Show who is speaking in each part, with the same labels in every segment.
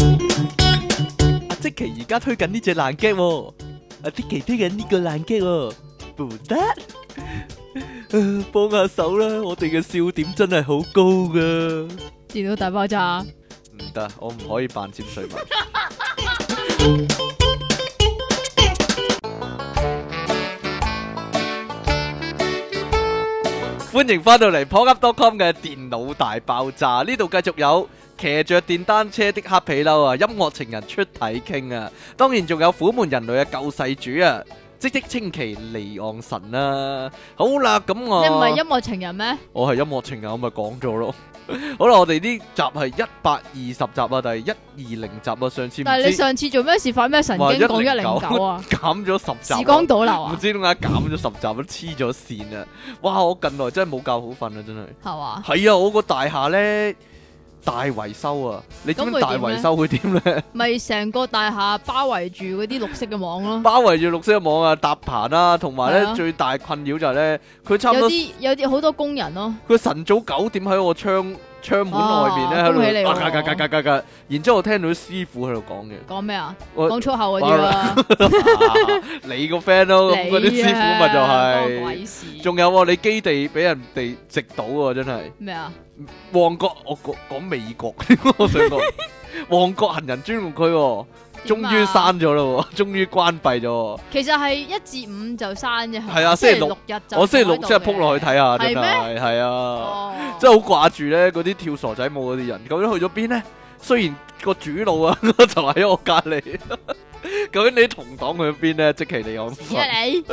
Speaker 1: 奇啊而家推緊呢隻爛 gag 喎，阿 Dicky 推緊呢個爛 gag 喎，唔得， 幫下手啦！我哋嘅笑點真係好高噶，
Speaker 2: 電腦大爆炸，
Speaker 1: 唔得，我唔可以扮潛水文。歡迎翻到嚟 p o c u p c o m 嘅電腦大爆炸，呢度繼續有騎着電單車的黑皮褸啊，音樂情人出體傾啊，當然仲有苦悶人類嘅救世主啊，即即稱其離岸神啦、好啦，咁我
Speaker 2: 你唔係音樂情人咩？
Speaker 1: 我係音樂情人，我咪講咗咯。好啦，我哋呢集係一百二十集啊，但係一二零集啊，上次唔
Speaker 2: 但係你
Speaker 1: 知
Speaker 2: 上次做咩事發咩神經
Speaker 1: 話
Speaker 2: 講一零
Speaker 1: 109
Speaker 2: 九 啊？
Speaker 1: 減咗十集
Speaker 2: 時
Speaker 1: 啊。
Speaker 2: 光倒流
Speaker 1: 唔
Speaker 2: 啊，
Speaker 1: 知點解減咗十集都黐咗線啊！哇，我近來真係冇覺好瞓啊，真係。
Speaker 2: 係嘛？
Speaker 1: 係啊，我個大廈咧大維修啊，你知唔
Speaker 2: 咁
Speaker 1: 知
Speaker 2: 會
Speaker 1: 大
Speaker 2: 點咧
Speaker 1: 維修會點咧？
Speaker 2: 咪成個大廈包圍住嗰啲綠色嘅網咯。
Speaker 1: 包圍住綠色嘅網啊，搭棚啊，同埋
Speaker 2: 係
Speaker 1: 咧
Speaker 2: 啊
Speaker 1: 最大困擾就係咧，佢差唔
Speaker 2: 有
Speaker 1: 多
Speaker 2: 啲有啲好多工人咯，
Speaker 1: 佢晨早九點喺我窗窗門外面咧
Speaker 2: 啊恭喜
Speaker 1: 喺
Speaker 2: 你
Speaker 1: 度
Speaker 2: 喎
Speaker 1: 嘎嘎嘎嘎嘎嘎，然之後我聽到師傅喺度講嘅。
Speaker 2: 講咩啊？
Speaker 1: 我
Speaker 2: 講粗口嗰啲啦。
Speaker 1: 你個 friend 咯，咁嗰啲師傅咪就
Speaker 2: 關我
Speaker 1: 係、
Speaker 2: 鬼事
Speaker 1: 仲有喎，你基地俾人哋直到喎，真係。
Speaker 2: 咩啊？
Speaker 1: 旺角，我講講美國， 我想 講旺角行人專用區、喎，終
Speaker 2: 點啊
Speaker 1: 於閂咗啦， 終於關閉咗喎。
Speaker 2: 其實係一至五就閂啫，
Speaker 1: 係啊
Speaker 2: 星
Speaker 1: 星期
Speaker 2: 期
Speaker 1: 六
Speaker 2: 六日就
Speaker 1: 我星期六真係撲落去睇下，
Speaker 2: 係
Speaker 1: 真
Speaker 2: 咩
Speaker 1: 係係啊，
Speaker 2: 哦，
Speaker 1: 真係好掛住咧嗰啲跳傻仔舞嗰啲人，究竟去咗邊呢？雖然個主腦啊 就喺我隔離， 究竟你同黨去咗邊呢？即其你我
Speaker 2: 即係哎你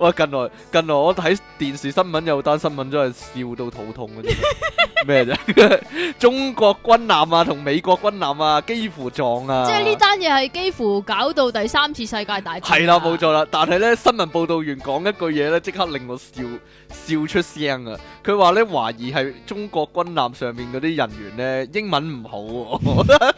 Speaker 1: 喂，近來近來我睇電視新聞有單新聞真係笑到肚痛嘅， 咩啫？ 中國軍艦啊，同美國軍艦啊，幾乎撞啊！
Speaker 2: 即係呢單嘢係幾乎搞到第三次世界大戰。啊
Speaker 1: 係啦，冇。錯啦。但係咧，新聞報導員講一句嘢咧，即刻令我笑笑出聲啊！佢話咧懷疑係中國軍艦上面嗰啲人員咧英文唔好喎， 我覺得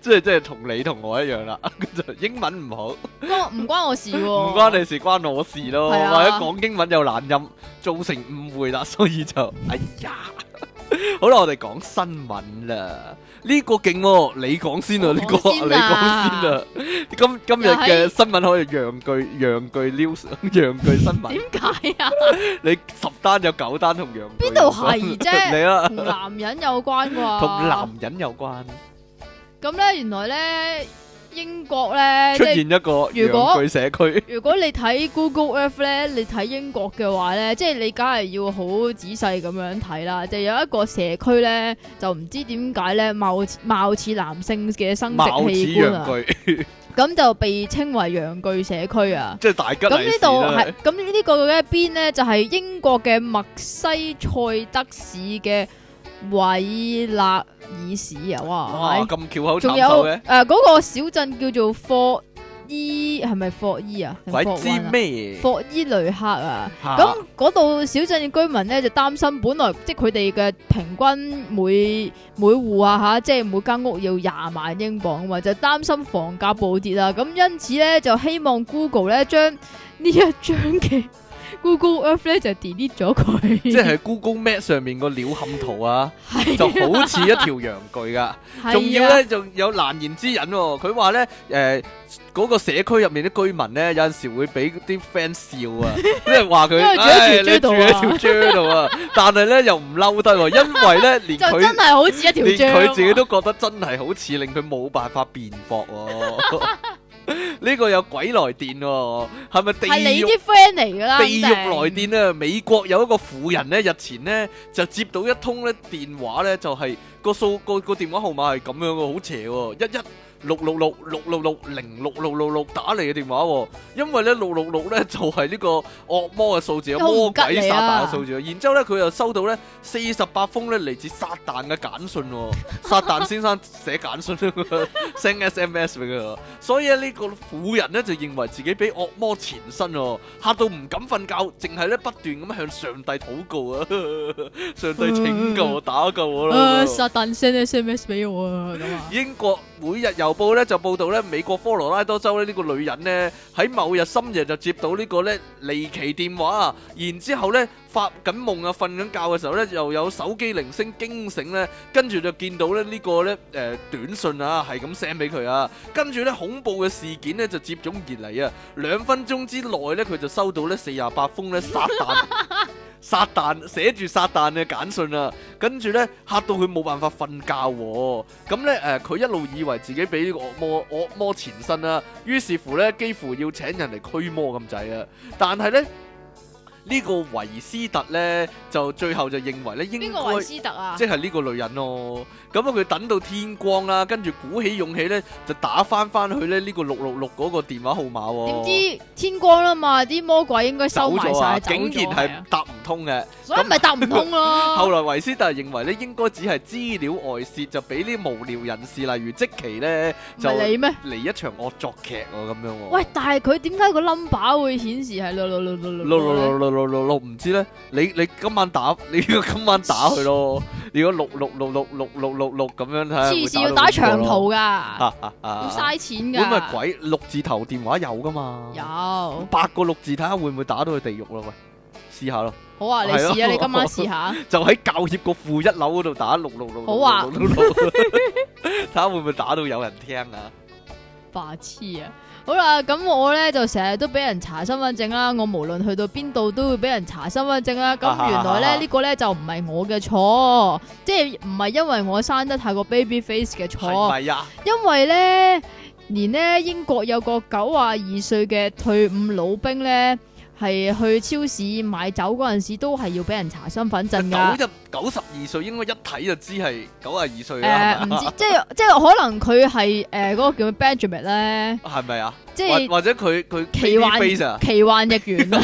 Speaker 1: 即係即係同你同我一樣啦， 英文唔好。
Speaker 2: 關唔關我事喎？
Speaker 1: 唔關你事，關我事咯。
Speaker 2: 係啊
Speaker 1: 或者講英文有懶音，造成誤會啦，所以就哎呀。 好啦，我哋講新聞啦。呢、個勁喎、你講先啊，
Speaker 2: 我
Speaker 1: 呢、個
Speaker 2: 講先
Speaker 1: 你講先啊。今今日嘅
Speaker 2: 又係
Speaker 1: 新聞可以讓句讓句 news 讓句新聞，
Speaker 2: 點解 啊？
Speaker 1: 你十單有九單同讓句有關。
Speaker 2: 邊度係 啫
Speaker 1: 你啦，
Speaker 2: 同男人有關啩？
Speaker 1: 同男人有關，
Speaker 2: 咁咧，原來咧英國咧，
Speaker 1: 出
Speaker 2: 即係
Speaker 1: 現一個
Speaker 2: 如果
Speaker 1: 讓句社區。
Speaker 2: 如果你睇 Google Earth 咧，你睇英國嘅話咧，即係你梗係要好仔細咁樣睇啦。就有一個社區咧，就唔知點解咧，貌似貌似男性嘅生
Speaker 1: 貌似
Speaker 2: 殖器官
Speaker 1: 讓
Speaker 2: 啊，
Speaker 1: 句，
Speaker 2: 咁就被稱為陽具社區啊。
Speaker 1: 即係大吉
Speaker 2: 咁
Speaker 1: 利
Speaker 2: 呢
Speaker 1: 是
Speaker 2: 度
Speaker 1: 啦
Speaker 2: 係。咁呢個嘅一邊咧，就係、英國嘅墨西塞德市嘅韋勒爾市啊，哇！
Speaker 1: 哇，咁翹口
Speaker 2: 仲
Speaker 1: 慘
Speaker 2: 有
Speaker 1: 手嘅
Speaker 2: 誒。嗰個小鎮叫做霍伊，係咪霍伊啊？定
Speaker 1: 鬼
Speaker 2: 霍
Speaker 1: 知
Speaker 2: 灣啊
Speaker 1: 咩？
Speaker 2: 霍伊雷克啊，
Speaker 1: 嚇
Speaker 2: 咁嗰度小鎮嘅居民咧就擔心，本來即係佢哋嘅平均每每戶啊吓，即係每間屋要廿萬英鎊啊嘛，就擔心房價暴跌啦。咁因此咧就希望 Google 咧將呢一張嘅 Google Earth 咧就 delete 咗佢，
Speaker 1: 即係 Google Map 上面個鳥瞰圖 啊，
Speaker 2: 係
Speaker 1: 就好似一條羊具噶。仲要
Speaker 2: 係啊
Speaker 1: 咧，仲有難言之隱喎。佢話咧，誒嗰個社區入面啲居民咧，有陣時會俾啲 friend 笑 啊，即係話佢，
Speaker 2: 因為住喺
Speaker 1: 唉
Speaker 2: 條
Speaker 1: 你住
Speaker 2: 街
Speaker 1: 喺
Speaker 2: 度啊
Speaker 1: 條街度啊， 但係咧又唔嬲得喎，因為咧連
Speaker 2: 就真
Speaker 1: 佢。
Speaker 2: 係好似一條
Speaker 1: 連
Speaker 2: 章啊，
Speaker 1: 佢自己都覺得真係好似令佢冇辦法辯駁喎，呢個有鬼來電喎，係咪地
Speaker 2: 係你
Speaker 1: 獄啊
Speaker 2: 啲 friend 嚟噶啦，
Speaker 1: 地獄來
Speaker 2: 肯定
Speaker 1: 電啊！美國有一個婦人咧，日前咧就接到一通咧電話咧，就係、個數個個電話號碼係咁樣嘅，好邪喎！一一六六六六六六零六六六六打嚟嘅電話喎，因為咧六六六咧就係、呢個惡魔嘅數字啊，
Speaker 2: 都
Speaker 1: 魔
Speaker 2: 唔吉
Speaker 1: 鬼
Speaker 2: 利
Speaker 1: 撒
Speaker 2: 啊
Speaker 1: 旦嘅數字啊。然之後咧佢又收到咧四十八封咧嚟自撒旦嘅簡訊喎，撒旦先生寫簡訊 send SMS 俾佢喎。所以咧呢個婦人咧就認為自己俾惡魔纏身喎，嚇到唔敢瞓覺，淨係咧不斷咁向上帝禱告啊！ 上帝拯救我，打救我啦！
Speaker 2: 啊，撒旦 send SMS 俾我啊，咁啊，
Speaker 1: 英國每日有郵報》咧就報道咧，美國科羅拉多州咧呢個女人呢，喺某日深夜就接到呢個咧離奇電話，然之後咧發緊夢啊、瞓緊覺嘅時候咧，又有手機鈴聲驚醒咧，跟住就見到咧呢個咧誒、呃短信啊，係咁 send 俾佢啊，跟住咧恐怖嘅事件咧就接踵而嚟啊，兩分鐘之內咧佢就收到咧四廿八封咧撒旦撒旦寫住撒旦嘅簡訊啊，跟住咧嚇到佢冇辦法瞓覺喎、咁咧誒，佢、一路以為自己俾呢個惡魔惡魔纏身啦、於是乎咧幾乎要請人嚟驅魔咁滯啊！但係咧呢、個維斯特咧就最後就認為咧應
Speaker 2: 邊
Speaker 1: 該
Speaker 2: 個維斯特啊？
Speaker 1: 即係呢個女人咯。咁啊，佢等到天光啦，跟住鼓起勇氣咧就打翻翻去咧呢個六六六嗰個電話號碼
Speaker 2: 點
Speaker 1: 喎。
Speaker 2: 知天光啦嘛，啲魔鬼應該收
Speaker 1: 走
Speaker 2: 埋
Speaker 1: 咗啊！
Speaker 2: 晒，走
Speaker 1: 竟
Speaker 2: 咗
Speaker 1: 然
Speaker 2: 係啊
Speaker 1: 係答唔通嘅。
Speaker 2: 所以咪答唔通
Speaker 1: 後
Speaker 2: 咯。
Speaker 1: 來維斯特認為咧，應該只係資料外泄，就俾啲無聊人士，例如即期咧，
Speaker 2: 唔
Speaker 1: 就
Speaker 2: 係你咩？
Speaker 1: 嚟一場惡作劇喎，咁樣喎。
Speaker 2: 喂，但係佢點解個 number 會顯示係六六六六六
Speaker 1: 六
Speaker 2: 六
Speaker 1: 六
Speaker 2: 咧
Speaker 1: 六六六六六唔知咧，你你今晚打， 你要今晚打佢 咯。如果六六六六六六六六咁樣睇下會
Speaker 2: 黐線要
Speaker 1: 到
Speaker 2: 打
Speaker 1: 邊個
Speaker 2: 長途
Speaker 1: 咯，
Speaker 2: 㗎，要
Speaker 1: 要
Speaker 2: 嘥錢
Speaker 1: 咁咪
Speaker 2: 㗎。
Speaker 1: 鬼六字頭電話有噶嘛？
Speaker 2: 有，好
Speaker 1: 八個六字睇下會唔會打到去地獄咯？喂，試下咯，
Speaker 2: 啊，你
Speaker 1: 係咯
Speaker 2: 試啊，你今晚試下。
Speaker 1: 就喺教協局負一樓嗰度打六六六。
Speaker 2: 好啊
Speaker 1: 六六六六 睇下會唔會打到有人聽啊？
Speaker 2: 白痴啊！好啦，咁我咧就成日都俾人查身份證啦，我無論去到邊度都會俾人查身份證啦。咁原來咧呢個咧就唔係我嘅錯，即係唔係因為我生得太過 baby face 嘅
Speaker 1: 係
Speaker 2: 錯，
Speaker 1: 咪啊呀？
Speaker 2: 因為咧連呢英國有個九啊二歲嘅退伍老兵咧。係去超市買酒嗰陣時，都係要俾人查身份證噶。
Speaker 1: 九十九十二歲應該一睇就知係九十二歲
Speaker 2: 誒、
Speaker 1: 啦，係
Speaker 2: 唔
Speaker 1: 咪
Speaker 2: 知即係即係可能佢係誒嗰個叫咩 Benjamin 咧，
Speaker 1: 係咪啊？
Speaker 2: 即係
Speaker 1: 或或者佢佢
Speaker 2: 奇
Speaker 1: baby
Speaker 2: 幻
Speaker 1: face 啊
Speaker 2: 奇幻逆緣啊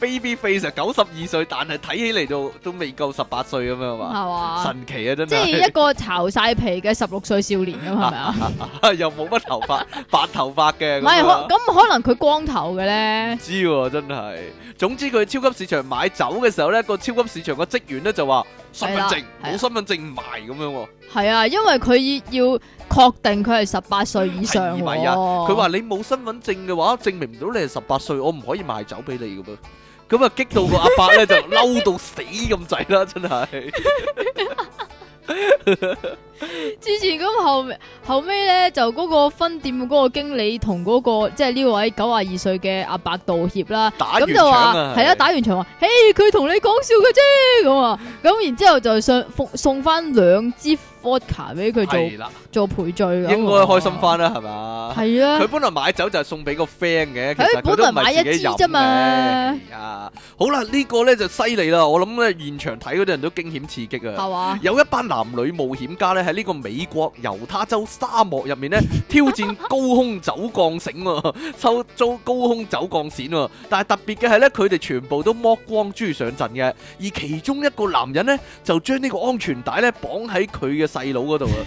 Speaker 1: ，baby face 啊，九十二歲，但係睇起嚟就都未夠十八歲咁樣
Speaker 2: 係
Speaker 1: 嘛，
Speaker 2: 嘛？
Speaker 1: 神奇啊真
Speaker 2: 即係
Speaker 1: 係
Speaker 2: 一，個巢晒皮嘅十六歲少年咁，係 咪啊？
Speaker 1: 又冇乜頭髮，白頭髮嘅，
Speaker 2: 唔係
Speaker 1: 咁啊樣
Speaker 2: 可咁可能佢光頭嘅咧
Speaker 1: 唔，知喎真係。總之佢去超級市場買酒嘅時候咧，個超級市場個職員咧就話身份證
Speaker 2: 係啦係啦啊
Speaker 1: 冇身份證唔賣咁樣喎。
Speaker 2: 係啊，因為佢要確定佢係十八歲以上
Speaker 1: 係
Speaker 2: 喎。
Speaker 1: 咪啊佢話你冇身份證嘅話，證明唔到你係十八歲，我唔可以賣酒俾你噶噃。咁啊，激到個阿伯咧就嬲到死咁滯啦，真係。
Speaker 2: 之前咁後尾後尾咧就嗰個分店嗰個經理同嗰個即係呢位九廿二歲嘅阿伯道歉啦。
Speaker 1: 打完
Speaker 2: 咁就話
Speaker 1: 場啊，
Speaker 2: 係啦，打完場話，嘿，佢同你講笑嘅啫，咁啊，咁然之後就送送送翻兩支 vodka 俾佢
Speaker 1: 係
Speaker 2: 做
Speaker 1: 啦，
Speaker 2: 做賠罪咁喎，啊
Speaker 1: 應該開心翻啦，係嘛？
Speaker 2: 係啊
Speaker 1: 佢，本來買酒就係送俾個 friend 嘅，其
Speaker 2: 係
Speaker 1: 實佢都唔係自己飲
Speaker 2: 本來買一支啫
Speaker 1: 嘅。
Speaker 2: 嘛
Speaker 1: 係啊，好啦，呢個咧就犀利啦，我諗咧現場睇嗰啲人都驚險刺激啊。
Speaker 2: 係嘛？
Speaker 1: 有一班男女冒險家咧喺呢個美國猶他州沙漠入面咧 挑戰高空走鋼繩喎， 收租高空走鋼線喎。但係特別嘅係咧，佢哋全部都剝光豬上陣嘅，而其中一個男人咧就將呢個安全帶咧綁喺佢嘅細佬嗰度啊，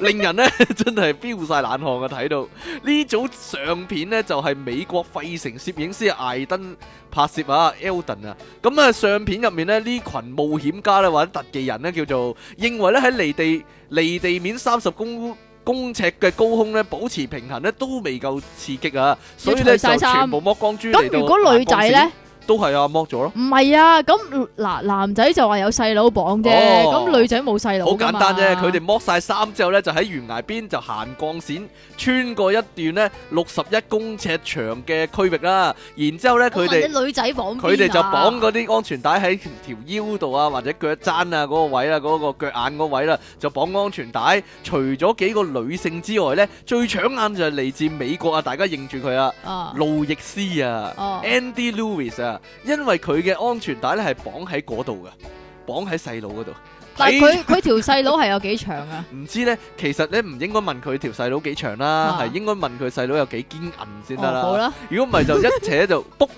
Speaker 1: 令人咧真係飆晒冷汗啊！睇到呢組相片咧就係、美國費城攝影師艾登拍攝啊，Eldon 啊。咁啊，相片入面咧，呢群冒險家咧或者特技人咧，叫做認為咧喺離地離地面三十公公尺嘅高空咧，保持平衡咧都未夠刺激啊！所以咧
Speaker 2: 要除
Speaker 1: 就
Speaker 2: 晒衫
Speaker 1: 全部剝光豬嚟
Speaker 2: 咁
Speaker 1: 到
Speaker 2: 如果女仔
Speaker 1: 行光
Speaker 2: 咧
Speaker 1: 線，都係啊，剝咗咯，
Speaker 2: 唔係啊，咁嗱男仔就話有細佬綁啫，
Speaker 1: 哦
Speaker 2: 咁女仔冇細佬
Speaker 1: 好
Speaker 2: 㗎
Speaker 1: 簡
Speaker 2: 啊嘛
Speaker 1: 單啫。佢哋剝晒衫之後咧，就喺懸崖邊就行鋼線，穿過一段咧六十一公尺長嘅區域啦。然之後咧，佢
Speaker 2: 我
Speaker 1: 哋
Speaker 2: 問。你女仔綁邊啊
Speaker 1: 佢哋就綁嗰啲安全帶喺條腰度啊，或者腳踭啊嗰個位啦，嗰、個腳眼嗰位啦，就綁安全帶。除咗幾個女性之外呢，最搶眼就係嚟自美國啊！大家認住佢啊，
Speaker 2: 啊
Speaker 1: 路易斯啊
Speaker 2: 哦
Speaker 1: ，Andy Lewis 啊，因為佢嘅安全帶呢係綁喺嗰度嘅，綁喺細佬嗰度。
Speaker 2: 但
Speaker 1: 喺
Speaker 2: 係佢佢條細佬係有幾長啊？
Speaker 1: 唔知呢，其實呢唔應該問佢條細佬幾長啦，
Speaker 2: 啊
Speaker 1: 係、應該問佢細佬有幾堅硬先
Speaker 2: 哦，
Speaker 1: 得啦。
Speaker 2: 好啦，
Speaker 1: 如果唔係就一扯 就卜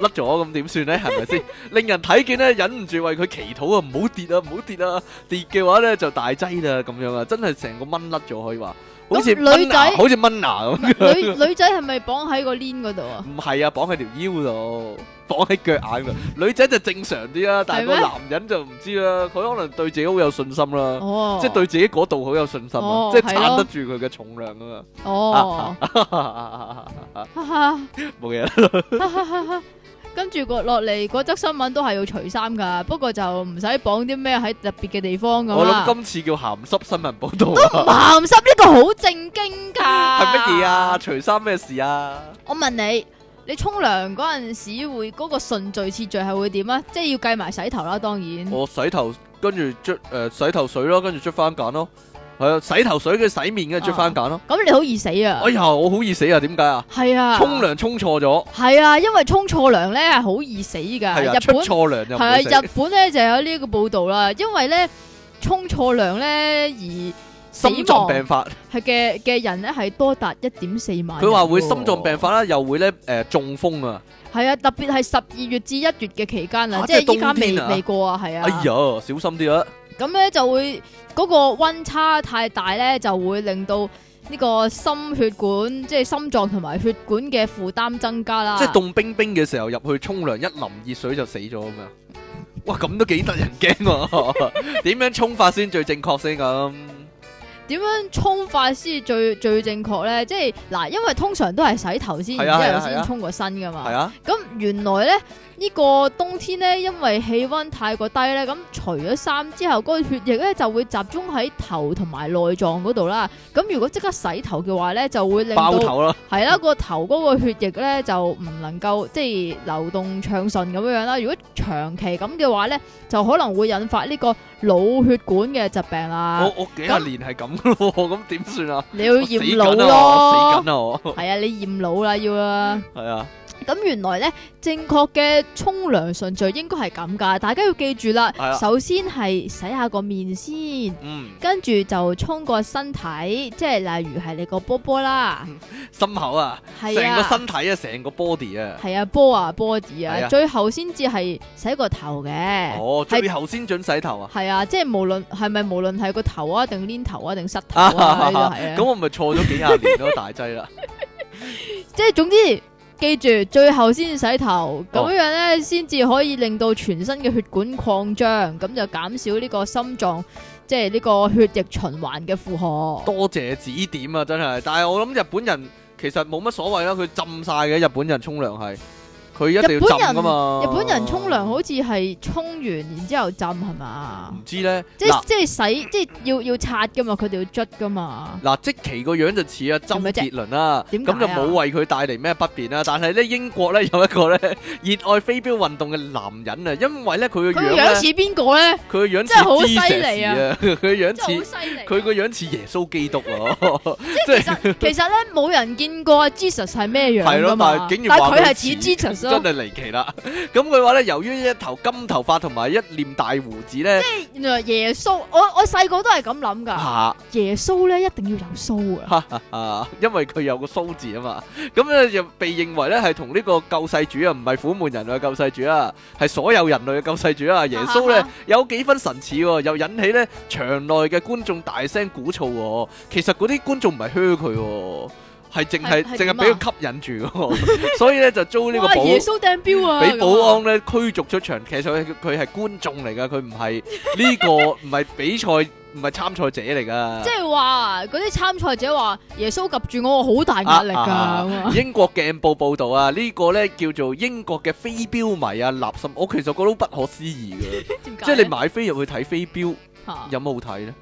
Speaker 1: 甩咗，咁點算呢？係咪 先？令人睇見咧，忍唔住為佢祈禱啊！唔好跌啊，唔好跌啊！跌嘅話咧就大劑啦，咁樣啊，真係成個蚊甩咗可以話。好似
Speaker 2: 咁女
Speaker 1: 蚊
Speaker 2: 仔
Speaker 1: 牙，好似蚊牙咁。
Speaker 2: 女女仔係咪綁喺個鏈嗰度 啊？
Speaker 1: 唔係啊，綁喺條腰度，綁喺腳眼度。女仔就正常啲啦，但係個
Speaker 2: 係咩
Speaker 1: 男人就唔知啦。佢可能對自己好有信心啦，
Speaker 2: 哦，
Speaker 1: 即係對自己嗰度好有信心啊
Speaker 2: 哦，
Speaker 1: 即係
Speaker 2: 係
Speaker 1: 撐
Speaker 2: 咯
Speaker 1: 得住佢嘅重量啊
Speaker 2: 哦，
Speaker 1: 嘛。
Speaker 2: 哈哈。
Speaker 1: 冇嘢啦，
Speaker 2: 跟住個落嚟嗰則新聞都係要除衫噶，不過就唔使綁啲咩喺特別嘅地方咁啊
Speaker 1: 我
Speaker 2: 啦。
Speaker 1: 諗今次叫鹹濕新聞報導啊，
Speaker 2: 鹹濕呢個好正經噶。
Speaker 1: 係乜嘢啊？？除衫咩事啊？
Speaker 2: 我問你，你沖涼嗰陣時會嗰、個順序次序係會點啊？即係要計埋洗頭啦，當然。
Speaker 1: 我洗頭，跟住捽誒洗頭水咯，跟住捽番梘咯，係啊，洗頭水跟住洗面跟住捽番梘咯。
Speaker 2: 咁你好易死啊
Speaker 1: 哎！呀，我好易死啊，點解啊？
Speaker 2: 係啊，
Speaker 1: 沖涼沖錯咗，
Speaker 2: 係啊，因為沖錯涼咧係好易死噶。
Speaker 1: 係啊，
Speaker 2: 日
Speaker 1: 出
Speaker 2: 本
Speaker 1: 錯涼就唔會死
Speaker 2: 係啊，日本咧就有呢個報導啦，因為咧沖錯涼咧而死
Speaker 1: 心臟
Speaker 2: 亡哎
Speaker 1: 病發。
Speaker 2: 係嘅嘅人咧係多達一點四萬人喎。
Speaker 1: 佢話會心臟病發啦，又會咧誒、呃中風啊！
Speaker 2: 係啊，特別係十二月至一月嘅期間啊，
Speaker 1: 啊
Speaker 2: 即係依家
Speaker 1: 即係冬
Speaker 2: 未
Speaker 1: 天啊
Speaker 2: 未過啊，係
Speaker 1: 哎
Speaker 2: 啊
Speaker 1: 呀，。小心啲啊！
Speaker 2: 咁咧就會嗰個温差太大咧，就會令到呢個心血管，即係心臟同埋血管嘅負擔增加啦。
Speaker 1: 即係凍冰冰嘅時候入去沖涼，一淋熱水就死咗咁樣。哇，咁都幾得人驚 喎！點樣沖法先最正確先咁？
Speaker 2: 點樣沖法先最最正確咧？即係嗱，因為通常都係洗頭先，
Speaker 1: 係
Speaker 2: 然
Speaker 1: 啊
Speaker 2: 之後
Speaker 1: 係啊係啊
Speaker 2: 先沖個身噶嘛
Speaker 1: 係。啊，
Speaker 2: 咁原來咧呢、個冬天咧，因為氣温太過低咧，咁除咗衫之後，嗰、個血液咧就會集中喺頭同埋內臟嗰度啦。咁如果即刻洗頭嘅話咧，就會令到
Speaker 1: 包頭啦，
Speaker 2: 係啦個頭嗰個血液咧就唔能夠即係流動暢順咁樣樣啦。如果長期咁嘅話咧，就可能會引發呢個腦血管嘅疾病啊啦。
Speaker 1: 我我幾廿年係咁咯， 咁點算啊？
Speaker 2: 你要
Speaker 1: 我死
Speaker 2: 驗腦
Speaker 1: 緊啊！我死
Speaker 2: 咯，
Speaker 1: 緊啊！我
Speaker 2: 係啊，你驗腦啦要啊。
Speaker 1: 係啊，
Speaker 2: 咁原來咧，正確嘅沖涼順序應該係咁㗎，大家要記住啦
Speaker 1: 係啊。
Speaker 2: 首先係洗下個面先，
Speaker 1: 嗯，
Speaker 2: 跟住就沖個身體，即係例如係你個波波啦，
Speaker 1: 心口啊，嗯成
Speaker 2: 係
Speaker 1: 個
Speaker 2: 啊，
Speaker 1: 身體啊，成個 body 啊，
Speaker 2: 係啊，波啊波子
Speaker 1: 係啊
Speaker 2: 啊，最後先至係洗個頭嘅，
Speaker 1: 哦，最後先準洗頭啊！
Speaker 2: 係啊，即係無論係咪無論係個頭啊，定攣頭啊，定膝 頭啊，呢度係
Speaker 1: 咁
Speaker 2: 啊，
Speaker 1: 我咪錯咗幾廿年咯，大劑啦！
Speaker 2: 即係總之。記住，最後先洗頭，
Speaker 1: 哦
Speaker 2: 咁樣咧先至可以令到全身嘅血管擴張，咁就減少呢個心臟即係呢個血液循環嘅負荷。
Speaker 1: 多謝指點啊，真係。但係我諗日本人其實冇乜所謂啦，佢浸晒嘅日本人沖涼係，佢一定要浸噶嘛。
Speaker 2: 日本人沖涼好似係沖完然之後浸係嘛
Speaker 1: 唔？知咧，
Speaker 2: 即
Speaker 1: 嗱
Speaker 2: 即係洗，即係要要刷噶嘛，佢哋要捽噶嘛。
Speaker 1: 嗱，即其個樣就似啊周
Speaker 2: 係咪啫
Speaker 1: 杰倫啦，
Speaker 2: 點
Speaker 1: 咁
Speaker 2: 解
Speaker 1: 就
Speaker 2: 啊
Speaker 1: 冇為佢帶嚟咩不便啦。但係咧英國咧有一個咧熱愛飛鏢運動嘅男人啊，因為咧佢個
Speaker 2: 佢個
Speaker 1: 樣
Speaker 2: 樣
Speaker 1: 咧，
Speaker 2: 似邊個咧？
Speaker 1: 佢個樣
Speaker 2: 真係好
Speaker 1: 似
Speaker 2: 犀
Speaker 1: 芝
Speaker 2: 利啊
Speaker 1: 士啊， 佢個樣
Speaker 2: 真係
Speaker 1: 似
Speaker 2: 好犀利。
Speaker 1: 佢個樣似耶穌基督啊，
Speaker 2: 即係其實其實咧冇人見過 Jesus 係咩樣
Speaker 1: 係
Speaker 2: 㗎
Speaker 1: 咯，但
Speaker 2: 嘛，
Speaker 1: 係
Speaker 2: 但
Speaker 1: 竟然話
Speaker 2: 佢係
Speaker 1: 似
Speaker 2: 似 Jesus
Speaker 1: 真
Speaker 2: 咯。
Speaker 1: 係離奇啦！咁佢話咧，由於一頭金頭髮同埋一臉大胡子咧，
Speaker 2: 原來耶穌，我我細個都係咁諗㗎。
Speaker 1: 嚇
Speaker 2: 耶穌咧一定要有鬚啊！
Speaker 1: 啊，因為佢有個蘇字啊嘛，咁咧就被認為咧係同呢個救世主啊，唔係苦悶人類嘅救世主啊，係所有人類嘅救世主啊。耶穌咧有幾分神似喎，又引起咧場內嘅觀眾大聲鼓噪喎。其實嗰啲觀眾唔係噓佢喎，係淨係淨
Speaker 2: 係係
Speaker 1: 係
Speaker 2: 點啊
Speaker 1: 俾佢吸引住喎， 所以咧就遭呢個
Speaker 2: 哇！
Speaker 1: 保
Speaker 2: 耶穌掟標啊！
Speaker 1: 俾
Speaker 2: 咁
Speaker 1: 保
Speaker 2: 啊
Speaker 1: 安咧驅逐出場，其實佢佢係觀眾嚟噶，佢唔係呢個唔係比賽唔係參賽者嚟噶
Speaker 2: 即。係話嗰啲參賽者話耶穌及住我，我好大壓力㗎
Speaker 1: 啊
Speaker 2: 咁 啊！
Speaker 1: 英國鏡報報導啊，呢個咧叫做英國嘅飛鏢迷啊，立心，我其實覺得好不可思議嘅，
Speaker 2: 點 解
Speaker 1: 即係
Speaker 2: 咧
Speaker 1: 你買飛入去睇飛鏢，
Speaker 2: 嚇
Speaker 1: 有冇好睇咧？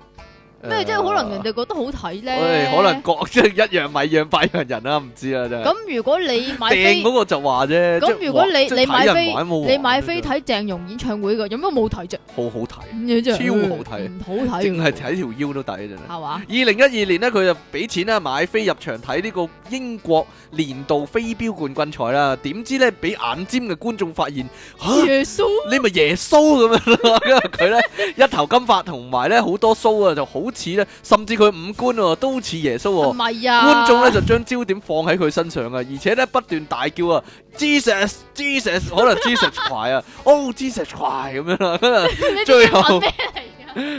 Speaker 2: 咩？即係可能人哋覺得好睇咧
Speaker 1: 誒，。可能各 即係一樣米養百樣人啦，唔知啊真係。
Speaker 2: 咁如果你買
Speaker 1: 掟
Speaker 2: 飛
Speaker 1: 嗰，個就話啫，即係
Speaker 2: 咁如果
Speaker 1: 玩
Speaker 2: 你
Speaker 1: 即係
Speaker 2: 你
Speaker 1: 睇
Speaker 2: 買
Speaker 1: 人
Speaker 2: 飛
Speaker 1: 玩冇玩
Speaker 2: 你買
Speaker 1: 啫
Speaker 2: 飛睇鄭融演唱會嘅，有咩冇睇啫？
Speaker 1: 好好睇，
Speaker 2: 咁樣啫
Speaker 1: 超好睇
Speaker 2: 唔好睇啊
Speaker 1: 淨係
Speaker 2: 㗎
Speaker 1: 睇條腰都抵真係。
Speaker 2: 係嘛？
Speaker 1: 二零一二年呢，佢就俾錢啦買飛入場睇呢個英國年度飛鏢冠軍賽啦。點知呢，俾眼尖嘅觀眾發現，啊嚇、
Speaker 2: 耶穌
Speaker 1: 你咪耶穌咁樣咯，因為佢呢，一頭金髮同埋呢好多須啊，就好似呢，甚至佢五官喎都似耶穌
Speaker 2: 唔
Speaker 1: 喎。
Speaker 2: 係啊！
Speaker 1: 觀眾呢就將焦點放喺佢身上啊，而且呢不斷大叫啊，Jesus Jesus，可能 Jesus 快啊，Oh Jesus 快咁樣啦，
Speaker 2: 你啲
Speaker 1: 最
Speaker 2: 英文
Speaker 1: 後
Speaker 2: 咩嚟㗎？啊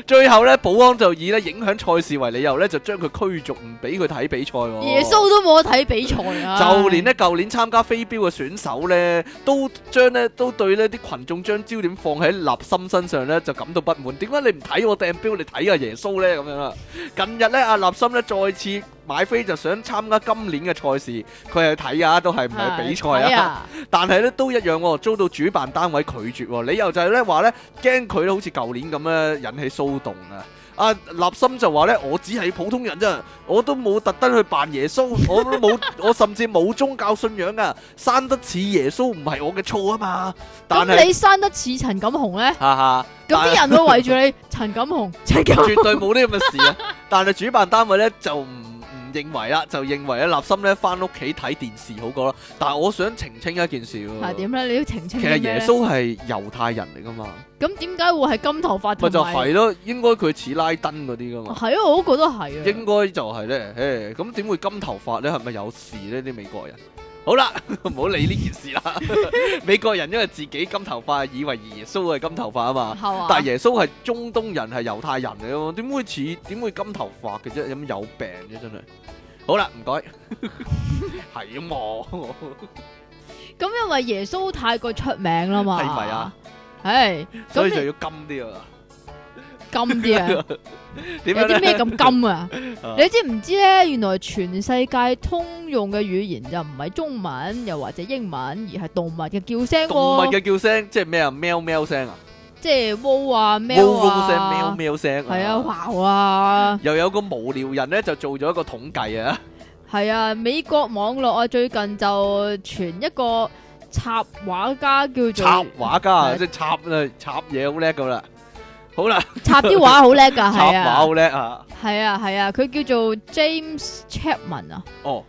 Speaker 1: 最後咧，保安就以咧影響賽事為理由咧，就將佢驅逐，唔俾佢睇比賽喎。
Speaker 2: 耶穌都冇得睇比賽啊！
Speaker 1: 哦就連咧舊年參加飛鏢嘅選手咧，都將咧都對呢啲群眾將焦點放喺立心身上咧，就感到不滿。點解你唔睇我掟鏢，你睇阿耶穌咧咁樣啦？近日咧，阿立心咧再次買飛就想參加今年嘅賽事，佢係睇啊，都係唔係比賽
Speaker 2: 睇
Speaker 1: 啊？但係咧都一樣喎、遭到主辦單位拒絕喎、理由就係咧話咧驚佢好似舊年咁咧引起騷動啊！阿立心就話咧，我只係普通人啫，我都冇特登去扮耶穌，我都冇， 我甚至冇宗教信仰啊，生得似耶穌唔係我嘅錯啊嘛，但
Speaker 2: 咁
Speaker 1: 係
Speaker 2: 你生得似陳錦雄咧，
Speaker 1: 哈哈，
Speaker 2: 咁
Speaker 1: 但係
Speaker 2: 啲人會圍住你陳 錦雄，陳錦雄
Speaker 1: 絕對冇呢咁嘅事啊！ 但係主辦單位咧就唔唔認為啦，就認為咧立心咧翻屋企睇電視好過啦。但係我想澄清一件事喎、
Speaker 2: 係啊點咧？你要澄清
Speaker 1: 其
Speaker 2: 啲咩
Speaker 1: 實
Speaker 2: 咧
Speaker 1: 耶穌係猶太人嚟噶嘛。
Speaker 2: 咁點解會係金頭髮
Speaker 1: 咪就
Speaker 2: 同埋？
Speaker 1: 係咯，應該佢似拉登嗰啲噶嘛，
Speaker 2: 係啊，我都覺得係啊。
Speaker 1: 應該就係咧，誒咁點會金頭髮咧？係咪有事呢？啲美國人？好啦， 唔好理呢件 事啦。美國人因為自己金頭髮，以為耶穌係金頭髮啊嘛，
Speaker 2: 係嘛？
Speaker 1: 但係耶穌係中東人，係猶太人嚟噶嘛，點會似點會金頭髮嘅啫？有冇有病啫？真係。好啦，唔該， 係啊嘛，
Speaker 2: 咁因為耶穌太過出名啦嘛，
Speaker 1: 係咪啊？
Speaker 2: 唉，
Speaker 1: 所
Speaker 2: 咁
Speaker 1: 以就
Speaker 2: 你
Speaker 1: 要金啲啊。
Speaker 2: 金啲啊？
Speaker 1: 點
Speaker 2: 有
Speaker 1: 樣咧？
Speaker 2: 啲咩咁金啊
Speaker 1: 啊？
Speaker 2: 你知唔知咧？原來全世界通用嘅語言就唔係中文，又或者英文，而係動物嘅叫 聲
Speaker 1: 動物
Speaker 2: 喎，
Speaker 1: 嘅叫聲即係咩啊？喵喵聲啊，
Speaker 2: 即係嗚啊、
Speaker 1: 喵聲、
Speaker 2: 喵
Speaker 1: 喵
Speaker 2: 啊，
Speaker 1: 喵聲。
Speaker 2: 係啊、wow 啊。
Speaker 1: 又有個無聊人咧就做咗一個統計啊，
Speaker 2: 系啊，美國網絡啊，最近就傳一個插畫家叫做
Speaker 1: 插畫家啊，
Speaker 2: 係
Speaker 1: 即係插啊插嘢好叻噶啦。好啦，
Speaker 2: 插啲畫好 叻噶，
Speaker 1: 插
Speaker 2: 係
Speaker 1: 畫
Speaker 2: 啊，
Speaker 1: 好叻啊，
Speaker 2: 係啊，係啊，佢叫做 James Chapman 啊
Speaker 1: 哦，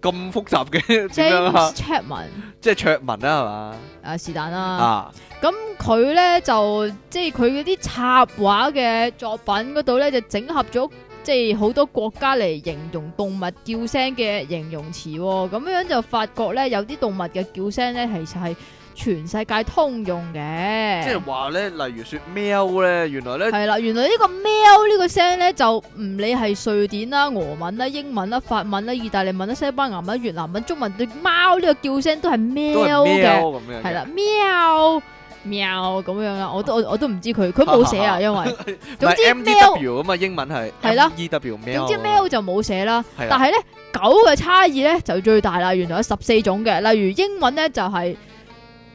Speaker 1: 咁複雜嘅 點樣
Speaker 2: ，James
Speaker 1: 啊？
Speaker 2: Chapman
Speaker 1: 即係卓文啦，係嘛？
Speaker 2: 啊是但啦，
Speaker 1: 啊，
Speaker 2: 咁佢咧就即係佢嗰啲插畫嘅作品嗰度咧就整合咗。即係好多國家嚟形容動物叫聲嘅形容詞喎、咁樣就發覺咧有啲動物嘅叫聲咧其實係全世界通用嘅。
Speaker 1: 即係話咧，例如說喵咧，原來咧
Speaker 2: 系啦，原來呢個喵呢個聲咧就唔理係瑞典啦、俄文啦、英文啦、法文啦、意大利文啦、西班牙文啦、越南文、中文對貓呢個叫聲都係
Speaker 1: 都
Speaker 2: 喵
Speaker 1: 係
Speaker 2: 嘅，
Speaker 1: 喵咁樣嘅。
Speaker 2: 係啦，喵喵咁樣啊啦，我都我我都唔知佢，佢冇寫 啊，因為
Speaker 1: 唔
Speaker 2: 總
Speaker 1: 係
Speaker 2: 之
Speaker 1: M E
Speaker 2: 喵
Speaker 1: W 咁啊，英文係
Speaker 2: 係啦
Speaker 1: E W 喵。
Speaker 2: 總之喵就冇寫啦，
Speaker 1: 係
Speaker 2: 但
Speaker 1: 啦，
Speaker 2: 係咧狗嘅差異咧就最大啦，原來有十四種嘅，例如英文咧就係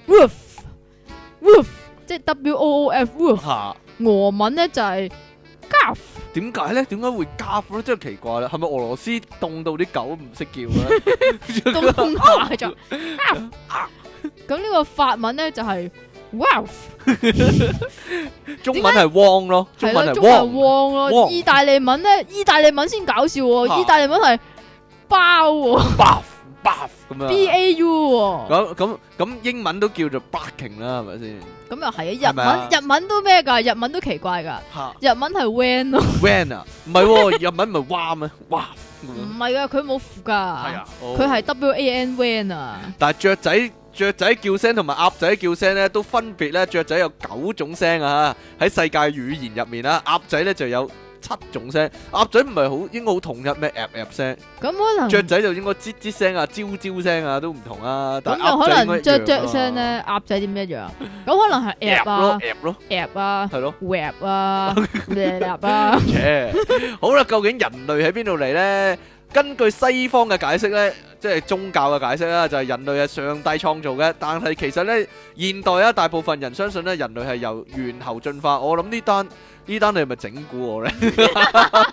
Speaker 2: woof woof，即係 W O O F woof，
Speaker 1: 嚇
Speaker 2: 俄文咧就係 gaff。
Speaker 1: 點解咧？點解會加咧？真係奇怪啦，係咪俄羅斯凍到啲狗唔識 叫咧？
Speaker 2: 咁通下就 咁呢個法文咧就係 wow，
Speaker 1: 中文係汪咯，中
Speaker 2: 係
Speaker 1: 文
Speaker 2: 啦，
Speaker 1: 係
Speaker 2: 中文
Speaker 1: 汪。
Speaker 2: 汪咯。
Speaker 1: 汪啊
Speaker 2: 意大利文咧，意大利文先搞笑
Speaker 1: 嚇
Speaker 2: 喎，意大利文係包喎
Speaker 1: buff buff 咁
Speaker 2: ，b
Speaker 1: 樣。
Speaker 2: a u 喎，
Speaker 1: 啊咁咁咁英文都叫做 barking 啦，係咪先？
Speaker 2: 咁又
Speaker 1: 係咪
Speaker 2: 係
Speaker 1: 啊
Speaker 2: 啊。日文日文都咩㗎？日文都奇怪㗎。
Speaker 1: 嚇
Speaker 2: 日文係 when 咯，
Speaker 1: van 啊，唔係喎，日文咪哇咩？哇咁
Speaker 2: 唔
Speaker 1: 樣。
Speaker 2: 係㗎，佢冇符
Speaker 1: 嗯係
Speaker 2: 㗎
Speaker 1: 啊，，
Speaker 2: 佢係
Speaker 1: 哦。
Speaker 2: w a n when 啊，
Speaker 1: 但係雀仔雀仔叫聲同埋鴨仔叫聲咧，都分別咧，雀仔有九種聲啊，喺世界語言入面啦，鴨仔咧就有。七種聲，鴨仔唔係好應該好統一咩？鴨鴨聲，
Speaker 2: 咁可能
Speaker 1: 雀仔就應該吱吱聲啊、招招聲啊都唔同啊。但
Speaker 2: 咁
Speaker 1: 係鴨仔
Speaker 2: 就可
Speaker 1: 應該
Speaker 2: 能
Speaker 1: 一樣啊
Speaker 2: 雀雀聲咧，鴨仔點一樣？啊咁可 能係
Speaker 1: ，App
Speaker 2: app
Speaker 1: 咯
Speaker 2: 啊
Speaker 1: App 咯，
Speaker 2: ，app 啊
Speaker 1: 係咯。
Speaker 2: ，web 啊，rap 啊。
Speaker 1: 切，好啦，究竟人類喺邊度嚟呢？根據西方嘅解釋呢，即係宗教嘅解釋啦，就係、人類係上帝創造嘅。但係其實呢，現代啊，大部分人相信呢，人類係由猿猴進化。我諗呢單呢單你係咪整蠱我呢？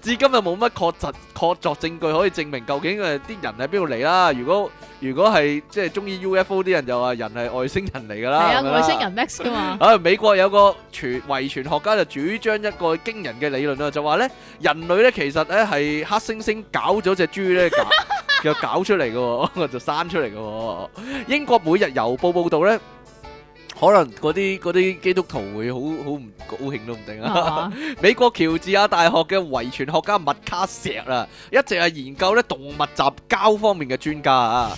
Speaker 1: 至今就冇乜確實確鑿證據可以證明究竟誒啲人喺邊度嚟啦。如果如果係即係中意 UFO 啲人就話人係外星人嚟㗎啦，
Speaker 2: 系啊，
Speaker 1: 咁樣啦
Speaker 2: 外星人 Max 噶 嘛，
Speaker 1: 啊，美國有個傳遺傳學家就主張一個驚人嘅理論啊，就話咧人類咧其實咧係黑猩猩搞咗只豬咧搞就搞出嚟嘅喎，就生出嚟嘅喎。英國每日郵報報導咧。可能嗰啲嗰啲基督徒會好好唔高興都唔定
Speaker 2: 係
Speaker 1: 啊！
Speaker 2: 嘛？
Speaker 1: 美國喬治亞大學嘅遺傳學家麥卡錫啊，一直係研究咧動物雜交方面嘅專家啊。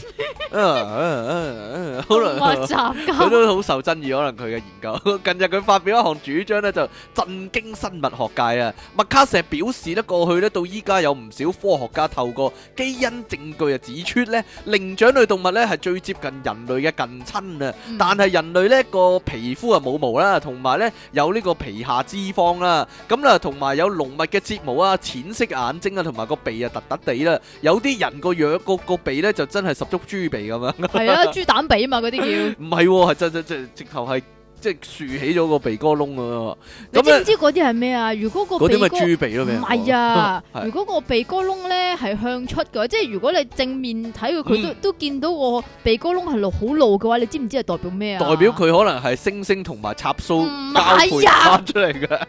Speaker 1: 嗯嗯嗯嗯，可能
Speaker 2: 密集
Speaker 1: 佢
Speaker 2: 交
Speaker 1: 都好受爭議，可能佢嘅研究。 近日佢發表一項主張咧，就震驚生物學界啊。麥卡錫表示咧，過去咧到依家有唔少科學家透過基因證據啊指出咧，靈長類動物咧係最接近人類嘅近親啊。
Speaker 2: 嗯
Speaker 1: 但係人類咧個皮膚啊冇毛啦，同埋咧有呢個皮下脂肪啦，咁啦同埋有濃密嘅睫毛啊、淺色眼睛啊，同埋個鼻啊突突地啦，有啲人個樣個個鼻咧就真係十足豬鼻咁樣，
Speaker 2: 係啊，豬蛋髀嘛嗰 啲叫。
Speaker 1: 唔係喎，係真真真直頭係即係豎起咗個鼻哥窿咁樣，
Speaker 2: 你知
Speaker 1: 咁
Speaker 2: 唔
Speaker 1: 啊
Speaker 2: 知嗰啲係咩啊？如果個
Speaker 1: 嗰
Speaker 2: 鼻
Speaker 1: 啲咪
Speaker 2: 哥
Speaker 1: 豬鼻咯，俾人
Speaker 2: 唔
Speaker 1: 講
Speaker 2: 係啊
Speaker 1: 哦，係
Speaker 2: 如果個鼻哥窿咧係向出嘅，即係如果你正面睇
Speaker 1: 嗯
Speaker 2: 佢，佢都、都見到個鼻哥窿係露好露嘅話，你知唔知係代表咩啊？
Speaker 1: 代表佢可能係星星同埋插蘇
Speaker 2: 唔
Speaker 1: 交配
Speaker 2: 係啊
Speaker 1: 生出嚟嘅，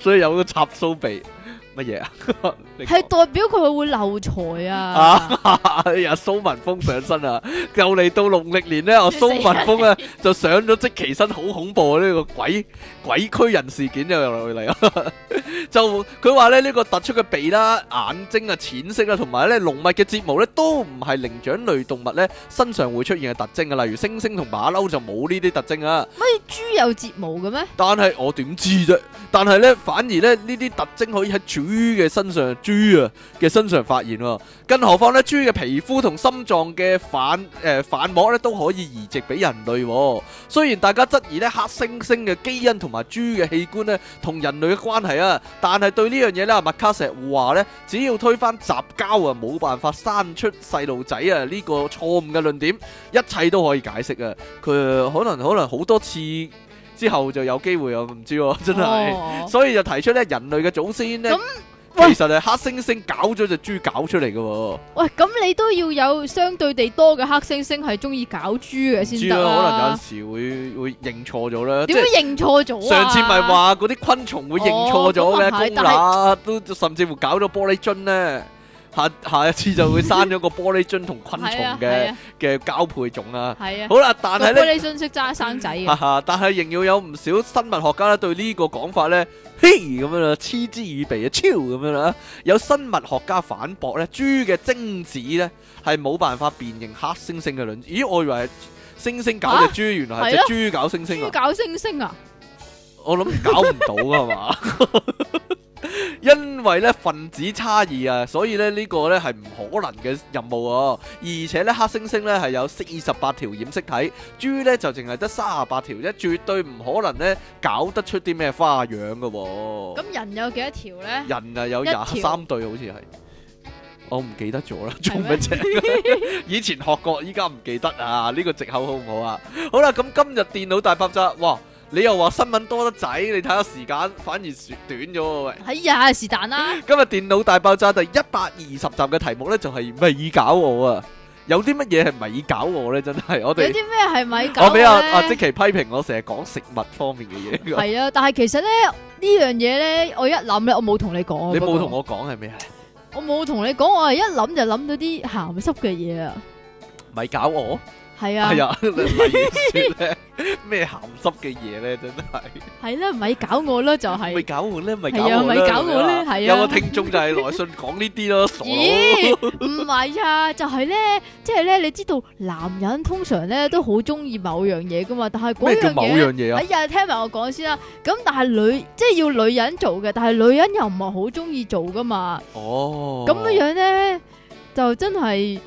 Speaker 1: 所以有個插蘇鼻乜嘢啊？ 你講
Speaker 2: 係代表佢會漏財啊！
Speaker 1: 啊！哎呀，蘇文峰上身啊！又嚟到農曆年咧，我蘇文峰啊就上咗即其身，好恐怖啊！呢、個鬼鬼驅人事件又又嚟 啊！就佢話咧，呢、個突出嘅鼻啦、眼睛啊、淺色啦，同埋咧濃密嘅睫毛咧，都唔係靈長類動物咧身上會出現嘅特徵啊。例如猩猩同馬騮就冇呢啲特徵啊。
Speaker 2: 乜豬有睫毛嘅咩？
Speaker 1: 但係我點知啫？但係咧，反而咧呢啲特徵可以喺豬嘅身上，豬啊嘅身上發現喎。更何況咧，豬嘅皮膚同心臟嘅反誒、呃反膜咧都可以移植俾人類、喎。雖然大家質疑咧黑猩猩嘅基因同埋豬嘅器官咧同人類嘅關係啊，但係對呢樣嘢咧，麥卡錫話咧，只要推翻雜交啊，冇辦法生出細路仔啊呢、個錯誤嘅論點，一切都可以解釋啊。佢呃可能可能好多次。之後就有機會啊，唔知喎、 真係。
Speaker 2: 哦
Speaker 1: 所以就提出咧，人類嘅祖先咧，
Speaker 2: 咁
Speaker 1: 其實係黑猩猩搞咗只豬搞出嚟嘅喎。
Speaker 2: 喂，咁你都要有相對地多嘅黑猩猩係中意搞豬嘅
Speaker 1: 唔
Speaker 2: 先
Speaker 1: 知
Speaker 2: 得
Speaker 1: 啦，
Speaker 2: 啊！
Speaker 1: 可能有陣時會會認錯咗啦。即
Speaker 2: 點會
Speaker 1: 係
Speaker 2: 認錯咗啊？
Speaker 1: 上次咪話嗰啲昆蟲會認錯咗嘅，
Speaker 2: 哦咁啊係
Speaker 1: 公乸都甚至乎搞咗玻璃樽咧。下下一次就會生咗個玻璃樽同昆蟲
Speaker 2: 係啊係
Speaker 1: 嘅
Speaker 2: 啊
Speaker 1: 嘅交配種啦。
Speaker 2: 係啊，
Speaker 1: 好啦，但係啊
Speaker 2: 個玻
Speaker 1: 咧，
Speaker 2: 璃樽識揸生仔
Speaker 1: 哈
Speaker 2: 嘅，
Speaker 1: 哈，但係仍要有唔少生物學家咧對呢個講法咧，嘿咁樣啦，嗤之以鼻啊，超咁樣啦。有生物學家反駁咧，豬嘅精子咧係冇辦法辨認黑猩猩嘅卵子。咦，我以為係猩猩搞隻豬，原來係隻豬搞猩猩
Speaker 2: 豬
Speaker 1: 啊！
Speaker 2: 搞猩猩啊！
Speaker 1: 我諗搞唔到㗎嘛。因為咧分子差異啊，所以咧呢個咧係唔可能嘅任務啊。而且咧黑猩猩咧係有四十八條染色體，豬咧就淨係得三十八條啫，絕對唔可能咧搞得出啲咩花樣嘅喎、
Speaker 2: 咁人有幾多條咧？
Speaker 1: 人啊有
Speaker 2: 一
Speaker 1: 廿
Speaker 2: 條
Speaker 1: 三對好似係，我唔記得咗啦，做
Speaker 2: 咩
Speaker 1: 乜啫？以前學過，依家唔記得啊！呢、個藉口好唔好啊？好啦，咁今日電腦大爆炸，哇！你又話新聞多得滯，你睇下時間反而短咗喎喂。
Speaker 2: 哎呀，是但啦。
Speaker 1: 今日電腦大爆炸第一百二十集嘅題目呢，就係、咪搞我啊！有啲乜嘢係咪搞我呢？真係我
Speaker 2: 有
Speaker 1: 哋
Speaker 2: 啲咩係咪搞
Speaker 1: 我俾阿阿即
Speaker 2: 咧？
Speaker 1: 奇批評我成日講食物方面嘅嘢，
Speaker 2: 係啊，但係其實咧呢樣嘢咧，我一諗咧，我冇同你講啊。
Speaker 1: 你
Speaker 2: 不過
Speaker 1: 冇同，我講係咩啊？
Speaker 2: 我冇同你講，我係一諗就諗到啲鹹濕嘅嘢啊。
Speaker 1: 咪搞我。
Speaker 2: 係啊，
Speaker 1: 係啊，例如說咧，咩鹹濕嘅嘢咧，真係
Speaker 2: 係啦，咪搞我啦，就
Speaker 1: 咪
Speaker 2: 係。
Speaker 1: 搞我咧，咪搞
Speaker 2: 係啊
Speaker 1: 我咧，
Speaker 2: 咪搞我咧
Speaker 1: 咁樣啊
Speaker 2: 係啊
Speaker 1: 有個聽眾就係來信講呢啲咯，傻佬
Speaker 2: 咦，唔係啊，就係咧，即係咧，你知道男人通常咧都好中意某樣嘢噶嘛，但係嗰
Speaker 1: 咩叫
Speaker 2: 樣
Speaker 1: 某
Speaker 2: 嘢。
Speaker 1: 樣嘢啊
Speaker 2: 哎？呀，聽埋我講先啦。咁但係女，即係要女人做嘅，但係女人又唔係好中意做噶嘛。
Speaker 1: 哦，
Speaker 2: 咁樣樣咧，就真係，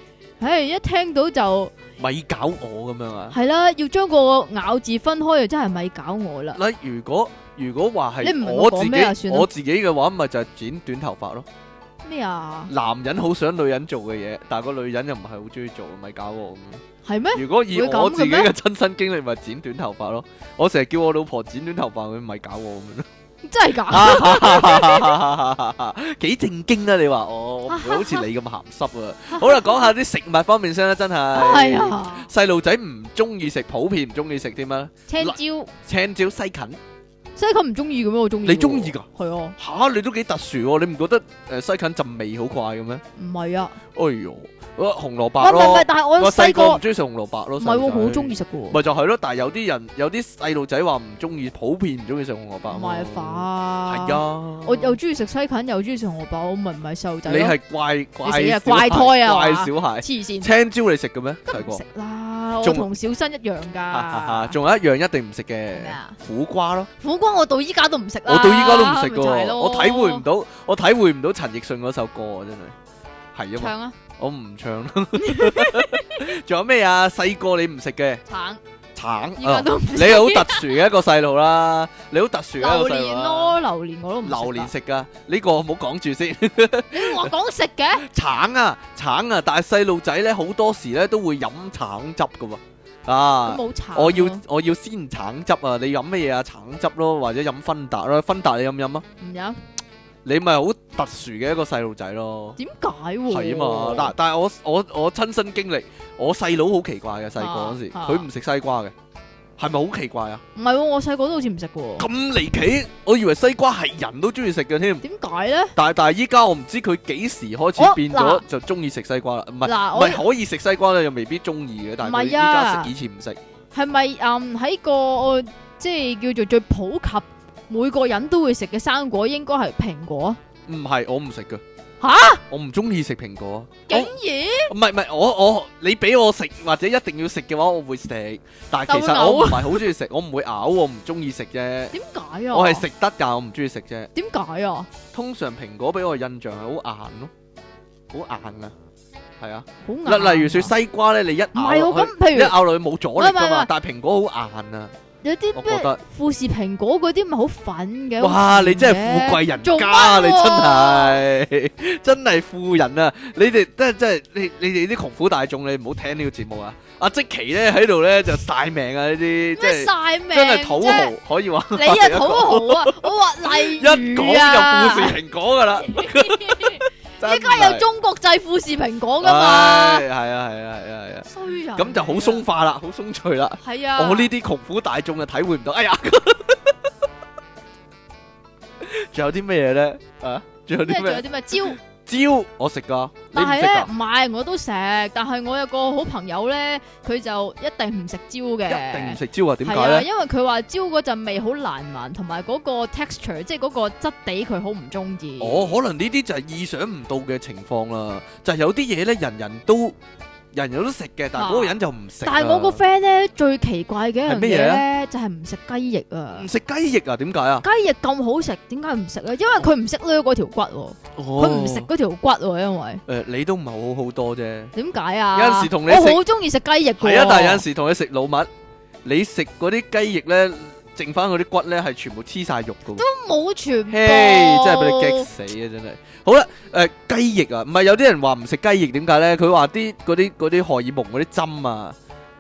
Speaker 2: 唉，一聽到就
Speaker 1: 咪搞我咁樣啊？
Speaker 2: 係啦，要將個咬字分開，就真係咪搞我啦。
Speaker 1: 嗱，如果如果話
Speaker 2: 你唔明
Speaker 1: 係
Speaker 2: 我講咩啊
Speaker 1: 自己
Speaker 2: 算啦
Speaker 1: 我自己嘅話，咪就係剪短頭髮咯。
Speaker 2: 咩啊？
Speaker 1: 男人好想女人做嘅嘢，但係個女人又唔係好中意做，咪搞我咁樣。
Speaker 2: 係咩？
Speaker 1: 如果以
Speaker 2: 會咁
Speaker 1: 我自己
Speaker 2: 嘅
Speaker 1: 嘅
Speaker 2: 咩
Speaker 1: 親身經歷，咪剪短頭髮咯。我成日叫我老婆剪短頭髮，佢咪搞我咁樣咯。
Speaker 2: 真係 噶？
Speaker 1: 啊幾正經啊！你話我，我唔會好似你咁鹹濕啊！好啦，講下啲食物方面先啦，真
Speaker 2: 係
Speaker 1: 係。
Speaker 2: 啊，
Speaker 1: 細路仔唔中意食，普遍唔中意食添啊！
Speaker 2: 青椒
Speaker 1: 青椒西芹
Speaker 2: 西芹唔中意嘅咩？我中意。
Speaker 1: 你中意㗎？
Speaker 2: 系啊，
Speaker 1: 吓，你都幾特殊喎！你唔覺得誒西芹陣味好怪嘅咩？
Speaker 2: 唔係啊，
Speaker 1: 哎呦，呃紅蘿
Speaker 2: 唔
Speaker 1: 蔔
Speaker 2: 係唔係唔係
Speaker 1: 咯，，
Speaker 2: 但係
Speaker 1: 我細
Speaker 2: 我細
Speaker 1: 個
Speaker 2: 個
Speaker 1: 唔中意食紅蘿蔔咯，
Speaker 2: 唔係
Speaker 1: 細
Speaker 2: 喎，
Speaker 1: 個仔
Speaker 2: 好中意食嘅喎，
Speaker 1: 咪就係咯，但係有啲人有啲細路仔話唔中意，普遍唔中意食紅蘿蔔。
Speaker 2: 唔係
Speaker 1: 飯，
Speaker 2: 化。
Speaker 1: 係啊，
Speaker 2: 我又中意食西芹，又中意食紅蘿蔔，我咪唔係細路仔
Speaker 1: 你
Speaker 2: 咯
Speaker 1: 係怪
Speaker 2: 你死
Speaker 1: 怪
Speaker 2: 啊怪胎啊
Speaker 1: 怪
Speaker 2: 話
Speaker 1: 小孩，
Speaker 2: 黐線，
Speaker 1: 青椒你食嘅咩？細
Speaker 2: 梗唔
Speaker 1: 個
Speaker 2: 食啦，我
Speaker 1: 仲
Speaker 2: 同小新一樣 㗎。
Speaker 1: 仲有一樣一定唔食嘅
Speaker 2: 咩啊，
Speaker 1: 苦瓜咯。
Speaker 2: 苦瓜我到依家都唔食啦，
Speaker 1: 我到依家都唔食噶
Speaker 2: 咪就係
Speaker 1: 喎，
Speaker 2: 咯
Speaker 1: 我體會唔。到，我體會唔到陳奕迅嗰首歌啊，真係係啊嘛，
Speaker 2: 唱啊，
Speaker 1: 我唔唱啦。 仲有咩啊？細個你唔食嘅
Speaker 2: 橙
Speaker 1: 橙，
Speaker 2: 依家
Speaker 1: 啊
Speaker 2: 都唔食。
Speaker 1: 你好特殊嘅一個細路啦，你好特殊嘅一
Speaker 2: 榴
Speaker 1: 個細
Speaker 2: 蓮
Speaker 1: 路啦。
Speaker 2: 咯，榴蓮我都唔食啊㗎
Speaker 1: 榴蓮，食噶，呢個唔好講住先。
Speaker 2: 你話講食嘅，
Speaker 1: 橙啊，橙啊，但係細路仔咧好多時咧都會飲橙汁噶喎。
Speaker 2: 我
Speaker 1: 啊，
Speaker 2: 冇橙啊。
Speaker 1: 我要我要鮮橙汁啊！你飲乜嘢啊？橙汁咯，或者飲芬達啦。芬達你飲唔飲啊？
Speaker 2: 唔飲，
Speaker 1: 你咪好特殊嘅一個細路仔咯。
Speaker 2: 點解喎？
Speaker 1: 係啊嘛，但但係我我我親身經歷，我細佬好奇怪嘅，細個嗰時
Speaker 2: 啊
Speaker 1: 佢唔食西瓜嘅，係咪好奇怪啊？
Speaker 2: 唔係喎，我細個都好似唔食嘅喎。
Speaker 1: 咁離奇，我以為西瓜係人都中意食嘅添，
Speaker 2: 點解咧？
Speaker 1: 但係但係依家我唔知佢幾時開始
Speaker 2: 我
Speaker 1: 變
Speaker 2: 哦嗱
Speaker 1: 咗就中意食西瓜啦，唔係
Speaker 2: 嗱，
Speaker 1: 唔
Speaker 2: 我
Speaker 1: 係可以食西瓜咧，又未必中意嘅，但係佢
Speaker 2: 唔
Speaker 1: 依
Speaker 2: 係啊
Speaker 1: 家食以前唔食，
Speaker 2: 係咪嗯喺個我即係叫做最普及每個人都會食嘅生果，應該係蘋果。
Speaker 1: 唔係我唔食嘅，
Speaker 2: 吓
Speaker 1: 我唔中意食蘋果，
Speaker 2: 竟
Speaker 1: 我
Speaker 2: 然
Speaker 1: 唔係唔係我我你俾我食或者一定要食嘅話，我會食，但係其實
Speaker 2: 但會嘔啊
Speaker 1: 我唔係好中意食， 我唔會咬，我唔中意食 啫。
Speaker 2: 點解啊？
Speaker 1: 我係食得㗎，我唔中意食啫。
Speaker 2: 點解啊？
Speaker 1: 通常蘋果俾我印象係好硬咯，好硬啊，係啊。
Speaker 2: 好硬啊。
Speaker 1: 例例如説西瓜咧，你一
Speaker 2: 唔
Speaker 1: 咬
Speaker 2: 係
Speaker 1: 落
Speaker 2: 喎，
Speaker 1: 去，
Speaker 2: 咁譬
Speaker 1: 一
Speaker 2: 如
Speaker 1: 咬落去冇阻力㗎
Speaker 2: 唔係唔係唔
Speaker 1: 嘛
Speaker 2: 係，
Speaker 1: 但係蘋果好硬啊。
Speaker 2: 有啲
Speaker 1: 我覺
Speaker 2: 咩
Speaker 1: 得
Speaker 2: 富士蘋果嗰啲咪好粉嘅，
Speaker 1: 哇！
Speaker 2: 好甜
Speaker 1: 你真係
Speaker 2: 嘅
Speaker 1: 富貴人
Speaker 2: 做乜
Speaker 1: 家
Speaker 2: 喎
Speaker 1: 啊，你真係 真係富人啊！你哋真係真係你你哋啲窮苦大眾，你唔好聽呢個節目啊！阿即奇咧喺度咧就晒命啊！呢啲即
Speaker 2: 咩
Speaker 1: 係
Speaker 2: 晒命
Speaker 1: 真係土
Speaker 2: 啫
Speaker 1: 豪，可以話
Speaker 2: 你啊土豪啊！我話例
Speaker 1: 一
Speaker 2: 如
Speaker 1: 講就富
Speaker 2: 啊，
Speaker 1: 士蘋果㗎啦，
Speaker 2: 依
Speaker 1: 真
Speaker 2: 家有
Speaker 1: 係
Speaker 2: 中國製富士蘋果噶嘛
Speaker 1: 唉，？係啊係啊係啊係啊，
Speaker 2: 衰人
Speaker 1: 咁就好鬆化啦，好鬆脆啦。
Speaker 2: 係啊！
Speaker 1: 我呢啲窮苦大眾就體會唔到。 哎呀，仲有啲咩嘢咧？啊，仲有
Speaker 2: 咩
Speaker 1: 啲
Speaker 2: 仲有
Speaker 1: 咩？
Speaker 2: 啲咩蕉？
Speaker 1: 蕉我食噶，你
Speaker 2: 但
Speaker 1: 唔
Speaker 2: 係
Speaker 1: 食
Speaker 2: 咧
Speaker 1: 噶？
Speaker 2: 唔係我都食，但係我有個好朋友咧，佢就一定唔食蕉嘅。
Speaker 1: 一定唔食蕉啊？點
Speaker 2: 係
Speaker 1: 解
Speaker 2: 啊，
Speaker 1: 咧？
Speaker 2: 因為佢話蕉嗰陣味好難聞，同埋嗰個 texture，即係嗰個質地，佢好唔中意。
Speaker 1: 哦，可能呢啲就係意想唔到嘅情況啦。就係有啲嘢咧，人人都人人都食嘅，但係嗰個
Speaker 2: 啊
Speaker 1: 人就唔食啊。
Speaker 2: 但係我個 friend 咧最奇怪嘅一樣
Speaker 1: 係
Speaker 2: 嘢
Speaker 1: 咩嘢啊
Speaker 2: 咧，就係唔食雞翼啊
Speaker 1: 唔！食雞翼啊？點解啊？
Speaker 2: 雞翼咁好食，點解唔食咧？因為佢唔識掠嗰條骨喎，
Speaker 1: 佢
Speaker 2: 佢唔食嗰條骨喎，因為
Speaker 1: 誒，你都唔係好好多啫。
Speaker 2: 點解啊？
Speaker 1: 有陣時同你食
Speaker 2: 我好中意食雞翼㗎喎
Speaker 1: 係啊，但係有陣時同你食老麥，你食嗰啲雞翼咧，剩翻嗰啲骨咧係全部黐晒肉噶。
Speaker 2: 都冇全部，
Speaker 1: 嘿，真係俾你激死啊！真係。好啦，誒、雞翼啊，唔係有啲人話唔食雞翼點解咧？佢話啲嗰啲嗰啲荷爾蒙嗰啲針啊，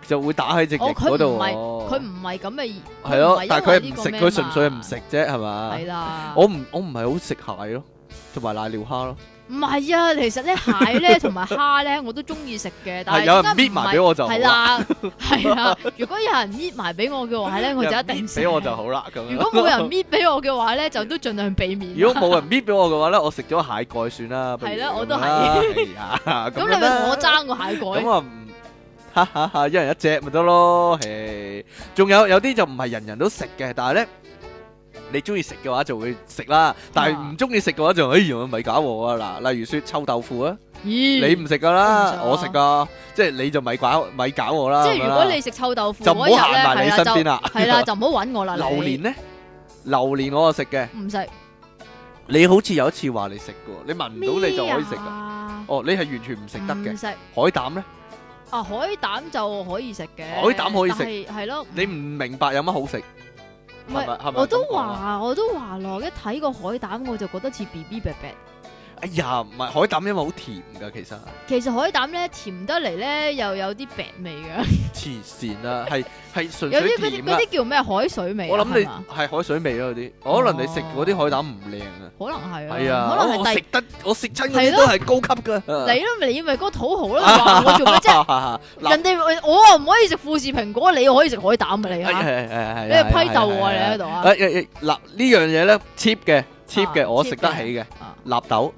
Speaker 1: 就會打喺隻翼
Speaker 2: 哦佢唔
Speaker 1: 嗰度喎。
Speaker 2: 係佢唔係咁嘅，
Speaker 1: 係咯，但係佢係
Speaker 2: 係
Speaker 1: 唔食，佢純粹係唔食啫，係嘛
Speaker 2: 係？啦，
Speaker 1: 我唔我唔係好食蟹咯，同埋瀨尿蝦咯，
Speaker 2: 唔係啊，其實咧蟹咧同埋蝦咧我都中意食嘅，但
Speaker 1: 係
Speaker 2: 係
Speaker 1: 有人搣埋俾我就好啊
Speaker 2: 係
Speaker 1: 啦，
Speaker 2: 啦，係啦。如果有人搣埋俾我嘅 話咧，我就一定
Speaker 1: 搣
Speaker 2: 食。
Speaker 1: 俾我就。好啊啦咁樣。
Speaker 2: 如果冇人搣俾我嘅話咧，就都盡量避免。
Speaker 1: 如果冇人搣俾我嘅話咧，我食咗蟹蓋算啦。不如
Speaker 2: 係啦我都
Speaker 1: 咁啦。係啊，咁
Speaker 2: 咁你咪
Speaker 1: 樣啦
Speaker 2: 同我爭個蟹
Speaker 1: 咁
Speaker 2: 蓋，
Speaker 1: 啊唔，哈哈哈，一人一隻咪得咯，嘿。仲有有啲就唔係人人都食嘅，但係咧。你中意食嘅話就會食啦，但
Speaker 2: 啊
Speaker 1: 係唔中意食嘅話就哎呀咪搞我啊！嗱，例如説臭豆腐啊，
Speaker 2: 咦？
Speaker 1: 你唔食噶啦，
Speaker 2: 嗯我唔
Speaker 1: 我
Speaker 2: 食
Speaker 1: 食
Speaker 2: 啊
Speaker 1: 噶，即係你就咪搞咪搞我啦。
Speaker 2: 即係
Speaker 1: 咁樣
Speaker 2: 如
Speaker 1: 啦
Speaker 2: 果你食臭豆腐
Speaker 1: 就唔好
Speaker 2: 嗰日
Speaker 1: 行埋
Speaker 2: 咧，
Speaker 1: 你
Speaker 2: 係
Speaker 1: 身
Speaker 2: 啦
Speaker 1: 邊
Speaker 2: 就
Speaker 1: 啦。
Speaker 2: 係 啦，就唔好揾我啦。
Speaker 1: 榴
Speaker 2: 你
Speaker 1: 蓮咧，榴蓮我就食嘅。
Speaker 2: 唔食，
Speaker 1: 你好似有一次話你食嘅喎，你聞唔到你就可以食噶。
Speaker 2: 噶，
Speaker 1: 哦，你係完全唔食得嘅
Speaker 2: 啊唔。食
Speaker 1: 海膽咧，
Speaker 2: 啊！海膽就可以食嘅，
Speaker 1: 海膽可以食
Speaker 2: 食係咯，
Speaker 1: 你唔明白有乜好食？
Speaker 2: 唔
Speaker 1: 係咪係咪
Speaker 2: 我都
Speaker 1: 咁講啊
Speaker 2: 話，我都話咯，一睇個海膽我就覺得似 B B 白白，
Speaker 1: 哎呀，唔係海膽，因為好甜㗎，其實
Speaker 2: 其實海膽咧甜得嚟咧，又有啲白味嘅，
Speaker 1: 黐線啦，係係純
Speaker 2: 有
Speaker 1: 粹
Speaker 2: 啲嗰啲
Speaker 1: 甜
Speaker 2: 嗰
Speaker 1: 啦。
Speaker 2: 啲叫咩海水味啊？
Speaker 1: 我諗你
Speaker 2: 係嘛
Speaker 1: 係海水味咯，嗰啲可能你食嗰啲海膽唔靚啊。
Speaker 2: 可能係啊，
Speaker 1: 係啊，
Speaker 2: 可能
Speaker 1: 我
Speaker 2: 係
Speaker 1: 食
Speaker 2: 第
Speaker 1: 得我食親嗰
Speaker 2: 係
Speaker 1: 啲
Speaker 2: 咯
Speaker 1: 都係高級㗎。
Speaker 2: 你咯，你咪嗰個土豪咯，你話我做咩 啫？
Speaker 1: 啊嗱
Speaker 2: 人哋我啊唔可以食富士蘋果，你可以食海膽啊你
Speaker 1: 哎
Speaker 2: 啊！
Speaker 1: 係係係
Speaker 2: 你係批
Speaker 1: 係
Speaker 2: 鬥我
Speaker 1: 係
Speaker 2: 你
Speaker 1: 係
Speaker 2: 喺度啊！
Speaker 1: 哎哎哎嗱呢樣嘢咧 cheap 嘅 cheap 嘅，
Speaker 2: 啊
Speaker 1: 我
Speaker 2: cheap
Speaker 1: 食得起嘅
Speaker 2: 啊
Speaker 1: 納豆，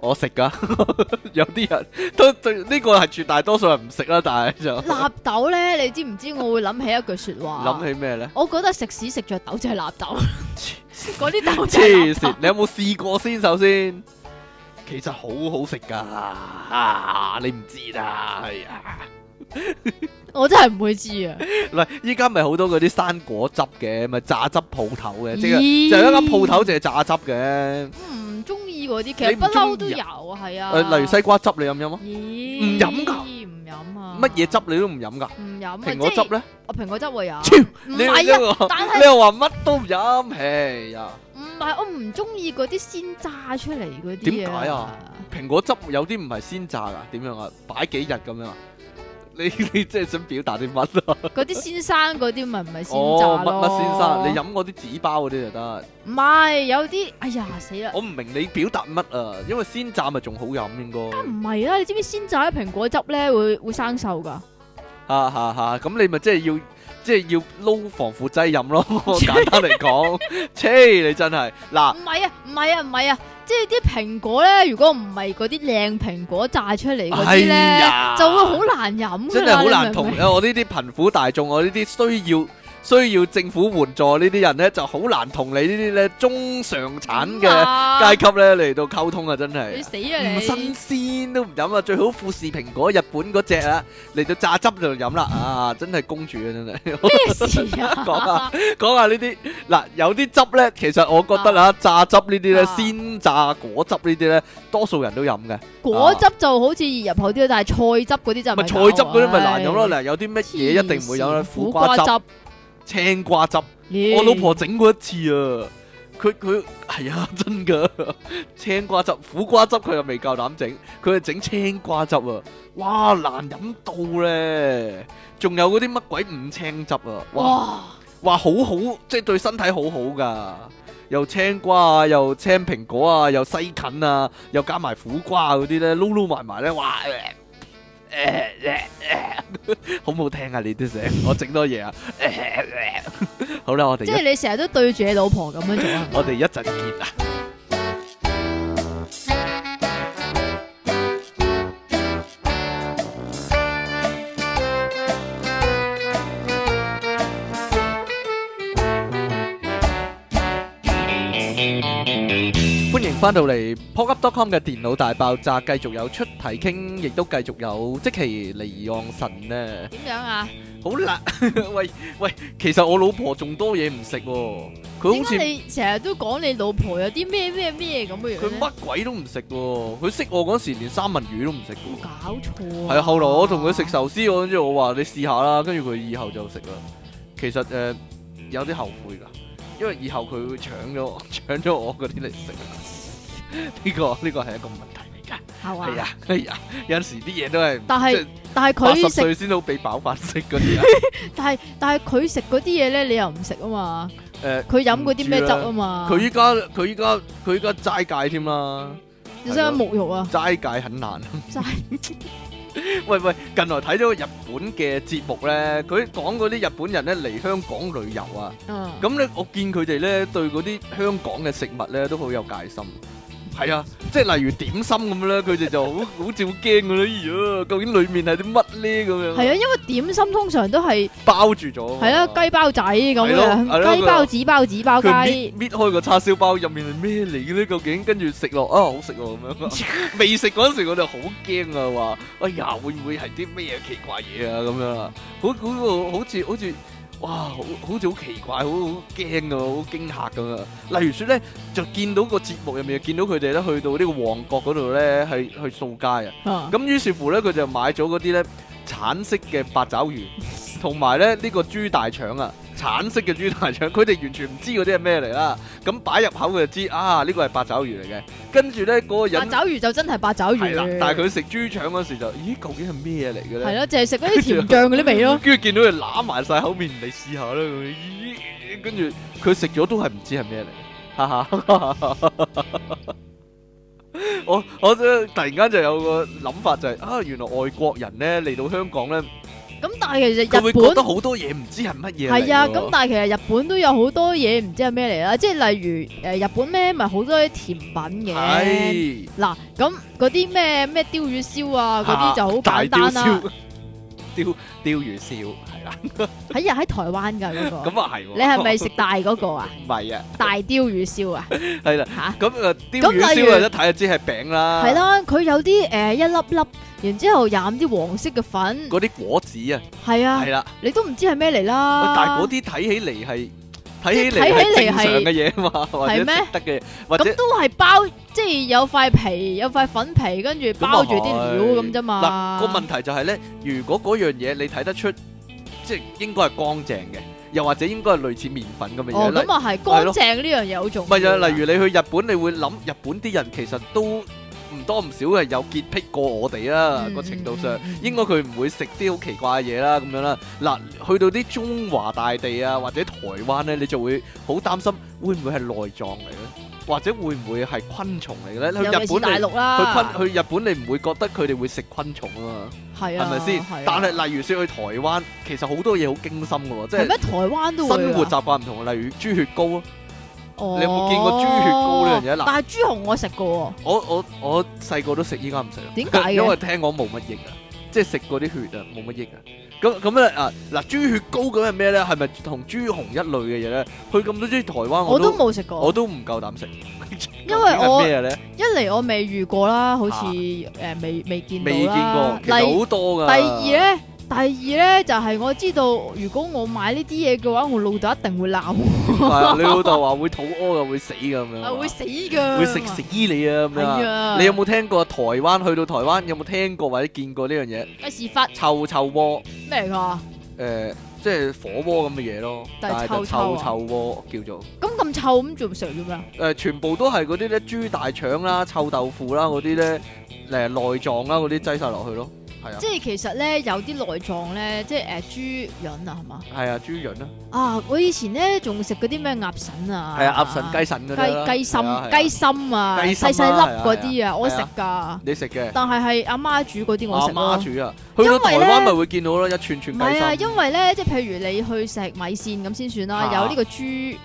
Speaker 1: 我食噶。 有啲人都對呢個係絕大多數人唔食啦，但係就
Speaker 2: 納豆咧，你知唔知我會諗起一句说話？
Speaker 1: 諗起咩 咧？
Speaker 2: 我覺得食屎食着豆就係納豆，
Speaker 1: 黐
Speaker 2: 嗰啲豆就
Speaker 1: 黐
Speaker 2: 係納豆
Speaker 1: 線，你有冇試過先？首先，其實好好食噶，啊你唔知啦，係啊。
Speaker 2: 我真係唔會知啊！
Speaker 1: 嗱，依家咪好多嗰啲生果汁嘅，咪榨汁鋪頭嘅，即係
Speaker 2: 咦
Speaker 1: 就有一間鋪頭就係榨汁嘅。
Speaker 2: 嗯唔中意嗰啲，其
Speaker 1: 你
Speaker 2: 實
Speaker 1: 唔
Speaker 2: 不嬲
Speaker 1: 鍾
Speaker 2: 都
Speaker 1: 意
Speaker 2: 有，係啊。
Speaker 1: 誒，例如西瓜汁，你飲唔飲啊？
Speaker 2: 咦，
Speaker 1: 唔飲㗎
Speaker 2: 唔飲啊？
Speaker 1: 乜嘢？汁你都唔飲噶？
Speaker 2: 唔飲啊！
Speaker 1: 蘋果汁
Speaker 2: 即係
Speaker 1: 咧？
Speaker 2: 我蘋果汁會有，
Speaker 1: 超
Speaker 2: 唔
Speaker 1: 你你
Speaker 2: 係啊，
Speaker 1: 又話
Speaker 2: 但
Speaker 1: 你
Speaker 2: 係
Speaker 1: 又話乜都唔飲，哎呀！
Speaker 2: 唔係我唔中意嗰啲鮮榨出嚟嗰啲
Speaker 1: 點解啊？蘋果汁有啲唔係鮮榨噶，點樣啊？擺幾日咁樣啊？ 你你即係想表達啲乜啊？
Speaker 2: 嗰啲先生嗰啲咪唔係鮮
Speaker 1: 哦
Speaker 2: 榨，
Speaker 1: 乜
Speaker 2: 咯？
Speaker 1: 乜先生，你飲嗰啲紙包嗰啲就得。
Speaker 2: 唔係有啲，哎呀死啦！
Speaker 1: 我唔明你表達乜啊？因為鮮榨咪仲好飲應該。
Speaker 2: 唔係啊啦，你知唔知鮮榨啲蘋果汁咧會會生鏽㗎？
Speaker 1: 啊吓吓吓，咁你咪即係要即係要撈防腐劑飲咯。 簡單嚟 講，切你真係嗱
Speaker 2: 唔係啊，唔係啊，唔係啊，即係啲蘋果咧，如果唔係嗰啲靚蘋果榨出嚟嗰啲
Speaker 1: 哎
Speaker 2: 咧，
Speaker 1: 呀
Speaker 2: 就會好難飲
Speaker 1: 真係
Speaker 2: 㗎啦。
Speaker 1: 好
Speaker 2: 啊你
Speaker 1: 難
Speaker 2: 明唔
Speaker 1: 同
Speaker 2: 明
Speaker 1: 我呢啲貧苦大眾，我呢啲需要需要 政府援助呢啲人咧，就好難同你呢啲咧中上產
Speaker 2: 咁
Speaker 1: 嘅
Speaker 2: 啊
Speaker 1: 階級咧嚟到溝通啊！真係
Speaker 2: 你死
Speaker 1: 唔
Speaker 2: 啊
Speaker 1: 新
Speaker 2: 你！
Speaker 1: 鮮都唔飲啊，最好富士蘋果日本嗰只啊，嚟到榨汁就飲啦啊！真係公主啊，真係。
Speaker 2: 咩事
Speaker 1: 講下
Speaker 2: 啊？
Speaker 1: 講下呢啲嗱，有啲汁咧，其實我覺得啦，榨汁呢啲咧，
Speaker 2: 啊
Speaker 1: 鮮榨果汁呢啲咧，多數人都飲嘅。
Speaker 2: 果汁就好似易入口啲，但係菜汁嗰啲就
Speaker 1: 咪
Speaker 2: 咪
Speaker 1: 菜汁嗰啲咪難飲咯。
Speaker 2: 唉
Speaker 1: 嗱，有啲乜
Speaker 2: 黐
Speaker 1: 嘢一定唔會飲啦，
Speaker 2: 線
Speaker 1: 苦瓜汁、青瓜汁。我老婆整過一次啊，佢佢係啊， 真噶青瓜汁、苦瓜汁佢又未夠膽整，佢係整青瓜汁啊，哇難飲到咧！仲有嗰啲乜鬼五青汁啊，哇！話
Speaker 2: 哇！
Speaker 1: 好好，即係對身體好好噶，又青瓜啊，又青蘋果啊，又西芹啊，又加埋苦瓜啊嗰啲咧，撈撈埋埋咧，哇！呃呃呃呃好唔好聽啊？你啲聲，我整多嘢啊！呃呃呃好啦，我哋
Speaker 2: 即
Speaker 1: 一
Speaker 2: 係你成日都對住你老婆咁樣做 啊？
Speaker 1: 我哋一陣見啊！歡迎翻到嚟 p o c u p c o m 嘅電腦大爆炸，繼續有出題傾，亦都繼續有即其離岸神呢。
Speaker 2: 點樣啊？
Speaker 1: 好啦， 喂喂，其實我老婆仲多嘢唔食喎，佢
Speaker 2: 點
Speaker 1: 好似
Speaker 2: 解。你成日都講你老婆有啲咩咩咩咁嘅樣
Speaker 1: 佢
Speaker 2: 咧
Speaker 1: 乜鬼都唔食喎，佢識我嗰時連三文魚都唔食
Speaker 2: 冇
Speaker 1: 嘅。
Speaker 2: 搞錯啊！
Speaker 1: 係啊，後來我同佢食壽司，我跟住我話你試下啦，跟住佢以後就食啦。其實誒、呃有啲後悔㗎，因為以後佢會搶咗我 搶咗我嗰啲嚟食。 呢、個呢、個係一個問題嚟㗎。
Speaker 2: 係
Speaker 1: 係
Speaker 2: 嘛？
Speaker 1: 啊係啊，有陣時啲嘢都係
Speaker 2: 但
Speaker 1: 即
Speaker 2: 係
Speaker 1: 係
Speaker 2: 但係
Speaker 1: 八十
Speaker 2: 佢食
Speaker 1: 歲先好俾飽飯食嗰啲啊。
Speaker 2: 但係但係佢食嗰啲嘢咧，你又唔食啊嘛？
Speaker 1: 誒
Speaker 2: 佢飲嗰啲咩汁啊嘛？
Speaker 1: 佢依家佢依家佢依家齋戒添啦，
Speaker 2: 你想唔想沐浴啊？
Speaker 1: 齋戒很難。
Speaker 2: 真係
Speaker 1: 喂喂，近來睇咗個日本嘅節目咧，佢講嗰啲日本人咧嚟香港旅遊啊，
Speaker 2: 嗯
Speaker 1: 咁咧我見佢哋咧對嗰啲香港嘅食物咧都好有戒心。係啊，即係例如點心咁咧，佢哋就好好照驚嘅咧。咦、究竟裡面係啲乜咧？咁樣
Speaker 2: 係啊，因為點心通常都係
Speaker 1: 包住咗。
Speaker 2: 係啦，雞包仔咁
Speaker 1: 係咯係咯
Speaker 2: 樣，雞包子包子包
Speaker 1: 佢
Speaker 2: 雞
Speaker 1: 搣。搣開個叉燒包，入面係咩嚟嘅咧？究竟跟住食落啊，好食喎咁樣。未食嗰陣時，我哋好驚啊，話哎呀，會唔會係啲咩奇怪嘢啊？咁樣啊，好好好似好似哇，好好似好奇怪，好好驚啊，好驚嚇咁啊。例如説咧，就見到個節目入面，見到佢哋咧去到呢個旺角嗰度咧，係去掃街啊。
Speaker 2: 啊
Speaker 1: 咁於是乎咧，佢 就買咗嗰啲咧橙色嘅八爪魚，同埋咧呢個豬大腸啊。橙色嘅豬大腸，佢哋完全唔知嗰啲係咩嚟啦。咁擺入口佢就知啊，呢個係八爪魚嚟嘅。跟住咧嗰個
Speaker 2: 八
Speaker 1: 人
Speaker 2: 爪魚就真係八爪
Speaker 1: 係啦
Speaker 2: 魚，，
Speaker 1: 但係佢食豬腸嗰時就，咦究竟係咩嚟嘅
Speaker 2: 係
Speaker 1: 咧？
Speaker 2: 咯，淨係食嗰啲甜醬嗰
Speaker 1: 。
Speaker 2: 啲味咯
Speaker 1: 跟住見到佢揦埋晒口面嚟試下啦，佢咦跟住佢食咗都係唔知係咩嚟，哈 哈！我我突然間就有個諗法就係、啊，原來外國人咧嚟到香港咧，
Speaker 2: 咁但係其
Speaker 1: 佢
Speaker 2: 實
Speaker 1: 會
Speaker 2: 日
Speaker 1: 覺得
Speaker 2: 本
Speaker 1: 好多嘢唔知係乜嘢嚟
Speaker 2: 係啊，
Speaker 1: 喎
Speaker 2: 咁但係其實日本都有好多嘢唔知係咩嚟啦，即係例如呃誒日本咩咪好多啲甜品嘅。
Speaker 1: 係
Speaker 2: 嗱，咁嗰啲咩咩鯛魚燒啊，嗰
Speaker 1: 啊
Speaker 2: 啲就好
Speaker 1: 大
Speaker 2: 簡單啦。
Speaker 1: 雕燒， 雕雕魚燒係啦，
Speaker 2: 啊喺日喺台灣 㗎嗰個，
Speaker 1: 咁啊係喎。
Speaker 2: 你係咪食大嗰個啊？
Speaker 1: 唔係啊？
Speaker 2: 大鯛魚燒啊？
Speaker 1: 係啦，
Speaker 2: 嚇！
Speaker 1: 咁啊鯛魚
Speaker 2: 例
Speaker 1: 燒
Speaker 2: 如
Speaker 1: 啊一睇就知係餅啦，
Speaker 2: 係，啦，佢有啲誒一粒粒，然之後染啲黃色嘅粉，
Speaker 1: 嗰啲果子啊，
Speaker 2: 係啊
Speaker 1: 係，啦。
Speaker 2: 你都唔知係咩嚟啦。
Speaker 1: 但係嗰啲睇起嚟係睇
Speaker 2: 啊即係
Speaker 1: 起嚟係
Speaker 2: 睇起嚟
Speaker 1: 正常
Speaker 2: 係
Speaker 1: 嘅嘢 嘛，或者
Speaker 2: 係咩
Speaker 1: 食得嘅，或者
Speaker 2: 咁都係包，即係有塊皮，有塊粉皮，跟住包住啲料咁啫嘛。
Speaker 1: 嗱個問題就係咧，如果嗰樣嘢你睇得出，即係應該係乾淨嘅，又或者應該係類似麵粉咁嘅
Speaker 2: 哦，
Speaker 1: 嘢咧
Speaker 2: 咁。啊係
Speaker 1: 係
Speaker 2: 乾
Speaker 1: 咯
Speaker 2: 淨呢樣嘢好重要。
Speaker 1: 咪就係啊例如你去日本，你會諗日本啲人其實都唔多唔少係有潔癖過我哋啦，
Speaker 2: 嗯
Speaker 1: 個程度上
Speaker 2: 嗯嗯
Speaker 1: 應該佢唔會食啲好奇怪嘅嘢啦，咁樣啦。嗱，去到啲中華大地啊或者台灣咧，你就會好擔心會唔會係內臟嚟咧，或者會唔會係昆蟲嚟嘅咧？去
Speaker 2: 尤其是
Speaker 1: 日
Speaker 2: 大
Speaker 1: 本你
Speaker 2: 陸啊啦，
Speaker 1: 去昆去日本你唔會覺得佢哋會食昆蟲啊嘛，
Speaker 2: 係
Speaker 1: 係
Speaker 2: 啊，
Speaker 1: 咪先？但係例如說去台灣，其實好多嘢好驚心嘅喎，即
Speaker 2: 係
Speaker 1: 係
Speaker 2: 咩？台灣都會
Speaker 1: 生活
Speaker 2: 啊
Speaker 1: 習慣唔同，例如豬血糕啊。
Speaker 2: 哦
Speaker 1: 你有冇見過豬血糕呢樣嘢嗱
Speaker 2: 但係豬紅我食過
Speaker 1: 我我我細個都食，依家唔食啦。
Speaker 2: 點解嘅
Speaker 1: 因為聽講冇乜益啊，即係食嗰啲血啊，冇乜益啊。咁咁咧啊嗱，豬血糕咁係咩咧？係咪同豬紅一類嘅嘢咧？去咁多啲台灣
Speaker 2: 喎，我都
Speaker 1: 都
Speaker 2: 冇食
Speaker 1: 我
Speaker 2: 過。
Speaker 1: 都唔夠膽食， 究竟係咩咧
Speaker 2: 因為我一嚟我未遇過啦，好似
Speaker 1: 啊
Speaker 2: 誒未未見到
Speaker 1: 未見
Speaker 2: 啦
Speaker 1: 過，其
Speaker 2: 例
Speaker 1: 實好多
Speaker 2: 第
Speaker 1: 噶。
Speaker 2: 二咧，第二咧就係、我知道，如果我買呢啲嘢嘅話，我老豆一定會鬧
Speaker 1: 係啊，你老豆話會肚屙噶，會死噶咁樣
Speaker 2: 我，啊
Speaker 1: 啊，
Speaker 2: 會死㗎，
Speaker 1: 會食死你啊咁樣
Speaker 2: 係
Speaker 1: 啊。
Speaker 2: 啊，
Speaker 1: 你有冇聽過台灣去到台灣有冇聽過或者見過呢樣嘢？
Speaker 2: 咩事發
Speaker 1: 臭臭鍋。
Speaker 2: 咩嚟㗎？
Speaker 1: 誒、呃即係火鍋咁嘅嘢咯，
Speaker 2: 但
Speaker 1: 但
Speaker 2: 係
Speaker 1: 係就
Speaker 2: 臭啊
Speaker 1: 臭
Speaker 2: 臭
Speaker 1: 臭鍋叫做誒、呃
Speaker 2: 咁咁臭咁仲食咗咩啊？
Speaker 1: 全部都係嗰啲咧豬大腸啦、臭豆腐啦嗰啲咧誒內臟啦嗰啲擠晒落去咯，係啊
Speaker 2: 即，係其實咧有啲內臟咧，即係誒、呃、豬潤啊，係嘛？
Speaker 1: 係啊，豬潤啦，
Speaker 2: 啊，我以前咧仲食嗰啲咩鴨腎啊，
Speaker 1: 係啊，鴨腎、雞腎嗰啲啦
Speaker 2: 雞雞心
Speaker 1: 係啊係、啊
Speaker 2: 雞心啊，
Speaker 1: 雞心
Speaker 2: 細
Speaker 1: 啊
Speaker 2: 細粒嗰啲啊，
Speaker 1: 啊
Speaker 2: 我食㗎，
Speaker 1: 你食嘅
Speaker 2: 但係係阿媽煮嗰啲我
Speaker 1: 阿
Speaker 2: 食咯
Speaker 1: 媽。煮啊，去到台
Speaker 2: 因為咧
Speaker 1: 灣咪會見到咯，一串
Speaker 2: 唔
Speaker 1: 串
Speaker 2: 係啊，
Speaker 1: 雞心，
Speaker 2: 因為咧，即係譬如你去食米線咁先算啦，
Speaker 1: 啊
Speaker 2: 有呢個豬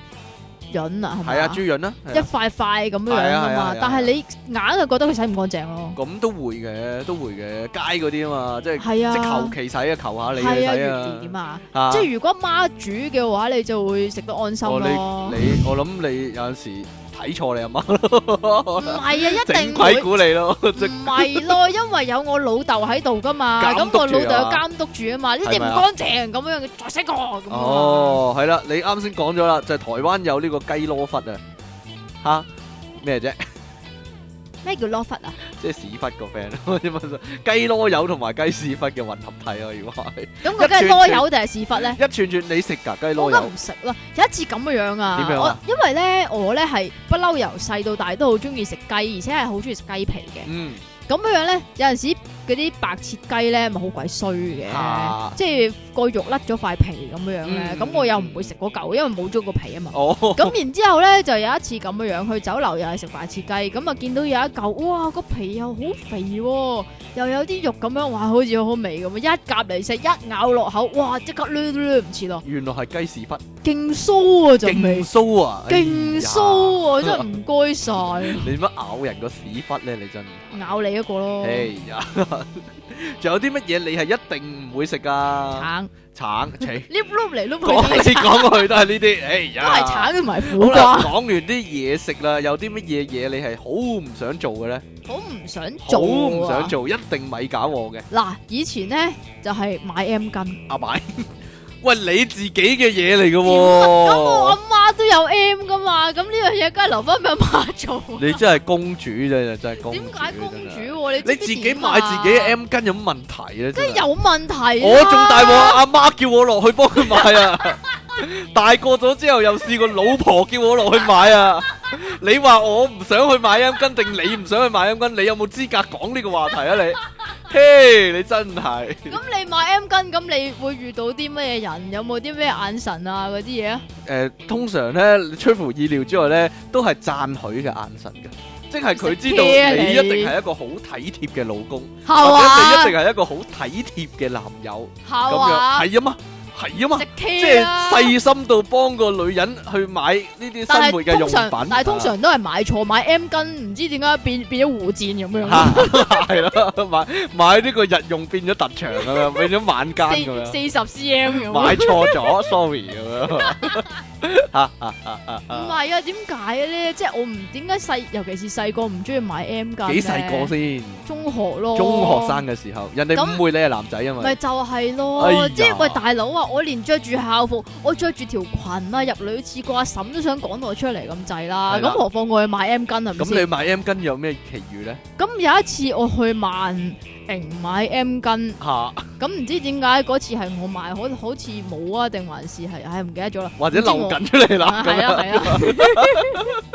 Speaker 2: 潤啊，係咪
Speaker 1: 係啊，豬潤啦，
Speaker 2: 一
Speaker 1: 係啊
Speaker 2: 塊塊咁樣
Speaker 1: 係啊
Speaker 2: 樣噶
Speaker 1: 係啊
Speaker 2: 嘛
Speaker 1: 係啊，
Speaker 2: 但係你硬係覺得佢洗唔乾淨咯，
Speaker 1: 咁都會嘅，都會嘅，街嗰啲啊嘛，即係
Speaker 2: 係
Speaker 1: 即係
Speaker 2: 啊
Speaker 1: 求，其洗啊，求下你
Speaker 2: 係啊，
Speaker 1: 洗
Speaker 2: 原點
Speaker 1: 啊，
Speaker 2: 啊，
Speaker 1: 啊
Speaker 2: 即係如果媽煮嘅話，你就會食得安心
Speaker 1: 哦
Speaker 2: 咯。
Speaker 1: 你我諗你有陣時睇錯你阿媽
Speaker 2: 唔
Speaker 1: 咯。
Speaker 2: 係啊，一
Speaker 1: 整
Speaker 2: 定
Speaker 1: 鬼
Speaker 2: 會。啊
Speaker 1: 估你咯，即
Speaker 2: 唔係咯，因為有我老豆喺度噶嘛，
Speaker 1: 監
Speaker 2: 咁
Speaker 1: 督
Speaker 2: 我老
Speaker 1: 住啊
Speaker 2: 豆有監督住啊嘛，呢啲
Speaker 1: 係咪啊
Speaker 2: 唔乾淨咁樣，再洗過咁啊嘛。
Speaker 1: 哦，係啦，你啱先講咗啦，就係台灣有呢個雞攞忽啊，吓咩啫？
Speaker 2: 咩叫攞忽啊？
Speaker 1: 即係屎忽個 friend 咯，點解雞攞油同埋雞屎忽嘅混合體啊！如果係
Speaker 2: 咁究竟係
Speaker 1: 一串
Speaker 2: 攞油定係屎忽咧？
Speaker 1: 一串串你食㗎雞攞
Speaker 2: 我梗係
Speaker 1: 油
Speaker 2: 唔食啦。有一次咁嘅樣啊，
Speaker 1: 點樣啊
Speaker 2: 我因為咧我咧係不嬲由細到大都好中意食雞，而且係好中意食雞皮嘅。
Speaker 1: 嗯
Speaker 2: 咁樣樣咧，有陣時嗰啲白切雞咧，咪好鬼衰嘅，
Speaker 1: 啊
Speaker 2: 即係個肉甩咗塊皮咁樣樣咧。
Speaker 1: 嗯
Speaker 2: 咁、我又唔會食嗰嚿，因為冇咗個皮啊嘛。
Speaker 1: 哦
Speaker 2: 咁然之後咧，就有一次咁樣樣去酒樓又係食白切雞，咁啊見到有一嚿，哇個皮又好肥喎、又有啲肉咁樣，哇好似好好味咁啊！一夾嚟食，一咬落口，哇即刻攣攣唔切咯，
Speaker 1: 原來係雞屎忽，
Speaker 2: 勁酥啊陣味
Speaker 1: 勁，酥啊！
Speaker 2: 勁酥啊， 真係唔該晒，
Speaker 1: 哎呀！你乜咬人個屎忽咧？你真係，
Speaker 2: 咬你一個咯，
Speaker 1: 哎呀！ 仲有啲乜嘢你係一定唔會食㗎？
Speaker 2: 橙，
Speaker 1: 橙， 切
Speaker 2: 碌碌嚟 碌去都
Speaker 1: 講
Speaker 2: 係
Speaker 1: 嚟講去都係呢啲，哎呀！
Speaker 2: 都係橙同埋苦
Speaker 1: 好啦，
Speaker 2: 瓜，
Speaker 1: 講完啲嘢食啦，有啲乜嘢嘢你係好唔想做嘅咧？
Speaker 2: 好唔想
Speaker 1: 好唔
Speaker 2: 做
Speaker 1: 想
Speaker 2: 啊！
Speaker 1: 做，一定咪搞我嘅
Speaker 2: 嗱，以前咧就係買 M 巾，
Speaker 1: 阿買。 喂，你自己嘅嘢嚟嘅
Speaker 2: 咁啊我阿
Speaker 1: 喎，
Speaker 2: 媽都有 M 噶嘛，咁呢樣嘢梗係留翻俾阿媽做。
Speaker 1: 你真係公主啫，真係公主。
Speaker 2: 點解公主
Speaker 1: 真係？
Speaker 2: 喎？你
Speaker 1: 你
Speaker 2: 知唔
Speaker 1: 自
Speaker 2: 知
Speaker 1: 己
Speaker 2: 點
Speaker 1: 買自
Speaker 2: 啊
Speaker 1: 己嘅 M 巾有乜問題咧？
Speaker 2: 梗
Speaker 1: 真
Speaker 2: 係
Speaker 1: 係。
Speaker 2: 有問題
Speaker 1: à.
Speaker 2: 啦。
Speaker 1: 我仲大鑊，阿媽叫我落去幫佢買啊！大個咗之後又試過老婆叫我落去買啊！你話我唔想去買陰根，定你唔想去買陰根？你有冇資格講呢個話題啊？你，嘿，你真係
Speaker 2: 咁你買 M 巾，咁你會遇到啲乜嘢人？有冇啲咩眼神啊嗰啲嘢啊？
Speaker 1: 誒，通常咧出乎意料之外咧，都係讚許嘅眼神嘅，即係佢知道
Speaker 2: 食嘢啊
Speaker 1: 你
Speaker 2: 你
Speaker 1: 一定係一個好體貼嘅老公，或者你一
Speaker 2: 係
Speaker 1: 定係一個好體貼嘅男友咁
Speaker 2: 嘛？
Speaker 1: 樣，
Speaker 2: 係嘛？
Speaker 1: 係啊嘛，係啊嘛
Speaker 2: 食。
Speaker 1: 即
Speaker 2: K
Speaker 1: 係
Speaker 2: 啊！
Speaker 1: 細心到幫個女人去買呢啲
Speaker 2: 但
Speaker 1: 生
Speaker 2: 係
Speaker 1: 活嘅用
Speaker 2: 通
Speaker 1: 品
Speaker 2: 常，，但係通常都係買錯，買 M 巾，唔知點解變變咗護墊咁 樣，
Speaker 1: 系咯，買买呢個日用變咗特長咁樣，變咗晚間咁
Speaker 2: 四
Speaker 1: 樣，
Speaker 2: 四十 cm
Speaker 1: 買
Speaker 2: 咁。
Speaker 1: 錯 咗，sorry 咁樣。
Speaker 2: 唔係啊，點解咧？即係我唔點解細，尤其是細個唔中意買 M 巾。
Speaker 1: 幾細個？先？
Speaker 2: 中學咯，
Speaker 1: 中學生嘅時候，人哋
Speaker 2: 咁
Speaker 1: 誤會你係男仔啊嘛
Speaker 2: 咪。就係
Speaker 1: 哎
Speaker 2: 咯
Speaker 1: 呀，
Speaker 2: 即係喂大佬啊！我連着住校服，我着住條裙啊，入女廁個阿嬸都想趕我出嚟咁滯啦。
Speaker 1: 係啦
Speaker 2: 咁何況我去買 M 巾係咪
Speaker 1: 咁你
Speaker 2: 先？
Speaker 1: 買 M 巾有咩奇遇咧？
Speaker 2: 咁有一次我去萬寧買 M 巾，
Speaker 1: 吓，
Speaker 2: 咁唔知點解嗰次係我買，好好似冇啊，定還是係唉唔記得咗啦。
Speaker 1: 或者
Speaker 2: 唔知
Speaker 1: 漏
Speaker 2: 我
Speaker 1: 緊出嚟啦
Speaker 2: 啊，
Speaker 1: 咁
Speaker 2: 係
Speaker 1: 樣。
Speaker 2: 啊係啊。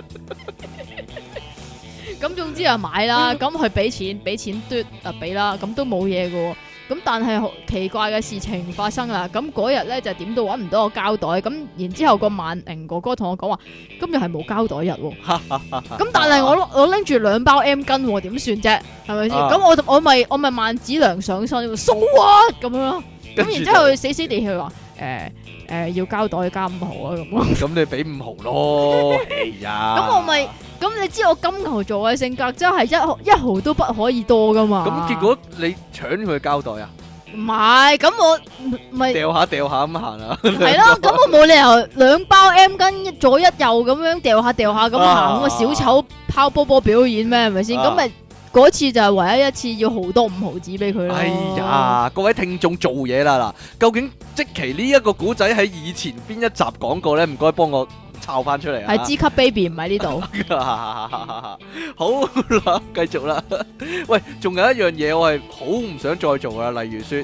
Speaker 2: 咁總之啊買啦，咁佢俾錢，俾錢嘟啊俾啦，咁都冇嘢嘅喎。咁但係好奇怪嘅事情發生啦，咁嗰日咧就點都揾唔到個膠袋，咁然之後個萬寧哥哥同我講話，今日係冇膠袋日喎。咁但係我攞我拎住兩包 M 巾喎，點算啫？係咪先？
Speaker 1: 啊
Speaker 2: 咁我就我咪我咪萬子良上身，so what 咁樣咯。咁然之後佢死死地佢話誒誒要膠袋加五毫啊咁咯。
Speaker 1: 咁你俾五毫咯，哎呀。
Speaker 2: 咁我咪咁你知我金牛座嘅性格真係一毫一毫都不可以多噶嘛。
Speaker 1: 咁結果你搶佢膠袋啊？
Speaker 2: 唔係，咁我唔咪
Speaker 1: 掉下掉下咁行啊？
Speaker 2: 係咯，咁我冇理由兩包 M 巾一左一右咁樣掉下掉下咁
Speaker 1: 啊
Speaker 2: 行，咁個小丑拋波波表演咩？係咪先？
Speaker 1: 啊
Speaker 2: 咁咪嗰次就係唯一一次要豪多五毫子俾佢咯。
Speaker 1: 哎，呀，各位聽眾做嘢啦嗱，究竟即期呢一個古仔喺以前邊一集講過呢？唔該幫我抄翻出嚟啊！
Speaker 2: 係 G 級 baby 唔喺呢度，
Speaker 1: 好啦，繼續啦。 喂，仲有一樣嘢我係好唔想再做啊，例如說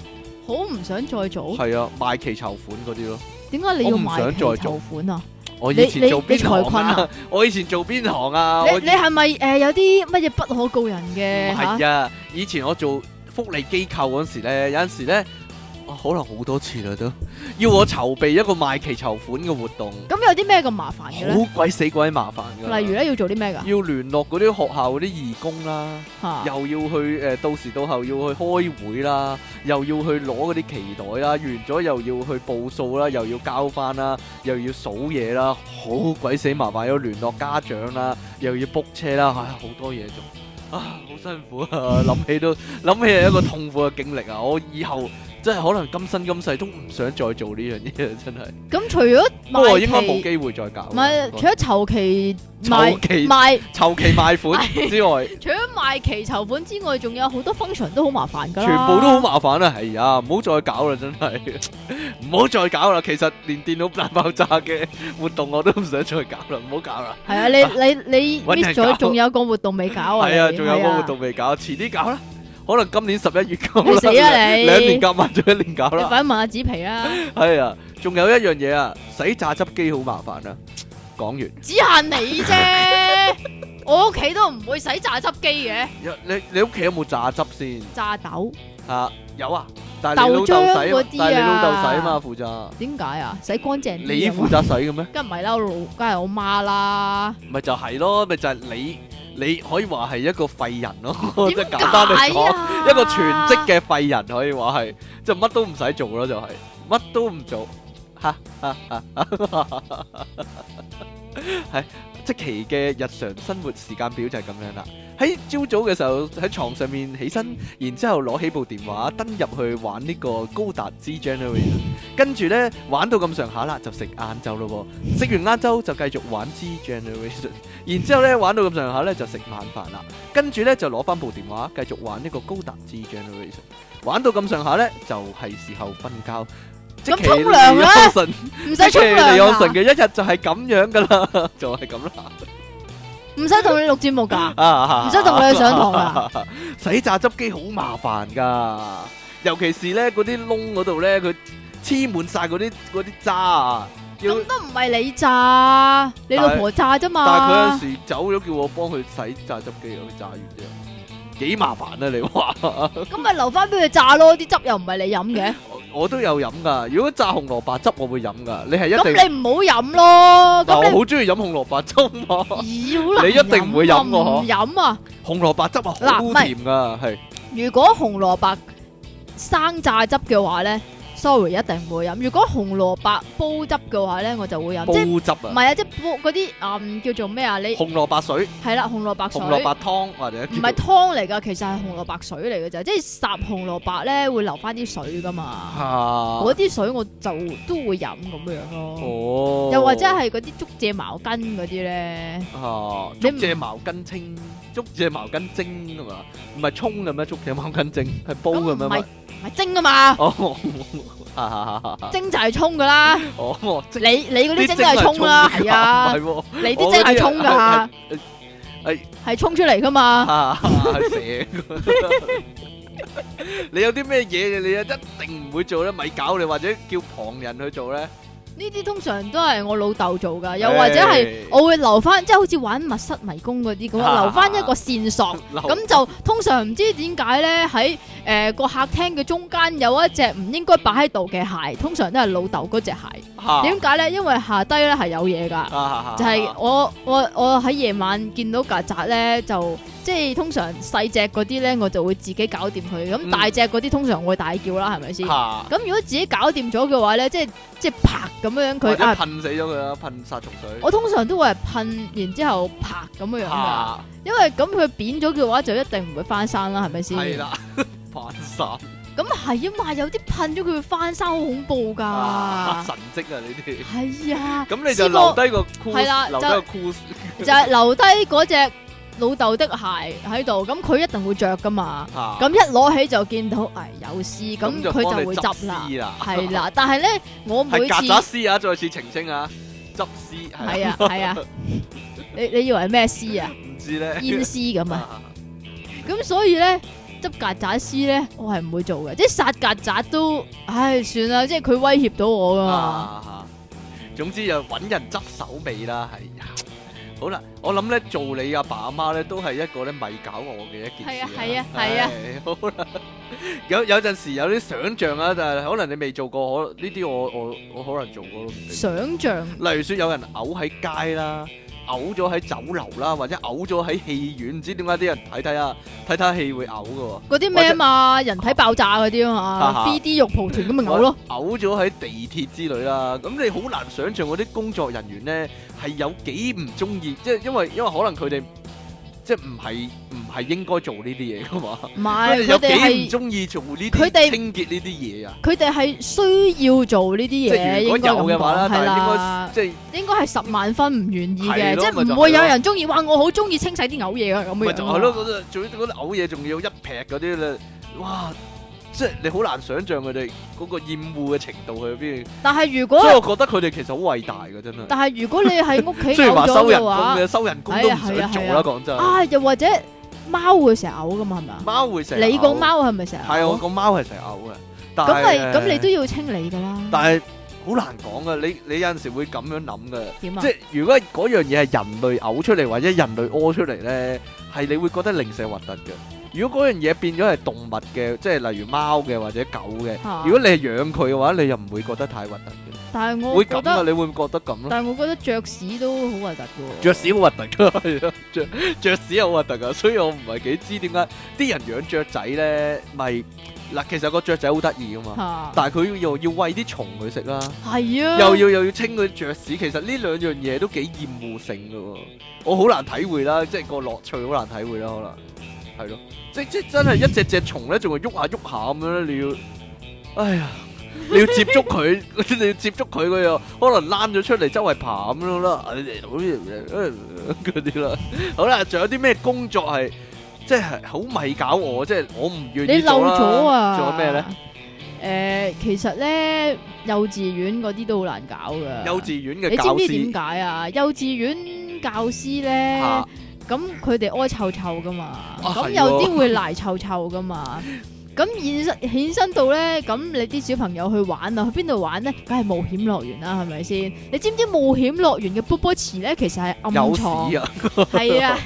Speaker 2: 好唔想再做。
Speaker 1: 係啊賣旗籌款嗰啲咯。
Speaker 2: 點解你要
Speaker 1: 我唔想
Speaker 2: 賣
Speaker 1: 再
Speaker 2: 旗
Speaker 1: 做
Speaker 2: 籌款啊？
Speaker 1: 我
Speaker 2: 你
Speaker 1: 以前
Speaker 2: 你
Speaker 1: 做邊
Speaker 2: 你財
Speaker 1: 行
Speaker 2: 困
Speaker 1: 啊
Speaker 2: 啊？
Speaker 1: 我以前做邊行啊？
Speaker 2: 你
Speaker 1: 我
Speaker 2: 你係咪誒有啲乜嘢不可告人嘅嚇？
Speaker 1: 係啊，以前我做福利機構嗰時咧，有陣時咧，啊可能好多次啦都，
Speaker 2: 嗯
Speaker 1: 要我籌備一個賣旗籌款嘅活動。
Speaker 2: 咁有啲咩咁麻煩嘅咧？
Speaker 1: 好鬼死鬼麻煩噶。
Speaker 2: 例如咧要做啲咩噶
Speaker 1: 要聯絡嗰啲學校嗰啲義工啦，
Speaker 2: 吓？
Speaker 1: 又要去誒、呃到時到後要去開會啦，又要去攞嗰啲期待啦，完咗又要去報數啦，又要交翻啦，又要數嘢啦，好鬼死麻煩，要聯絡家長啦，又要 book 車啦，唉，好多嘢做啊，好辛苦啊！ 諗起都諗起係一個痛苦嘅經歷啊！我以後真係可能今生今世都唔想再做呢樣嘢啊，真係。
Speaker 2: 咁除咗
Speaker 1: 不過應該
Speaker 2: 賣
Speaker 1: 冇
Speaker 2: 旗，
Speaker 1: 機會再搞。
Speaker 2: 唔係除咗籌旗賣
Speaker 1: 籌期
Speaker 2: 賣，
Speaker 1: 籌期賣款之外。
Speaker 2: 除咗賣旗籌款之外，仲有好多 function 都好麻煩噶啦。
Speaker 1: 全部都好麻煩啊！係啊，唔好再搞啦，真係 唔好再搞啦。其實連電腦大爆炸嘅活動我都唔想再搞啦，唔好搞啦。
Speaker 2: 係啊！你你你
Speaker 1: 搵人
Speaker 2: miss
Speaker 1: 搞
Speaker 2: 咗，仲有個活動未搞啊？
Speaker 1: 係啊，
Speaker 2: 你
Speaker 1: 仲有
Speaker 2: 係
Speaker 1: 個
Speaker 2: 啊
Speaker 1: 活動未搞，遲啲搞啦。可能今年十 一月搞
Speaker 2: 你
Speaker 1: 啦，
Speaker 2: 死啊你
Speaker 1: 兩年夾埋咗一年搞
Speaker 2: 你
Speaker 1: 啦。
Speaker 2: 快啲問下紙皮啊！
Speaker 1: 係啊，仲有一樣嘢啊，洗榨汁機好麻煩啊。講完，
Speaker 2: 只限你 啫，我屋企都唔會洗榨汁機嘅，
Speaker 1: 有你你屋企有冇榨汁先？
Speaker 2: 榨豆
Speaker 1: 啊，有啊，但係你老豆
Speaker 2: 豆
Speaker 1: 洗
Speaker 2: 漿
Speaker 1: 啊嘛
Speaker 2: 嗰，啲
Speaker 1: 但係你老豆
Speaker 2: 啊
Speaker 1: 洗啊嘛，負責。
Speaker 2: 點解啊？洗乾淨
Speaker 1: 你
Speaker 2: 啲啊
Speaker 1: 負
Speaker 2: 嘛，
Speaker 1: 責洗嘅咩？
Speaker 2: 梗唔係啦，我老梗係我媽啦。
Speaker 1: 咪就係咯，咪就係你，你可以話係一個廢人咯，即係
Speaker 2: 點
Speaker 1: 簡單嚟
Speaker 2: 解
Speaker 1: 講，
Speaker 2: 啊？
Speaker 1: 一個全職嘅廢人可以話係，就乜都唔使做咯，就係乜都唔做，嚇嚇嚇係即期嘅日常生活時間表就係咁樣啦。喺朝早嘅時候喺床上面起身，然之後攞起部電話登入去玩呢個高達 G Generation，跟住呢，玩到咁上下啦，就食晏晝咯喎。食完晏晝就繼續玩 G Generation，然 之後呢，玩到咁上下呢，就食晚飯啦。跟住呢，就攞翻部電話繼續玩呢個高達 G Generation，玩到咁上下呢，就係、時候瞓覺。即
Speaker 2: 咁
Speaker 1: 期
Speaker 2: 沖涼啦
Speaker 1: 利安神
Speaker 2: 唔使沖
Speaker 1: 即係
Speaker 2: 涼啊！
Speaker 1: 離岸神嘅一日就係咁樣㗎啦，
Speaker 2: 唔使同你錄節目
Speaker 1: 就係咁
Speaker 2: 㗎，
Speaker 1: 啦。
Speaker 2: 唔使同你去上堂 㗎。
Speaker 1: 洗榨汁機好麻煩㗎，尤其是呢，嗰啲窿嗰度呢，佢黐滿晒嗰啲-嗰啲渣啊，叫
Speaker 2: 咁都唔係你炸，你老婆炸啫
Speaker 1: 但係佢有
Speaker 2: 嘛。
Speaker 1: 時走咗，叫我幫佢洗榨汁機，佢榨完啫，幾麻煩啊！你話
Speaker 2: 咁咪留翻俾佢炸咯，啲汁又唔係你飲嘅，
Speaker 1: 我我都有飲噶，如果榨紅蘿蔔汁我會飲噶，你係一定
Speaker 2: 咁你唔好飲
Speaker 1: 嗱，
Speaker 2: 咯。咁
Speaker 1: 我好中意飲紅蘿蔔汁嘛，
Speaker 2: 你咦好難
Speaker 1: 你一定唔會飲
Speaker 2: 啊
Speaker 1: 喎
Speaker 2: 唔飲啊！
Speaker 1: 紅蘿蔔汁啊
Speaker 2: 嗱唔
Speaker 1: 好
Speaker 2: 係
Speaker 1: 甜噶，係
Speaker 2: 如果紅蘿蔔生榨汁嘅話咧，sorry 一定唔會飲。如果紅蘿蔔煲汁嘅話咧，我就會飲。即係
Speaker 1: 煲汁
Speaker 2: 唔
Speaker 1: 啊，
Speaker 2: 係啊？即係煲嗰啲嗯叫做咩啊？你
Speaker 1: 紅蘿蔔水、
Speaker 2: 係啦，紅蘿蔔水。
Speaker 1: 紅蘿蔔湯或者
Speaker 2: 唔係湯嚟㗎，其實係紅蘿蔔水嚟嘅咋，即係烚紅蘿蔔咧會留翻啲水㗎嘛，
Speaker 1: 啊
Speaker 2: 嗰啲、水我就都會飲咁樣咯，
Speaker 1: 哦，
Speaker 2: 又或者係嗰啲竹蔗茅根嗰啲咧，
Speaker 1: 啊
Speaker 2: 你
Speaker 1: 竹
Speaker 2: 唔
Speaker 1: 蔗茅根清、竹蔗茅根蒸啊嘛，唔係沖嘅咩？竹蔗茅根蒸係煲
Speaker 2: 咁
Speaker 1: 嘅咩？
Speaker 2: 唔係唔係蒸啊嘛，
Speaker 1: 哦，哈哈哈哈
Speaker 2: 蒸就係沖㗎 啦，
Speaker 1: 哦，即
Speaker 2: 你你嗰啲蒸
Speaker 1: 蒸
Speaker 2: 都係沖啦，係啊
Speaker 1: 係， 喎，
Speaker 2: 你啲蒸係沖㗎，
Speaker 1: 係
Speaker 2: 係沖出嚟㗎嘛，
Speaker 1: 啊蛇。 你有啲咩嘢嘅你一定唔會做咧，咪搞你或者叫旁人去做咧，
Speaker 2: 呢啲通常都係我老豆做㗎，又或者係我會留翻，即係好似玩密室迷宮嗰啲咁樣，留翻一個線索。
Speaker 1: 留
Speaker 2: 咁就通常唔知點解咧，喺誒個客廳嘅中間有一隻唔應該擺喺度嘅鞋，通常都係老豆嗰隻鞋。
Speaker 1: 嚇
Speaker 2: 點解咧？因為下低咧係有嘢㗎，
Speaker 1: 啊
Speaker 2: 就係我我我喺夜晚見到曱甴咧，就即係通常細只嗰啲咧，我就會自己搞掂佢。
Speaker 1: 嗯啊
Speaker 2: 咁大隻嗰啲通常我會大叫啦，係咪先？
Speaker 1: 嚇
Speaker 2: 咁如果自己搞掂咗嘅話咧，即係即係啪咁樣
Speaker 1: 或
Speaker 2: 佢
Speaker 1: 者
Speaker 2: 啊！
Speaker 1: 噴死咗佢啦，噴殺蟲水。
Speaker 2: 我通常都會係噴，然之後啪咁樣樣㗎，
Speaker 1: 嚇
Speaker 2: 因為咁佢扁咗嘅話就一定唔會翻生啦，係咪先？
Speaker 1: 係啦，啊 反殺
Speaker 2: 咁係啊嘛，有啲噴咗佢會翻生，好恐怖
Speaker 1: 啊
Speaker 2: 噶。
Speaker 1: 神跡啊！呢啲
Speaker 2: 係啊，
Speaker 1: 咁你就
Speaker 2: 試過
Speaker 1: 留低個 cool，
Speaker 2: 係啦
Speaker 1: 留低
Speaker 2: 就
Speaker 1: 個 cool
Speaker 2: 就係留低嗰隻老豆的鞋喺度，咁佢一定會着噶嘛。
Speaker 1: 嚇
Speaker 2: 咁一攞起就見到，唉，有絲，咁
Speaker 1: 啊就
Speaker 2: 佢
Speaker 1: 幫
Speaker 2: 就
Speaker 1: 你
Speaker 2: 會
Speaker 1: 執
Speaker 2: 執啦
Speaker 1: 屍。啦。
Speaker 2: 係啦，但係咧，我每
Speaker 1: 係
Speaker 2: 次
Speaker 1: 曱甴絲啊！再次澄清啊，執絲係
Speaker 2: 係
Speaker 1: 啦
Speaker 2: 啊 係啊，你你以為係咩絲啊？
Speaker 1: 唔知咧。
Speaker 2: 煙絲咁啊。
Speaker 1: 啊
Speaker 2: 咁所以咧，執曱甴絲咧，我係唔會做嘅，即係殺曱甴都，唉，算啦，即係佢威脅到我噶嘛。
Speaker 1: 啊！總之就揾人執手尾啦，係啊。好啦，我諗咧做你阿爸阿媽咧，都係一個咧咪搞我嘅一件事。
Speaker 2: 係啊係啊係啊
Speaker 1: 唉。好啦， 有有陣時有啲想像啊，但係可能你未做過，可呢啲我我我可能做過都唔定。
Speaker 2: 想像
Speaker 1: 例如說有人嘔喺街啦，嘔咗喺酒樓啦，或者嘔咗喺戲院，唔知點解啲人睇睇啊睇睇戲會嘔嘅喎。
Speaker 2: 嗰啲咩啊嘛，人體爆炸嗰啲 啊
Speaker 1: 啊
Speaker 2: 嘛，3D 肉蒲團咁咪嘔咯，
Speaker 1: 嘔咗喺地鐵之類啦，咁你好難想像嗰啲工作人員咧係有幾唔中意，即係因為因為可能佢哋即係唔係唔係應該做呢啲嘢噶嘛，
Speaker 2: 唔
Speaker 1: 佢哋
Speaker 2: 係
Speaker 1: 有
Speaker 2: 佢哋
Speaker 1: 幾唔
Speaker 2: 係
Speaker 1: 中意做呢
Speaker 2: 佢哋
Speaker 1: 啲清潔呢啲嘢啊，
Speaker 2: 佢哋係需要做呢啲
Speaker 1: 即
Speaker 2: 嘢，
Speaker 1: 係如果
Speaker 2: 應該
Speaker 1: 有
Speaker 2: 咁
Speaker 1: 嘅話啦
Speaker 2: 講，
Speaker 1: 但
Speaker 2: 係
Speaker 1: 係
Speaker 2: 啦
Speaker 1: 應該，即係
Speaker 2: 應該係十萬分唔願意
Speaker 1: 係
Speaker 2: 嘅，
Speaker 1: 咯
Speaker 2: 即
Speaker 1: 咪就
Speaker 2: 係
Speaker 1: 係
Speaker 2: 唔會有人中意，哇！我好中意清洗啲嘔嘢啊咁
Speaker 1: 咪
Speaker 2: 樣，
Speaker 1: 就係咯，嗰啲仲要嗰啲嘔嘢仲要一劈嗰啲咧，哇！即係你好難想像佢哋嗰個厭惡嘅程度去邊，
Speaker 2: 但係
Speaker 1: 所以
Speaker 2: 如果
Speaker 1: 我覺得佢哋其實好偉大嘅真係。
Speaker 2: 但係如果你喺屋 企
Speaker 1: 雖然
Speaker 2: 嘔
Speaker 1: 話
Speaker 2: 咗
Speaker 1: 收人
Speaker 2: 嘅
Speaker 1: 工
Speaker 2: 話，
Speaker 1: 嘅，收人工都唔
Speaker 2: 係啊
Speaker 1: 想做
Speaker 2: 係啊係
Speaker 1: 啦，
Speaker 2: 啊
Speaker 1: 講真。
Speaker 2: 啊又或者貓會成日嘔噶嘛，係咪啊？
Speaker 1: 貓會成日
Speaker 2: 你個
Speaker 1: 嘔
Speaker 2: 貓係咪成日
Speaker 1: 係啊，我
Speaker 2: 嘔？
Speaker 1: 個貓係成日嘔嘅，但
Speaker 2: 咁咪
Speaker 1: 係
Speaker 2: 咁你都，要清理噶啦，
Speaker 1: 但係好難講嘅。你你有陣時會咁樣諗嘅，
Speaker 2: 點啊
Speaker 1: 即？係如果嗰樣嘢係人類嘔出嚟或者人類屙出嚟咧，係你會覺得零舍核突嘅。如果嗰樣嘢變咗係動物嘅，即係例如貓嘅或者狗嘅，
Speaker 2: 啊
Speaker 1: 如果你係養佢嘅話，你又唔會覺得太核突
Speaker 2: 但係
Speaker 1: 嘅，
Speaker 2: 我
Speaker 1: 會
Speaker 2: 覺
Speaker 1: 咁啊？
Speaker 2: 得，
Speaker 1: 你會唔會覺得咁咯？
Speaker 2: 但係我覺得雀屎都好核突嘅喎。
Speaker 1: 雀屎好核突㗎， 係啊雀雀屎好核突㗎，所以我唔係幾知點解啲人養雀仔咧，咪嗱其實個雀仔好得意㗎嘛。
Speaker 2: 嚇
Speaker 1: 但係佢又要餵啲蟲佢食啦，
Speaker 2: 係啊，
Speaker 1: 又要又要清佢雀屎，其實呢兩樣嘢都幾厭惡性嘅喎，我好難體會啦，即係個樂趣好難體會啦，可能係咯，即即真係一隻隻蟲咧，仲係喐下喐下咁樣咧，你要，哎呀，你要接觸佢， 你要接觸佢，佢又可能躝咗出嚟周圍爬咁樣啦，哎好似嗰啲啦，好啦，仲有啲咩工作係即係好咪搞我，即係我唔願
Speaker 2: 你
Speaker 1: 意
Speaker 2: 漏
Speaker 1: 做啦
Speaker 2: 咗啊！
Speaker 1: 仲有咩咧？？
Speaker 2: 誒，其實咧，幼稚園嗰啲都好難搞噶。
Speaker 1: 幼稚園嘅
Speaker 2: 你知
Speaker 1: 教
Speaker 2: 唔知點
Speaker 1: 師。
Speaker 2: 解啊？幼稚園教師
Speaker 1: 嚇
Speaker 2: 咧，咁佢哋屙臭臭噶嘛，
Speaker 1: 啊
Speaker 2: 咁
Speaker 1: 係
Speaker 2: 有啲會賴臭臭噶嘛。咁衍生衍生到咧，咁你啲小朋友去玩啊，去邊度玩咧？梗係冒險樂園啦，係咪先？你知唔知冒險樂園嘅波波池咧，其實係暗
Speaker 1: 有
Speaker 2: 藏，
Speaker 1: 屎啊！
Speaker 2: 係 啊，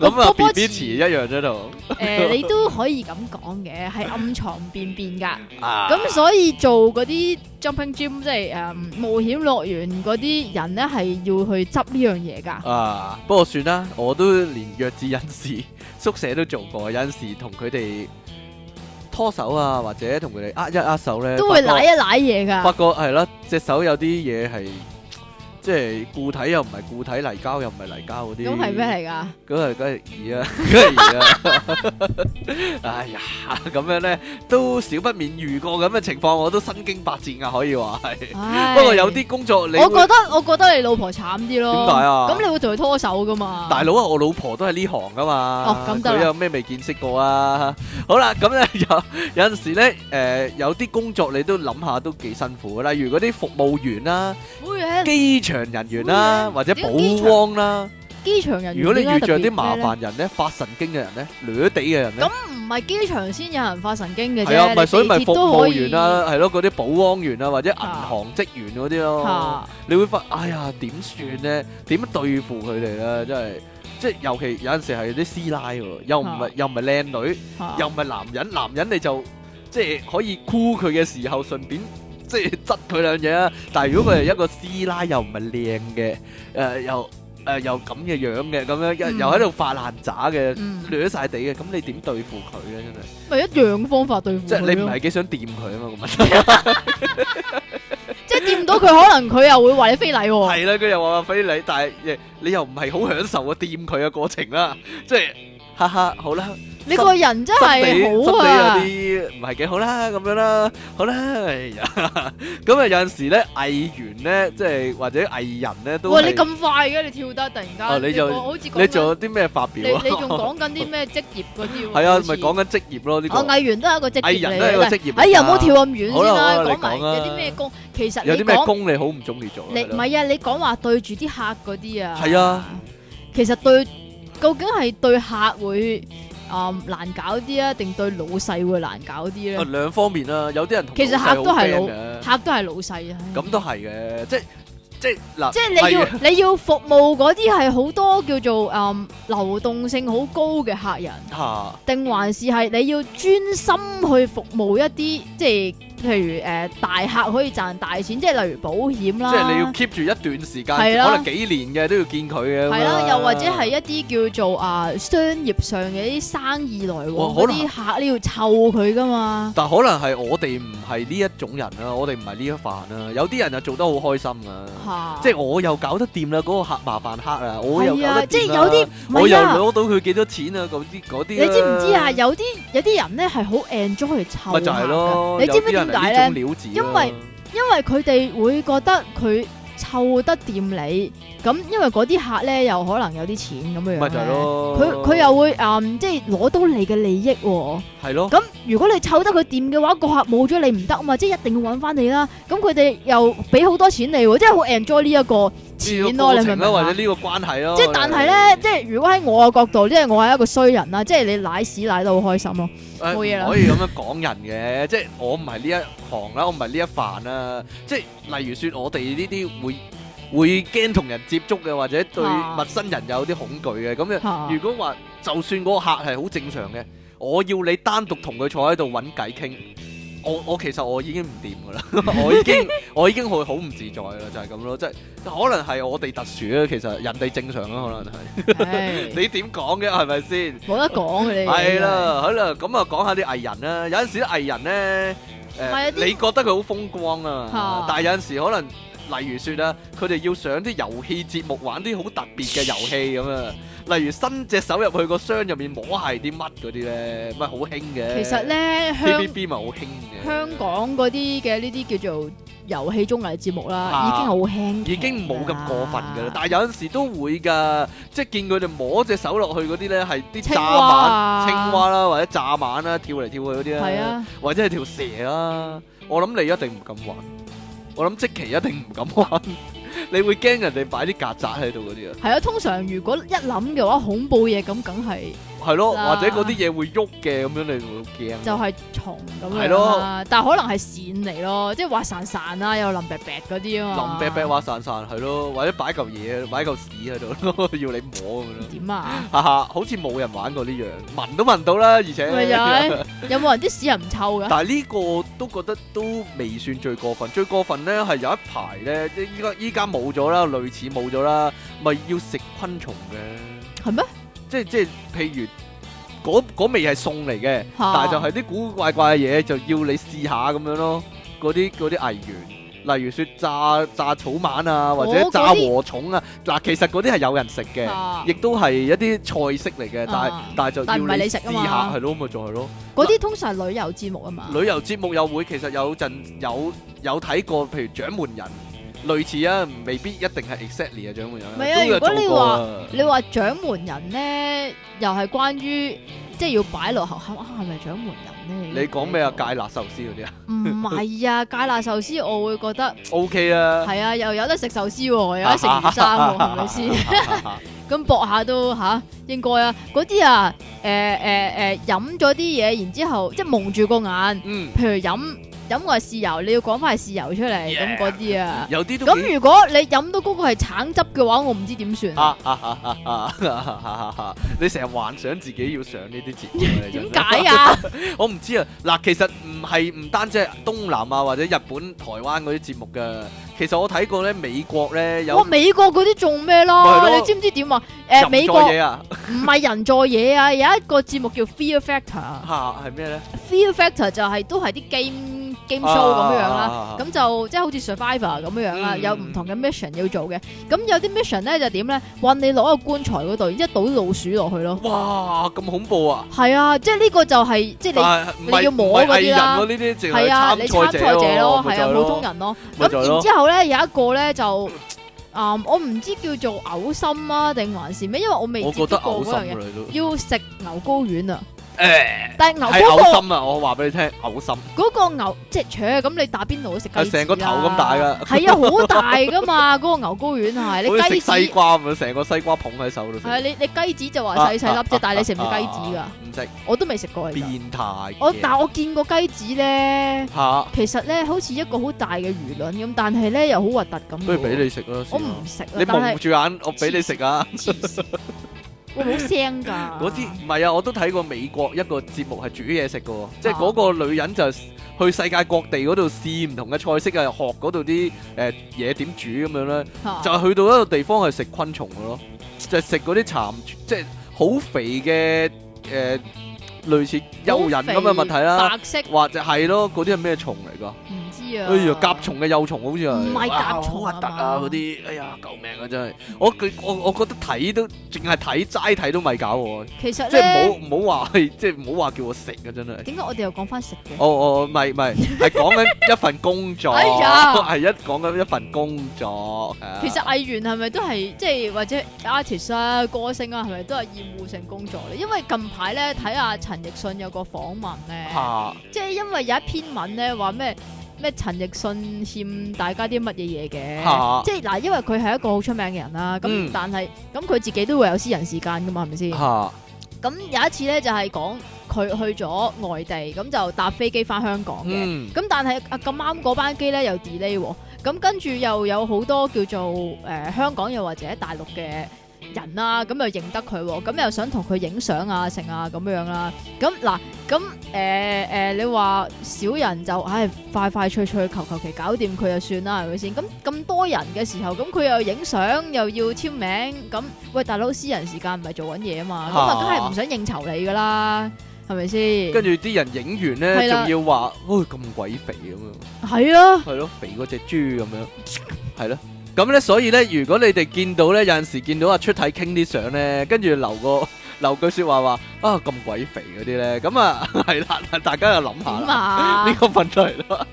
Speaker 2: 個
Speaker 1: 咁啊
Speaker 2: 波波
Speaker 1: B B
Speaker 2: 池
Speaker 1: 池一樣啫度
Speaker 2: 诶、你都可以咁講嘅，係暗藏便便㗎。
Speaker 1: 啊，
Speaker 2: 咁所以做嗰啲 jumping gym 即係誒冒險樂園嗰啲人咧，係要去執呢樣嘢㗎。
Speaker 1: 啊，不過算啦，我都連弱智人士 宿舍都做過，有陣時同佢哋拖手啊，或者同佢哋握一握手咧，
Speaker 2: 都會
Speaker 1: 發覺
Speaker 2: 舐一舐嘢
Speaker 1: 發
Speaker 2: 㗎，
Speaker 1: 覺係啦，隻手有啲嘢係即係固體又唔係固體，泥膠又唔係泥膠嗰啲。
Speaker 2: 咁係咩？嚟㗎？
Speaker 1: 梗係梗係二啊， 梗係二啊！哎呀，咁樣咧都少不免遇過咁嘅情況，我都身經百戰啊，可以話係。
Speaker 2: 唉
Speaker 1: 不過有，啲工作你
Speaker 2: 我
Speaker 1: 會
Speaker 2: 覺得我覺得你老婆慘啲咯。
Speaker 1: 點解啊
Speaker 2: 咁你會同佢拖手㗎嘛？
Speaker 1: 大佬啊，我老婆都係呢行噶嘛
Speaker 2: 哦，咁得啦
Speaker 1: 佢有咩未見識過啊？好啦，咁 咧有有陣時咧，誒、有啲工作你都諗下都幾辛苦嘅，例如嗰啲服務員啦、
Speaker 2: 會喺
Speaker 1: 機場人員啦，
Speaker 2: 嗯
Speaker 1: 或者保
Speaker 2: 點機場
Speaker 1: 安啦。
Speaker 2: 機場人員
Speaker 1: 如果你遇
Speaker 2: 點解特
Speaker 1: 着
Speaker 2: 別
Speaker 1: 啲麻
Speaker 2: 咩呢，
Speaker 1: 煩人咧、發神經嘅人咧、攣地嘅人咧
Speaker 2: 啊咁，唔係機場先有人發神經嘅
Speaker 1: 係啊，
Speaker 2: 啫，
Speaker 1: 咪所以咪
Speaker 2: 你地
Speaker 1: 服
Speaker 2: 鐵都可
Speaker 1: 務
Speaker 2: 以
Speaker 1: 員啦，係咯，嗰啲保安員啊，或者銀行職員嗰啲咯。
Speaker 2: 嚇
Speaker 1: 你會發，哎呀，點算咧？點對付佢哋咧？真係，即係尤其有陣時係啲師奶喎，又唔係
Speaker 2: 啊
Speaker 1: 又唔係靚女，
Speaker 2: 嚇
Speaker 1: 又唔係男人，男人你就即係可以箍佢嘅時候，順便即係執佢兩嘢啊。但係如果佢係一個師奶，又唔係靚嘅，誒、又誒、又咁嘅樣嘅，咁樣又、
Speaker 2: 嗯
Speaker 1: 又喺度發爛渣嘅，
Speaker 2: 嗯
Speaker 1: 攣晒地嘅，咁你點對付佢咧？真係，
Speaker 2: 咪一樣方法對付
Speaker 1: 即係你
Speaker 2: 佢
Speaker 1: 唔
Speaker 2: 咯
Speaker 1: 係幾想掂佢啊嘛？個問題
Speaker 2: 即係掂到佢，可能佢又會話你非禮喎。
Speaker 1: 係啦，佢又話非你，但係你又唔係好享受個掂佢嘅過程啦，即係哈哈，好啦。
Speaker 2: 你個人真係
Speaker 1: 心
Speaker 2: 好啊！
Speaker 1: 理有啲唔係幾好啦，咁樣啦，好啦，哎呀，咁啊有陣時咧藝員咧，即係或者藝人咧都
Speaker 2: 哇！你
Speaker 1: 係，
Speaker 2: 咁快嘅，你跳得突然
Speaker 1: 啊
Speaker 2: 間，
Speaker 1: 你就
Speaker 2: 講好似講緊
Speaker 1: 你仲有啲咩發
Speaker 2: 你
Speaker 1: 表啊？
Speaker 2: 你仲講緊啲咩職業嗰 啲喎？
Speaker 1: 係啊，
Speaker 2: 好似
Speaker 1: 咪講緊職業咯呢
Speaker 2: 我
Speaker 1: 個，
Speaker 2: 藝員都係一個職業
Speaker 1: 藝人
Speaker 2: 嚟
Speaker 1: 都係一個
Speaker 2: 嘅
Speaker 1: 職業嚟㗎
Speaker 2: 哎呀，唔好跳咁遠先
Speaker 1: 好啦
Speaker 2: 啦，
Speaker 1: 好啦你
Speaker 2: 講埋
Speaker 1: 講啦
Speaker 2: 有啲咩工？其實
Speaker 1: 有
Speaker 2: 你
Speaker 1: 啲咩
Speaker 2: 講
Speaker 1: 工你好唔中意做啊？
Speaker 2: 你唔係啊，你講話對住啲客嗰啲啊，
Speaker 1: 係啊，
Speaker 2: 其實對究竟係對客會啊難搞啲啊，定對老細會難搞啲
Speaker 1: 啊
Speaker 2: 咧？
Speaker 1: 兩方面啦，有啲人同
Speaker 2: 其實
Speaker 1: 老細
Speaker 2: 客都
Speaker 1: 好
Speaker 2: 係
Speaker 1: friend
Speaker 2: 老
Speaker 1: 嘅
Speaker 2: 客都係老細啊，唉
Speaker 1: 咁都係嘅，即係即係嗱，
Speaker 2: 即係你
Speaker 1: 係
Speaker 2: 要
Speaker 1: 啊
Speaker 2: 你要服務嗰啲係好多叫做嗯流動性好高嘅客人，
Speaker 1: 嚇。
Speaker 2: 定還是係你要專心去服務一啲即係譬如誒、呃大客可以賺大錢，即係例如保險啦，
Speaker 1: 即係你要 keep 住一段時間，
Speaker 2: 係啦
Speaker 1: 可能幾年嘅都要見佢嘅咁樣。
Speaker 2: 係啦，又或者係一啲叫做啊商業上嘅一啲啊生意來往
Speaker 1: 哇
Speaker 2: 嗰
Speaker 1: 可能
Speaker 2: 啲客，你要湊佢噶嘛？
Speaker 1: 但可能係我哋唔係呢一種人啦，我哋唔係呢一範啦。有啲人就做得好開心啊，
Speaker 2: 嚇，
Speaker 1: 即係我又搞得掂啦，嗰、個客麻煩客啊，我又搞
Speaker 2: 係啊，
Speaker 1: 得掂
Speaker 2: 即係
Speaker 1: 係
Speaker 2: 有啲唔
Speaker 1: 我又
Speaker 2: 係啊，
Speaker 1: 攞到佢幾多錢啊，嗰啲嗰啲。
Speaker 2: 你知唔知啊？？有啲有啲人咧係好 enjoy 去湊
Speaker 1: 咪就係
Speaker 2: 客㗎
Speaker 1: 咯，
Speaker 2: 你知唔
Speaker 1: 有啲人
Speaker 2: 知點解咧？
Speaker 1: 係呢種料子啊
Speaker 2: 因為因為佢哋會覺得佢湊得掂你，咁因為嗰啲客咧又可能有啲錢咁樣樣
Speaker 1: 咪就係
Speaker 2: 咧
Speaker 1: 咯，
Speaker 2: 佢佢又會嗯，即係攞到你嘅利益喎。
Speaker 1: 係咯，
Speaker 2: 咁如果你湊得佢掂嘅話，個客冇咗你唔得啊嘛，即係一定要揾翻你啦。咁佢哋又俾好多錢你喎，即係好 enjoy 呢一個錢
Speaker 1: 呢個
Speaker 2: 咯，
Speaker 1: 過
Speaker 2: 你明
Speaker 1: 程
Speaker 2: 唔
Speaker 1: 啦，
Speaker 2: 明
Speaker 1: 或
Speaker 2: 啊
Speaker 1: 者？呢個關係咯。
Speaker 2: 即係但係咧，即係如果喺我嘅角度，即係我係一個衰人啦，即係你奶屎奶得好開心咯。
Speaker 1: 誒
Speaker 2: 冇嘢啦
Speaker 1: 唔可以咁樣講人嘅，即係我唔係呢一行啦，我唔係呢一範啦。即係例如説，我哋呢啲會會驚同人接觸嘅，或者對
Speaker 2: 啊
Speaker 1: 陌生人有啲恐懼嘅。咁樣，
Speaker 2: 嚇
Speaker 1: 如果話就算嗰個客係好正常嘅，我要你單獨同佢坐喺度揾偈傾，我我其實我已經唔掂噶啦， 我已經我已經會好唔自在啦，就係咁咯。即係可能係我哋特殊啦，其實人哋正常啦，可能 係
Speaker 2: 唉
Speaker 1: 你點講嘅係咪先？
Speaker 2: 冇得講嘅你。
Speaker 1: 係啦，好啦，咁啊講下啲藝人啦。有陣時啲藝人咧，誒、
Speaker 2: 咪有啲
Speaker 1: 你覺得佢好風光啊
Speaker 2: 嚇，
Speaker 1: 但係有陣時可能，例如説啦，佢哋要上啲遊戲節目玩啲好特別嘅遊戲咁啊，例如伸隻手入去個箱入面摸係啲乜嗰啲咧，咪好興嘅。
Speaker 2: 其實咧，香
Speaker 1: TVB 咪好興嘅，
Speaker 2: 香港嗰啲嘅呢啲叫做遊戲綜藝節目啦，
Speaker 1: 啊
Speaker 2: 已經好輕，
Speaker 1: 已經冇咁過分
Speaker 2: 啊
Speaker 1: 㗎啦，但係有陣時都會㗎，即係見佢哋摸隻手落去嗰啲咧，係啲
Speaker 2: 青
Speaker 1: 蚱
Speaker 2: 蛙
Speaker 1: 蜢、
Speaker 2: 啊
Speaker 1: 青蛙啦，或者蚱蜢啦，跳嚟跳去嗰啲啦。
Speaker 2: 係啊，
Speaker 1: 或者係條蛇啦、我諗你一定唔敢玩，我諗即期一定唔敢玩， 你會驚人哋擺啲曱甴喺度嗰啲啊！
Speaker 2: 係啊，通常如果一諗嘅話，恐怖嘢咁梗係
Speaker 1: 係咯，
Speaker 2: 啦
Speaker 1: 或者嗰啲嘢會喐嘅，咁樣你會驚。
Speaker 2: 就係蟲咁
Speaker 1: 係
Speaker 2: 樣
Speaker 1: 咯
Speaker 2: 啦，但係可能係線嚟咯，即係滑潺潺啊，又淋白白嗰啲啊嘛。
Speaker 1: 淋啤啤滑潺潺係咯，或者擺嚿嘢，擺嚿屎喺度咯， 要你摸咁樣咯。
Speaker 2: 點 啊？
Speaker 1: 哈哈，好似冇人玩過呢樣，聞都聞到啦，而且。
Speaker 2: 咪就係有冇人啲屎係唔臭 㗎？
Speaker 1: 但係呢個都覺得都未算最過分，最過分咧係有一排咧，即係依家依家冇咗啦，類似冇咗啦，咪要食昆蟲嘅，
Speaker 2: 係咩？
Speaker 1: 即係即係譬如嗰嗰味係餸嚟嘅，
Speaker 2: 嚇
Speaker 1: 但係就係啲古古怪怪嘅嘢，就要你試下咁樣咯。嗰啲嗰啲藝員，例如説炸炸草蜢啊，或者
Speaker 2: 哦
Speaker 1: 炸
Speaker 2: 嗰啲
Speaker 1: 禾蟲啊，嗱其實嗰啲係有人食嘅。
Speaker 2: 嚇
Speaker 1: 亦都係一啲菜式嚟嘅，但係
Speaker 2: 啊
Speaker 1: 但係就
Speaker 2: 但唔
Speaker 1: 要
Speaker 2: 係
Speaker 1: 你
Speaker 2: 你食
Speaker 1: 試
Speaker 2: 啊嘛
Speaker 1: 下，係咯，咪就係咯。
Speaker 2: 嗰啲通常係旅遊節目啊嘛。
Speaker 1: 旅遊節目又會其實有陣有有睇過，譬如掌門人類似啊，未必一定係 exactly 啊掌門人。
Speaker 2: 唔係
Speaker 1: 都有
Speaker 2: 啊如果你
Speaker 1: 做過啊
Speaker 2: 你話掌門人咧，又係關於即係要擺落喉口啊，係咪掌門人咧？
Speaker 1: 你講咩啊？芥辣壽司嗰啲啊
Speaker 2: 唔係 啊，芥辣壽司我會覺得
Speaker 1: ，OK 啊，
Speaker 2: 係啊，又有得食壽司喎， 又有得食魚生喎，係 咪先？
Speaker 1: 先？
Speaker 2: 咁搏下都吓、應該啊。嗰啲啊，誒誒誒，飲咗啲嘢，然之後即係蒙住個眼，
Speaker 1: 嗯，
Speaker 2: 譬如飲飲個係豉油，你要講翻係豉油出嚟咁
Speaker 1: Yeah
Speaker 2: 嗰啲啊。
Speaker 1: 有啲都幾
Speaker 2: 咁如果你飲到嗰個係橙汁嘅話，我唔知點算啊。
Speaker 1: 啊啊啊啊啊啊啊啊！ 你成日幻想自己要上呢啲節目啊，你真
Speaker 2: 點
Speaker 1: 係
Speaker 2: 解？啊？
Speaker 1: 我唔知啊，嗱，其實唔係唔單止係東南亞或者日本、台灣嗰啲節目嘅，其實我睇過咧，美國咧有
Speaker 2: 哇！美國嗰啲仲
Speaker 1: 咪係
Speaker 2: 咩咯？
Speaker 1: 咯
Speaker 2: 你知唔知點啊？
Speaker 1: 人
Speaker 2: 誒，美
Speaker 1: 在
Speaker 2: 國
Speaker 1: 嘢啊，
Speaker 2: 唔係人在嘢啊，有一個節目叫 Fear Factor。
Speaker 1: 嚇係咩咧？
Speaker 2: Fear Factor 就係都係啲 game game show 咁樣啦。咁就即係好似 survivor 咁樣樣啦，
Speaker 1: 啊嗯
Speaker 2: 有唔同嘅 mission 要做嘅。咁有啲 mission 咧就點咧，運你攞個棺材嗰度，一倒老鼠落去咯。
Speaker 1: 哇，咁恐怖啊！
Speaker 2: 係啊，即係呢個就係、即係
Speaker 1: 但係唔
Speaker 2: 你要摸嗰啲
Speaker 1: 唔
Speaker 2: 啦
Speaker 1: 係藝人喎呢啲
Speaker 2: 你
Speaker 1: 淨係
Speaker 2: 係啊，你參
Speaker 1: 參
Speaker 2: 賽
Speaker 1: 賽
Speaker 2: 者咯，
Speaker 1: 咪
Speaker 2: 係
Speaker 1: 就
Speaker 2: 啊，
Speaker 1: 係
Speaker 2: 普通人咯。
Speaker 1: 咪
Speaker 2: 咁
Speaker 1: 就係咯
Speaker 2: 然之後咧有一個咧就。啊、我唔知叫做嘔心啊，定還是咩？因為我未
Speaker 1: 我覺
Speaker 2: 接觸
Speaker 1: 得
Speaker 2: 過
Speaker 1: 嘔
Speaker 2: 嗰
Speaker 1: 心
Speaker 2: 樣
Speaker 1: 啊，
Speaker 2: 嘢，
Speaker 1: 你都
Speaker 2: 要食牛睾丸啊！
Speaker 1: 誒
Speaker 2: 但係牛
Speaker 1: 係
Speaker 2: 睾
Speaker 1: 嘔
Speaker 2: 丸
Speaker 1: 心啊！我話俾你聽，嘔心
Speaker 2: 嗰個牛即係，扯咁你打邊爐都食雞啊
Speaker 1: 係啊成個
Speaker 2: 翅
Speaker 1: 頭
Speaker 2: 啦
Speaker 1: 咁大，㗎，
Speaker 2: 係啊，好大㗎嘛！嗰、 個牛睾丸係
Speaker 1: 好似
Speaker 2: 你雞
Speaker 1: 食西
Speaker 2: 翅
Speaker 1: 瓜咁樣，成個西瓜捧喺手度食。
Speaker 2: 係啊，你你雞子就話
Speaker 1: 啊
Speaker 2: 細細粒啫，
Speaker 1: 啊
Speaker 2: 但係你食唔食雞子
Speaker 1: 啊
Speaker 2: 噶？
Speaker 1: 唔食，
Speaker 2: 我都未食過其實。
Speaker 1: 變態嘅。
Speaker 2: 我但係我見過雞子咧，
Speaker 1: 嚇，
Speaker 2: 其實咧好似一個好大嘅魚卵咁，但係咧又好核突咁。
Speaker 1: 不如俾，你食啦。
Speaker 2: 我
Speaker 1: 算啦
Speaker 2: 唔食啊！
Speaker 1: 你
Speaker 2: 但
Speaker 1: 蒙
Speaker 2: 係
Speaker 1: 住眼，我俾你食啊！
Speaker 2: 黐線會好腥㗎。
Speaker 1: 嗰啲唔係啊，我都睇過美國一個節目係煮嘢食嘅
Speaker 2: 啊
Speaker 1: 喎，即係嗰個女人就去世界各地嗰度試唔同嘅菜式啊，學嗰度啲誒嘢點煮咁樣咧，
Speaker 2: 嚇
Speaker 1: 就係去到一個地方係食昆蟲嘅咯，就係食嗰啲蠶，即係好肥嘅誒、呃，類似蚯蚓咁嘅物體啦，
Speaker 2: 白色
Speaker 1: 或者係咯，嗰啲係咩蟲嚟㗎？
Speaker 2: 唔知啊。
Speaker 1: 哎呀，甲蟲嘅幼蟲好似係，
Speaker 2: 唔係甲蟲
Speaker 1: 哇好核突啊！
Speaker 2: 啊嘛
Speaker 1: 嗰啲，哎呀，救命啊！真係，我佢我我覺得睇都淨係睇齋睇都咪搞我。
Speaker 2: 其實
Speaker 1: 即係唔
Speaker 2: 咧，
Speaker 1: 好唔好話係，即係唔好話叫我食啊！真係。
Speaker 2: 點解我哋又講翻食嘅？
Speaker 1: 哦哦，唔係唔係，係講緊一份工作，
Speaker 2: 哎呀
Speaker 1: 係一講緊一份工作。係啊
Speaker 2: 其實藝員係咪都係即係或者 artist 啊、歌星啊，係咪都係厭惡性工作咧？因為近排咧睇阿陳奕迅有個訪問咧。
Speaker 1: 嚇
Speaker 2: 即係因為有一篇文咧話咩咩陳奕迅欠大家啲乜嘢嘢
Speaker 1: 嚇
Speaker 2: 嘅，即係嗱，因為佢係一個好出名嘅人啦，咁、
Speaker 1: 嗯
Speaker 2: 但係咁佢自己都會有私人時間噶嘛，係咪先？
Speaker 1: 嚇
Speaker 2: 咁有一次咧就係講佢去咗外地，咁就搭飛機翻香港嘅，
Speaker 1: 嗯
Speaker 2: 咁、但係啊咁啱嗰班機咧又 delay 喎，咁跟住又有好多叫做誒、呃香港又或者大陸嘅。人啦、咁又認得佢喎、咁又想同佢影相啊、成啊咁樣啦、咁嗱，咁誒誒，你話少人就唉快快脆脆求求其搞掂佢就算啦，係咪先？咁咁多人嘅時候，咁佢又影相又要簽名，咁喂大佬私人時間唔係做緊嘢啊嘛，咁啊梗係唔想應酬你噶啦，係咪先？
Speaker 1: 跟住啲人影完咧，
Speaker 2: 係啦
Speaker 1: 仲要話，喂咁鬼肥咁樣，
Speaker 2: 係啊，
Speaker 1: 係咯，肥嗰只豬咁樣，係咯。咁咧，所以咧，如果你哋見到咧，有陣時見到阿出體傾啲相咧，跟住留個留句説話話啊咁鬼肥嗰啲咧，咁啊係啦，大家又諗
Speaker 2: 點
Speaker 1: 下啦。呢
Speaker 2: 啊？
Speaker 1: 個問題啦，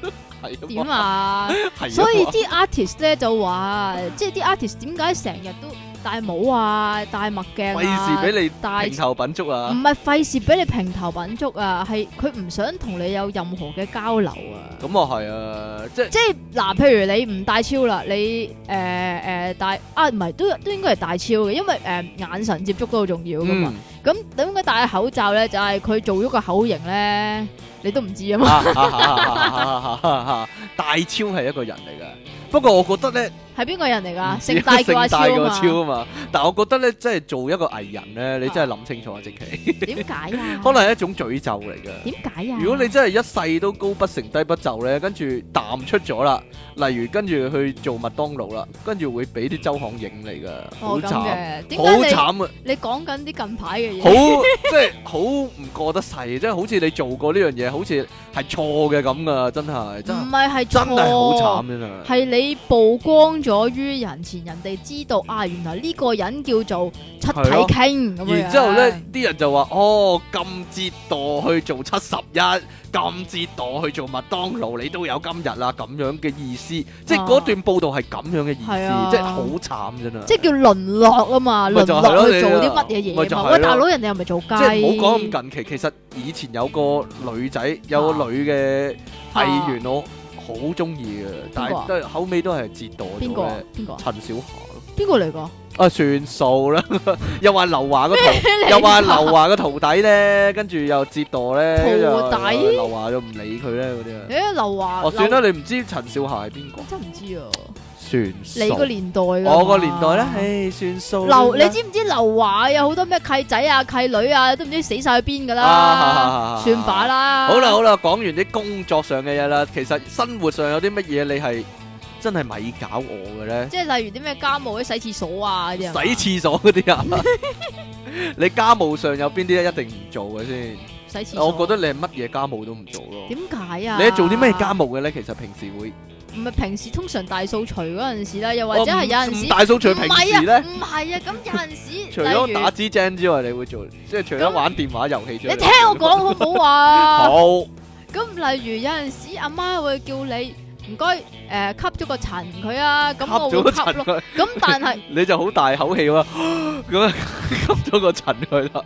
Speaker 1: 係啊
Speaker 2: 點啊？
Speaker 1: 係啊
Speaker 2: 所以啲 artist 咧就話，即係啲 artist 點解成日都戴帽啊、戴墨鏡啊、
Speaker 1: 費事俾
Speaker 2: 戴
Speaker 1: 你平頭品足
Speaker 2: 唔
Speaker 1: 啊！
Speaker 2: 係費事俾你平頭品足啊，係佢唔想同你有任何嘅交流啊。
Speaker 1: 咁啊係啊，即係
Speaker 2: 即係嗱，譬如你唔戴超啦，你誒誒、呃呃戴啊，唔係都都應該係戴超嘅，因為誒、呃眼神接觸都好重要噶嘛。
Speaker 1: 嗯
Speaker 2: 咁點解戴口罩咧？就係、佢做咗個口型咧，你都唔知啊嘛。
Speaker 1: 大超係一個人嚟噶，不過我覺得咧，
Speaker 2: 係邊個人嚟㗎？
Speaker 1: 聖
Speaker 2: 啊姓 戴叫阿超
Speaker 1: 啊嗯個
Speaker 2: 啊嘛。
Speaker 1: 超啊嘛，但我覺得咧，即係做一個藝人咧，你真係諗清楚啊，即奇，
Speaker 2: 點解 啊？
Speaker 1: 可能係一種詛咒嚟噶。
Speaker 2: 點解啊？
Speaker 1: 如果你真係一世都高不成低不就咧，跟住淡出咗啦，例如跟住去做麥當勞啦，跟住會俾啲周行影嚟噶，好
Speaker 2: 哦咁
Speaker 1: 慘，
Speaker 2: 嘅，點
Speaker 1: 好
Speaker 2: 解
Speaker 1: 慘啊！
Speaker 2: 你你講緊啲近排嘅嘢？
Speaker 1: 好即係好唔過得世，即係好似你做過呢樣嘢，好似係錯嘅咁噶，真係真
Speaker 2: 唔
Speaker 1: 係
Speaker 2: 係係
Speaker 1: 真係好
Speaker 2: 錯，
Speaker 1: 慘真係。
Speaker 2: 係你曝光咗於人前，人哋知道啊，原來呢個人叫做七體
Speaker 1: 嗯係咯
Speaker 2: king 咁樣。
Speaker 1: 然之後咧，啲人就話：哦，咁折墮去做七十一，咁折墮去做麥當勞，你都有今日啦，咁樣嘅意思，即係
Speaker 2: 啊
Speaker 1: 嗰段報道係咁樣嘅意
Speaker 2: 係啊
Speaker 1: 思，即係好慘真啊！
Speaker 2: 即係叫淪落啊嘛，
Speaker 1: 咪
Speaker 2: 淪
Speaker 1: 就係咯
Speaker 2: 落去做
Speaker 1: 你
Speaker 2: 啲
Speaker 1: 啊
Speaker 2: 乜嘢
Speaker 1: 咪
Speaker 2: 嘢
Speaker 1: 就
Speaker 2: 嘛？
Speaker 1: 係
Speaker 2: 喂，
Speaker 1: 咯
Speaker 2: 大佬，人哋又唔係做雞，
Speaker 1: 即係唔好講咁近期，其實以前有個女仔，有
Speaker 2: 啊
Speaker 1: 個女嘅藝員，我好中意嘅，但係都係後尾都係折墮
Speaker 2: 啊邊
Speaker 1: 咗
Speaker 2: 個啊
Speaker 1: 嘅，
Speaker 2: 邊個啊
Speaker 1: 陳小霞咯。
Speaker 2: 邊個嚟㗎？
Speaker 1: 啊，算數啦， 又話劉華個徒，
Speaker 2: 嚟㗎
Speaker 1: 又話劉華個徒弟咧，跟住又折墮咧，跟住又
Speaker 2: 徒弟
Speaker 1: 劉華又唔理佢咧嗰啲啊。
Speaker 2: 誒，劉華，
Speaker 1: 哦，算
Speaker 2: 劉
Speaker 1: 啦，，你唔知陳少霞係邊個
Speaker 2: 我，真係唔知啊，
Speaker 1: 算
Speaker 2: 你個
Speaker 1: 數。
Speaker 2: 年代㗎嘛，
Speaker 1: 我個年代咧，唉，算數啦。
Speaker 2: 劉，你知唔知劉華有好多咩契仔啊、契女啊，都唔知死晒去邊
Speaker 1: 啊
Speaker 2: 噶啦，算把啦。
Speaker 1: 好啦好啦，講完啲工作上嘅嘢啦，其實生活上有啲乜嘢你係真係咪搞我嘅咧？
Speaker 2: 即係例如啲咩家務、洗廁所啊嗰啲啊嘛，
Speaker 1: 洗廁所嗰 啲啊，你家務上有邊啲一定唔做嘅先？
Speaker 2: 洗廁所。
Speaker 1: 我覺得你係乜嘢家務都唔做咯。
Speaker 2: 點解啊？
Speaker 1: 你係做啲咩家？務嘅咧？其實平時會，
Speaker 2: 唔係平時通常大掃除嗰陣時啦，又或者係有
Speaker 1: 哦唔
Speaker 2: 陣
Speaker 1: 唔
Speaker 2: 時
Speaker 1: 大掃除平時
Speaker 2: 唔係啊，
Speaker 1: 咧，
Speaker 2: 唔係啊，咁有陣 時
Speaker 1: 除
Speaker 2: 例
Speaker 1: 咗
Speaker 2: 如
Speaker 1: 打支精之外，你會做，即係除咗
Speaker 2: 咁
Speaker 1: 玩電話遊戲之外，
Speaker 2: 你聽我講好唔好啊？
Speaker 1: 好
Speaker 2: 咁例如有陣時阿媽會叫你唔該誒吸咗個塵佢啊，咁我
Speaker 1: 吸咗個
Speaker 2: 會吸
Speaker 1: 塵
Speaker 2: 咯。
Speaker 1: 佢，
Speaker 2: 咁但係
Speaker 1: 你就好大口氣喎， 咁啊 吸咗個塵佢啦。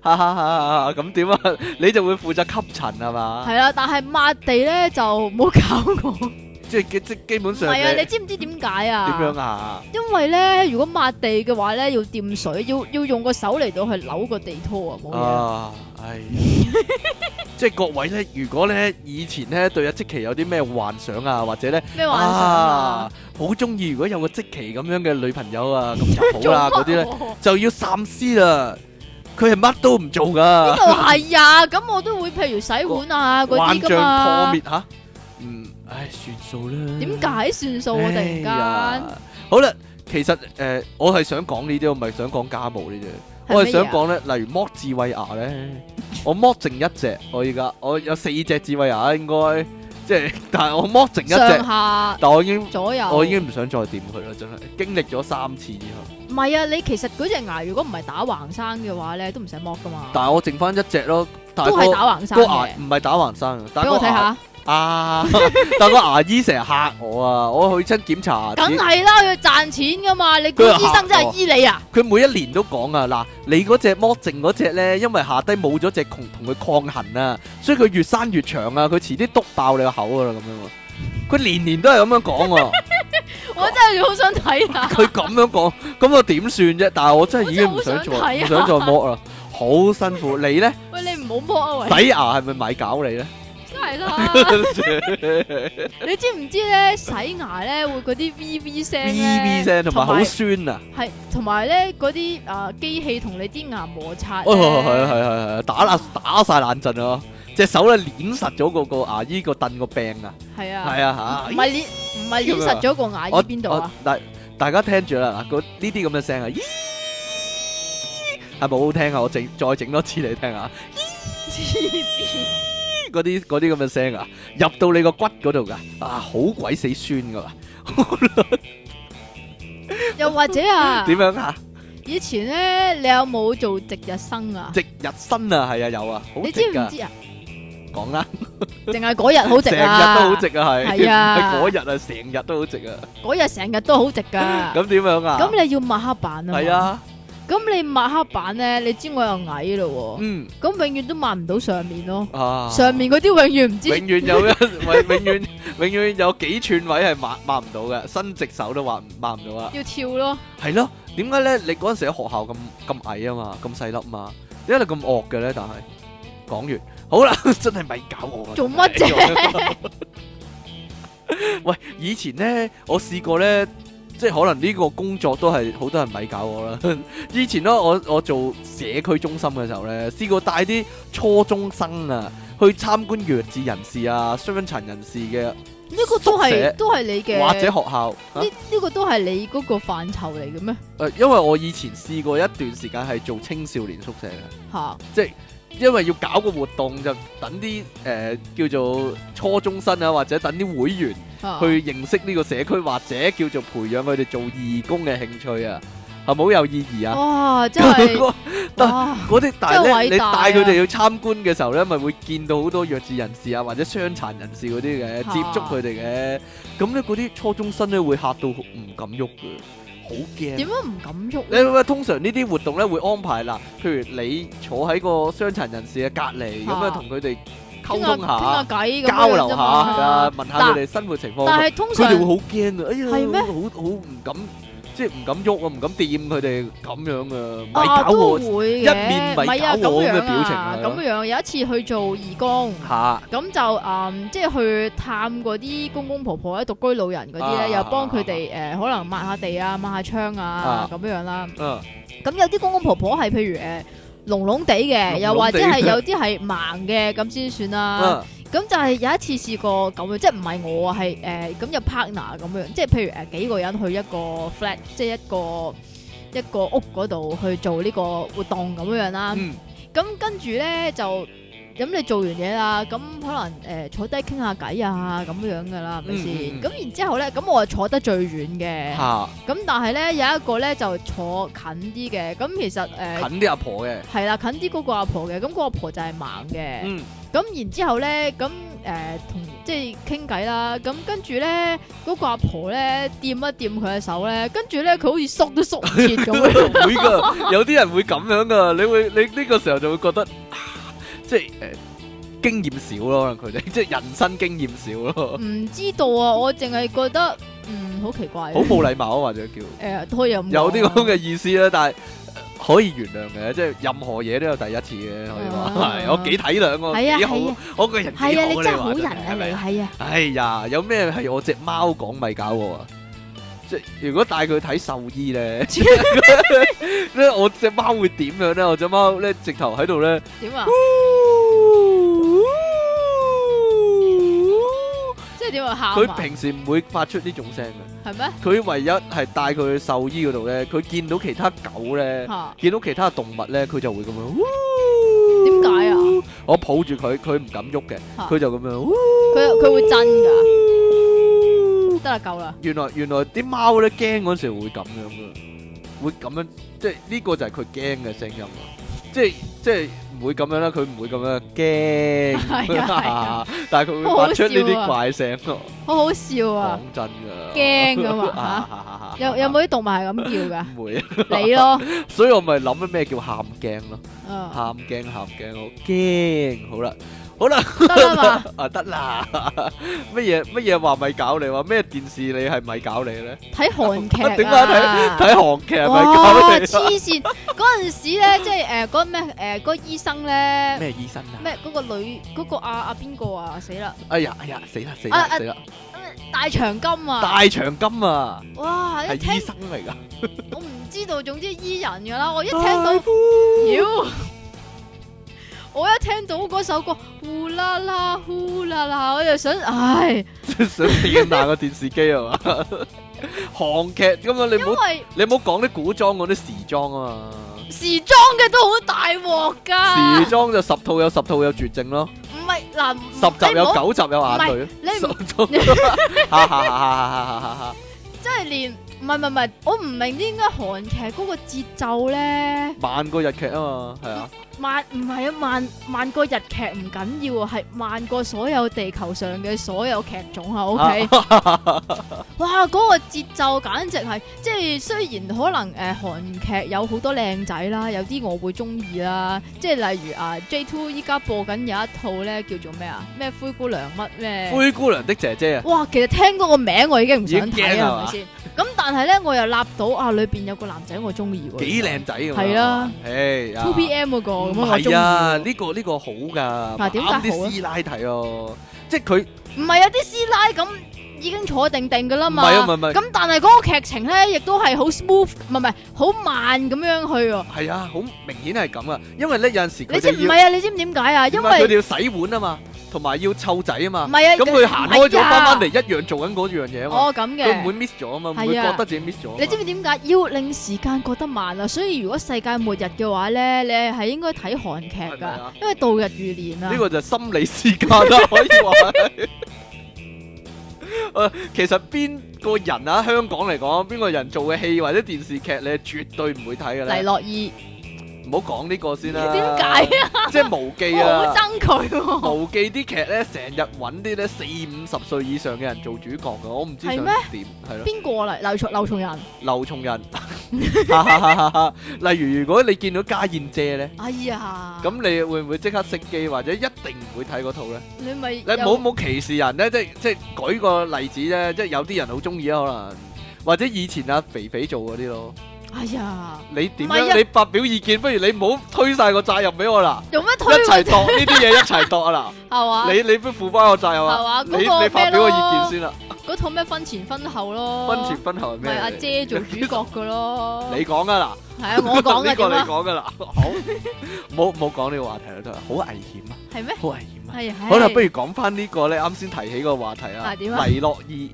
Speaker 1: 哈哈哈！咁點啊？你就會負責吸塵係嘛？
Speaker 2: 係啦，但係抹地咧就唔好搞我。
Speaker 1: 即係即基本
Speaker 2: 唔
Speaker 1: 上
Speaker 2: 係啊，
Speaker 1: 你
Speaker 2: 你知唔知點解
Speaker 1: 點
Speaker 2: 啊？
Speaker 1: 樣啊？
Speaker 2: 因為咧，如果抹地嘅話咧，要掂水，要要用個手嚟到去扭個地拖啊，冇嘢啊。
Speaker 1: 啊，唉 呀，即係各位咧，如果咧以前咧對阿積淇有啲咩幻想啊，或者咧
Speaker 2: 咩幻想
Speaker 1: 啊
Speaker 2: 啊？
Speaker 1: 好中意，如果有個積淇咁樣嘅女朋友啊，咁就好啦，
Speaker 2: 做
Speaker 1: 嗰
Speaker 2: 乜
Speaker 1: 啲咧
Speaker 2: 喎
Speaker 1: 就要三思啦。佢係乜都唔做
Speaker 2: 邊
Speaker 1: 噶，
Speaker 2: 度係啊？咁我都會譬如洗 碗啊嗰
Speaker 1: 幻
Speaker 2: 啲
Speaker 1: 象
Speaker 2: 噶
Speaker 1: 破
Speaker 2: 嘛。
Speaker 1: 滅吓，嗯，唉，算數啦。
Speaker 2: 點解算數啊？突然
Speaker 1: 哎呀
Speaker 2: 間，
Speaker 1: 好啦，其實誒，我係想講呢啲，我唔係想講家務呢啲。
Speaker 2: 係
Speaker 1: 我係想
Speaker 2: 乜嘢啊
Speaker 1: 講咧，例如剝智慧牙 咧，我剝剩一隻，我而家我有四隻智慧牙應該，即係但係我剝剩一
Speaker 2: 上
Speaker 1: 隻，
Speaker 2: 下
Speaker 1: 但我已經
Speaker 2: 左右。
Speaker 1: 我已經唔想再掂佢啦，真係經歷咗三次之後，
Speaker 2: 唔係啊！你其實嗰隻牙如果唔係打橫生嘅話咧，都唔使剝噶嘛。
Speaker 1: 但係我剩翻一隻咯，但
Speaker 2: 都
Speaker 1: 係
Speaker 2: 係
Speaker 1: 個
Speaker 2: 打橫生
Speaker 1: 個牙
Speaker 2: 嘅。
Speaker 1: 唔係打橫生啊，但
Speaker 2: 俾
Speaker 1: 係
Speaker 2: 我
Speaker 1: 個
Speaker 2: 睇
Speaker 1: 牙
Speaker 2: 下，
Speaker 1: 啊， 但係個牙醫成日嚇我啊，我去親檢查牙
Speaker 2: 梗
Speaker 1: 齒，
Speaker 2: 係啦，佢賺錢噶嘛。你估
Speaker 1: 佢係哦
Speaker 2: 醫生真係醫你啊？
Speaker 1: 佢每一年都講啊，嗱，你嗰隻剝剩嗰隻咧，因為下低冇咗隻窮同佢抗衡啊，所以佢越生越長啊，佢遲啲篤爆你個口噶啦咁樣喎。佢年年都係咁樣講喎，
Speaker 2: 我真係好想睇啊！
Speaker 1: 佢咁樣講，咁我點算啫？但係我真係已經唔想再
Speaker 2: 我真係好想睇
Speaker 1: 唔
Speaker 2: 啊
Speaker 1: 想再剝啦，好辛苦。你咧
Speaker 2: 喂，你唔好剝啊！ 喂，
Speaker 1: 洗牙係咪咪搞 你咧？
Speaker 2: 梗係啦。你知唔知咧洗牙咧會嗰啲 V V 聲
Speaker 1: V V 聲同埋好酸啊！
Speaker 2: 係同埋咧嗰啲啊機器同你啲牙摩擦呢。
Speaker 1: 哦，係啊係啊係啊，打啦打晒冷震啊！隻手咧捏實咗個個牙醫個凳個柄啊，
Speaker 2: 係啊，
Speaker 1: 係啊嚇
Speaker 2: 唔。係捏唔係捏實咗個牙醫
Speaker 1: 我
Speaker 2: 邊度啊？
Speaker 1: 我大大家聽住啦，嗱，嗰呢啲咁嘅聲啊，咦係咪好好聽啊？我整再整多次你聽下，
Speaker 2: 黐線！
Speaker 1: 嗰啲嗰啲咁嘅聲啊，入到你個骨嗰度噶，啊，好鬼死酸噶，
Speaker 2: 又或者啊，
Speaker 1: 點樣啊？
Speaker 2: 以前咧你有冇做值日生啊？
Speaker 1: 直日身啊，係啊，有啊，好
Speaker 2: 你知
Speaker 1: 直
Speaker 2: 唔
Speaker 1: 噶，
Speaker 2: 知啊？
Speaker 1: 講啦，
Speaker 2: 淨係嗰日好值
Speaker 1: 成日
Speaker 2: 啊！
Speaker 1: 都好直啊，係，
Speaker 2: 係啊
Speaker 1: 係嗰日啊，成日都好直啊，
Speaker 2: 嗰日成日都好值噶。
Speaker 1: 咁點樣啊？
Speaker 2: 咁你要抹黑板啊？
Speaker 1: 係。啊，
Speaker 2: 咁你抹黑板咧，你知我又矮咯喎，
Speaker 1: 嗯
Speaker 2: 咁永遠都抹唔到上面咯。
Speaker 1: 啊，
Speaker 2: 上面嗰啲永遠唔知
Speaker 1: 永遠有一 永永遠永遠有幾寸位係抹抹唔到嘅，伸直手都抹唔抹唔到啊。
Speaker 2: 要跳咯，
Speaker 1: 係咯，點解咧？你嗰陣時喺學校咁咁矮啊嘛，咁細粒嘛，點解你咁惡嘅咧？但係講完好啦， 真係咪搞我啊！
Speaker 2: 做乜啫
Speaker 1: 啫？ 喂，以前咧，我試過咧，即係可能呢個工作都係好多人咪搞我啦。 以前咧，我我做社區中心嘅時候咧，試過帶啲初中生啊去參觀弱智人士啊、傷殘人士嘅
Speaker 2: 呢個都
Speaker 1: 宿
Speaker 2: 係
Speaker 1: 舍
Speaker 2: 都係你嘅，
Speaker 1: 或者學校。啊
Speaker 2: 呢呢個都係你嗰個範疇嚟嘅咩？
Speaker 1: 誒、呃因為我以前試過一段時間係做青少年宿舍嘅，
Speaker 2: 吓，
Speaker 1: 因為要搞個活動就等啲誒、呃叫做初中生啊，或者等啲會員
Speaker 2: 啊
Speaker 1: 去認識呢個社區，或者叫做培養佢哋做義工嘅興趣啊，係咪好有意義啊？
Speaker 2: 哇，真 係
Speaker 1: 嗰但
Speaker 2: 哇！
Speaker 1: 嗰啲但係
Speaker 2: 真係
Speaker 1: 咧，
Speaker 2: 偉
Speaker 1: 你
Speaker 2: 大啊
Speaker 1: 帶佢哋去參觀嘅時候咧，咪會見到好多弱智人士啊，或者傷殘人士嗰啲嘅，
Speaker 2: 嚇
Speaker 1: 接觸佢哋嘅，咁咧嗰啲初中生咧會嚇到唔敢喐嘅，好啊驚。
Speaker 2: 點解唔敢喐
Speaker 1: 你
Speaker 2: 咧？
Speaker 1: 會唔會通常呢啲活動咧會安排嗱，譬如你坐喺個傷殘人士嘅隔離，咁
Speaker 2: 啊
Speaker 1: 啊同佢哋溝
Speaker 2: 傾下
Speaker 1: 通
Speaker 2: 傾下
Speaker 1: 下、
Speaker 2: 偈咁樣
Speaker 1: 交流
Speaker 2: 啫
Speaker 1: 下，係
Speaker 2: 嘛
Speaker 1: 啊，問下
Speaker 2: 嗱
Speaker 1: 佢哋生活情
Speaker 2: 但
Speaker 1: 況。
Speaker 2: 係通
Speaker 1: 佢
Speaker 2: 常
Speaker 1: 哋會好驚啊！哎呀，
Speaker 2: 係咩
Speaker 1: 好好唔敢，即係唔敢喐啊，唔敢掂佢哋咁樣啊，咪
Speaker 2: 啊
Speaker 1: 搞
Speaker 2: 都
Speaker 1: 我
Speaker 2: 會嘅，
Speaker 1: 一面咪
Speaker 2: 唔係啊
Speaker 1: 搞我
Speaker 2: 咁
Speaker 1: 咁嘅
Speaker 2: 樣
Speaker 1: 表情
Speaker 2: 啊
Speaker 1: 啊，
Speaker 2: 咁樣有一次去做義工。
Speaker 1: 嚇！
Speaker 2: 咁就嗯，即係去探嗰啲公公婆婆咧、獨居老人嗰啲
Speaker 1: 啊
Speaker 2: 咧，又幫佢哋誒可能抹下地啊、抹下窗啊
Speaker 1: 啊
Speaker 2: 咁樣啦。
Speaker 1: 啊
Speaker 2: 咁有啲公公婆婆係譬如誒聾聾地嘅，
Speaker 1: 聾
Speaker 2: 又或者
Speaker 1: 聾
Speaker 2: 係
Speaker 1: 地嘅
Speaker 2: 有啲係盲嘅咁先算啦。
Speaker 1: 啊
Speaker 2: 咁就係有一次試過咁樣，即係唔係我啊，係誒咁有 partner 咁樣，即係譬如誒幾個人去一個 flat，即係一個一個屋嗰度去做呢個活動咁樣啦。
Speaker 1: 嗯
Speaker 2: 咁跟住咧就咁你做完嘢啦，咁可能誒、呃坐低傾下偈啊咁樣噶啦，係咪先
Speaker 1: 嗯嗯嗯？
Speaker 2: 咁、然之後咧，咁我係坐得最遠嘅，咁、
Speaker 1: 嚇
Speaker 2: 但係咧有一個咧就坐近啲嘅，咁其實誒
Speaker 1: 近啲阿婆嘅，
Speaker 2: 係啦，近啲嗰個阿婆嘅，咁、個阿婆就係盲嘅，
Speaker 1: 嗯
Speaker 2: 咁、然之後咧咁誒呃同即係傾偈啦，咁跟住咧嗰個阿婆咧掂一掂佢嘅手咧，跟住咧佢好似縮都縮唔切咁樣。
Speaker 1: 會 噶，有啲人會咁樣噶，你會你呢個時候就會覺得，啊即係誒經驗少咯，可能佢哋即係人生經驗少咯，
Speaker 2: 唔知道啊，我淨係覺得嗯好奇怪。
Speaker 1: 好冇禮貌啊，或者叫。
Speaker 2: 誒，呃都可以咁講
Speaker 1: 有啲咁嘅意思啦，但係呃可以原諒嘅，即係任何嘢都有第一次嘅，可以
Speaker 2: 啊
Speaker 1: 話係我幾體諒我，
Speaker 2: 係啊
Speaker 1: 幾好
Speaker 2: 係啊，
Speaker 1: 我個人幾
Speaker 2: 係啊，你
Speaker 1: 好
Speaker 2: 真
Speaker 1: 係
Speaker 2: 係好人啊，
Speaker 1: 係咪
Speaker 2: 你係啊，
Speaker 1: 哎呀，有咩係我只貓講咪搞我啊？即係如果帶佢睇獸醫 咧， 咧我只貓會點樣咧？我只貓咧直頭喺度咧，
Speaker 2: 點啊？即係點啊？喊
Speaker 1: 佢
Speaker 2: 啊？
Speaker 1: 平時唔會發出呢種聲嘅，
Speaker 2: 係咩？
Speaker 1: 佢唯一係帶佢去獸醫嗰度咧，佢見到其他狗咧。
Speaker 2: 嚇
Speaker 1: 見到其他動物咧，佢就會咁樣。
Speaker 2: 點解啊？
Speaker 1: 我抱住佢，佢唔敢喐嘅，
Speaker 2: 嚇
Speaker 1: 佢就咁樣。
Speaker 2: 佢佢會震㗎，得啦夠啦，
Speaker 1: 原來原來啲貓咧驚嗰陣時會咁樣噶，會咁樣，即係呢個就係佢驚嘅聲音啊！即係即係唔會咁樣啦，佢唔會咁樣
Speaker 2: 係啊
Speaker 1: 驚， 但係佢會發出呢啲怪聲咯。
Speaker 2: 好好笑
Speaker 1: 講
Speaker 2: 啊！
Speaker 1: 真噶，
Speaker 2: 驚㗎
Speaker 1: À,
Speaker 2: 嘛有有冇啲動物係咁叫
Speaker 1: 唔啊 會啊？
Speaker 2: 㗎？你咯，
Speaker 1: 所以我咪諗緊咩叫喊驚咯，
Speaker 2: 嗯
Speaker 1: 喊驚喊驚，我驚好啦，好啦。
Speaker 2: 得啦嘛，
Speaker 1: 啊得啦，乜嘢乜嘢話咪搞你話咩電視你係咪搞你咧？
Speaker 2: 睇韓劇
Speaker 1: 點
Speaker 2: 啊！
Speaker 1: 解
Speaker 2: À.
Speaker 1: 睇韓劇係咪搞
Speaker 2: 哇！
Speaker 1: 你啊？
Speaker 2: 黐線嗰陣時咧，即係誒嗰咩呃誒嗰個醫生 咧。
Speaker 1: 咩醫生啊？
Speaker 2: 咩嗰個女嗰個啊啊邊個啊死啦！
Speaker 1: 哎呀哎呀死啦死
Speaker 2: 啊
Speaker 1: 啦
Speaker 2: 啊
Speaker 1: 死啦！
Speaker 2: 大長今啊！
Speaker 1: 大長今啊，
Speaker 2: 哇！一
Speaker 1: 係醫
Speaker 2: 聽
Speaker 1: 生嚟噶。
Speaker 2: 我唔知道，總之醫人噶啦。我一聽到，
Speaker 1: 大夫
Speaker 2: 妖！我一聽到嗰首歌，呼啦啦呼啦啦，我就想，唉，
Speaker 1: 想點爛個電視機係 嘛？韓劇咁啊，你
Speaker 2: 因
Speaker 1: 唔好
Speaker 2: 為
Speaker 1: 你唔好講啲古裝嗰啲時裝啊嘛。
Speaker 2: 時裝嘅都好大鑊噶，
Speaker 1: 時裝就十套有十套有絕症咯，
Speaker 2: 唔係嗱，唔
Speaker 1: 十集
Speaker 2: 你唔
Speaker 1: 有
Speaker 2: 好
Speaker 1: 九集有眼淚
Speaker 2: 你唔
Speaker 1: 咯， 十集哈哈哈哈哈哈哈！
Speaker 2: 即係連唔係唔係唔係，我唔明點解韓劇嗰個節奏咧，
Speaker 1: 慢過日劇啊嘛，係啊。
Speaker 2: 萬唔係啊，萬萬個日劇唔緊要啊，係萬個所有地球上嘅所有劇種 啊，OK？哇，嗰、個節奏簡直係，即係雖然可能誒、呃、韓劇有好多靚仔啦，有啲我會中意啦，即係例如啊 J Two 依家播緊有一套咧叫做咩啊，咩灰姑娘乜咩？
Speaker 1: 灰姑娘的姐姐啊，
Speaker 2: 哇，其實聽嗰個名我已經唔想
Speaker 1: 已經
Speaker 2: 睇
Speaker 1: 驚
Speaker 2: 啦，
Speaker 1: 啦
Speaker 2: 係咪先？咁但係咧，我又立到啊，裏邊有個男仔我中意喎，
Speaker 1: 幾靚仔㗎嘛
Speaker 2: 係啦，
Speaker 1: 唉呀
Speaker 2: ，Two PM 嗰
Speaker 1: 唔
Speaker 2: 個咁我中
Speaker 1: 係
Speaker 2: 意
Speaker 1: 啊，
Speaker 2: 喎。
Speaker 1: 呢個呢個好噶，
Speaker 2: 嗱點解
Speaker 1: 啱
Speaker 2: 好啊
Speaker 1: 啲師奶睇咯，即係佢
Speaker 2: 唔係啊，啲師奶咁已經坐定定噶啦嘛。
Speaker 1: 唔係啊唔係唔係
Speaker 2: 咁但係嗰個劇情咧，亦都係好 smooth，唔係唔係好慢咁樣去喎。
Speaker 1: 係啊，好明顯係咁啊，因為咧有陣時
Speaker 2: 你
Speaker 1: 佢
Speaker 2: 知
Speaker 1: 哋
Speaker 2: 唔
Speaker 1: 要
Speaker 2: 係啊？你知唔知點解啊？因
Speaker 1: 唔係佢
Speaker 2: 為
Speaker 1: 哋要洗碗啊嘛，同埋要湊仔啊
Speaker 2: 唔
Speaker 1: 嘛，
Speaker 2: 係啊，
Speaker 1: 咁佢行開咗翻翻嚟
Speaker 2: 嚟。
Speaker 1: 一樣做緊嗰樣嘢啊嘛，
Speaker 2: 哦，咁
Speaker 1: 佢唔會
Speaker 2: 嘅。
Speaker 1: miss 咗啊嘛，唔
Speaker 2: 係啊
Speaker 1: 會覺得自己 miss 咗啊嘛。
Speaker 2: 你知唔知點解要令時間過得慢啊？所以如果世界末日嘅話咧，你係應該睇韓劇
Speaker 1: 係咪
Speaker 2: 㗎
Speaker 1: 啊，
Speaker 2: 因為度日如年啊
Speaker 1: 呢。個就係心理時間 啦，可以話 係。誒，其實邊個人啊？香港嚟講，邊個人做嘅戲或者電視劇，你係絕對唔會睇嘅
Speaker 2: 黎
Speaker 1: 咧。
Speaker 2: 諾懿，
Speaker 1: 唔好講呢個先啦。
Speaker 2: 點解
Speaker 1: 啊？即係無記
Speaker 2: 我好
Speaker 1: 啊！
Speaker 2: 憎佢喎。
Speaker 1: 無記啲劇咧，成日揾啲咧四五十歲以上嘅人做主角嘅，我唔知想
Speaker 2: 係
Speaker 1: 點
Speaker 2: 咩
Speaker 1: 係咯。
Speaker 2: 邊個嚟？劉松劉松仁。
Speaker 1: 劉松仁， 例如如果你見到家燕姐咧，
Speaker 2: 哎呀，
Speaker 1: 咁你會唔會即刻熄機，或者一定唔會睇嗰套咧？
Speaker 2: 你咪
Speaker 1: 你
Speaker 2: 有
Speaker 1: 冇冇歧視人咧？即係即係舉個例子咧，即係有啲人好中意啊，可能或者以前阿肥肥做嗰啲咯。
Speaker 2: 哎呀，
Speaker 1: 你點
Speaker 2: 唔係啊
Speaker 1: 樣？你發表意見，不如你唔好推晒個責任俾我啦，
Speaker 2: 用乜
Speaker 1: 一
Speaker 2: 推
Speaker 1: 齊
Speaker 2: 佢
Speaker 1: 度呢啲嘢一齊度啊
Speaker 2: 係嘛？
Speaker 1: 嗱，你你不負翻我責任
Speaker 2: 係
Speaker 1: 啊
Speaker 2: 嘛？
Speaker 1: 你
Speaker 2: 嗰個
Speaker 1: 你發表個
Speaker 2: 咩咯
Speaker 1: 意見先啦，
Speaker 2: 嗰套咩婚前婚後咯，
Speaker 1: 婚前婚後係
Speaker 2: 咪
Speaker 1: 咩
Speaker 2: 阿
Speaker 1: 嚟？
Speaker 2: 姐做主角噶咯，
Speaker 1: 你講啊嗱。
Speaker 2: 係啊，我講 嘅
Speaker 1: 呢個
Speaker 2: 點
Speaker 1: 你
Speaker 2: 啊，
Speaker 1: 講噶啦，好，冇冇講呢個話題啦，都係好危險啊，
Speaker 2: 係咩？哎
Speaker 1: 好危險啊。
Speaker 2: 係
Speaker 1: 好啦，不
Speaker 2: 如
Speaker 1: 如講翻呢個咧，啱先提起個話題啊，
Speaker 2: 啊點啊
Speaker 1: 黎諾 懿。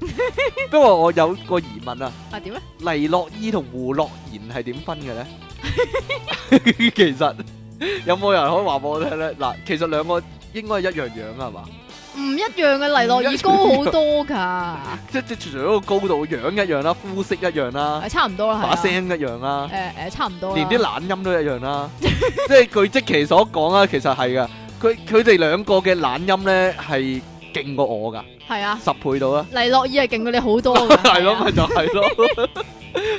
Speaker 1: 不過我有個疑問啊，
Speaker 2: 啊點咧？
Speaker 1: 黎諾懿同胡諾言係點分嘅咧？ 其實有冇人可以話俾我聽咧？嗱，其實兩個應該係一樣樣啊係嘛？
Speaker 2: 唔一樣嘅黎諾懿高好多 㗎，
Speaker 1: 即即除咗個高度樣一樣啦，膚色一樣啦，
Speaker 2: 係差唔多啦，係啊啊
Speaker 1: 把聲一樣啦。
Speaker 2: 誒誒差唔多啦，
Speaker 1: 連啲懶音都一樣啦， 即係據即其所講啊啦，其實係噶，佢佢哋兩個嘅懶音咧係勁過我噶，
Speaker 2: 係啊，
Speaker 1: 十倍到啦，
Speaker 2: 黎諾懿係勁過你好多㗎，
Speaker 1: 係咯
Speaker 2: 係啊啊
Speaker 1: 咪。就係咯，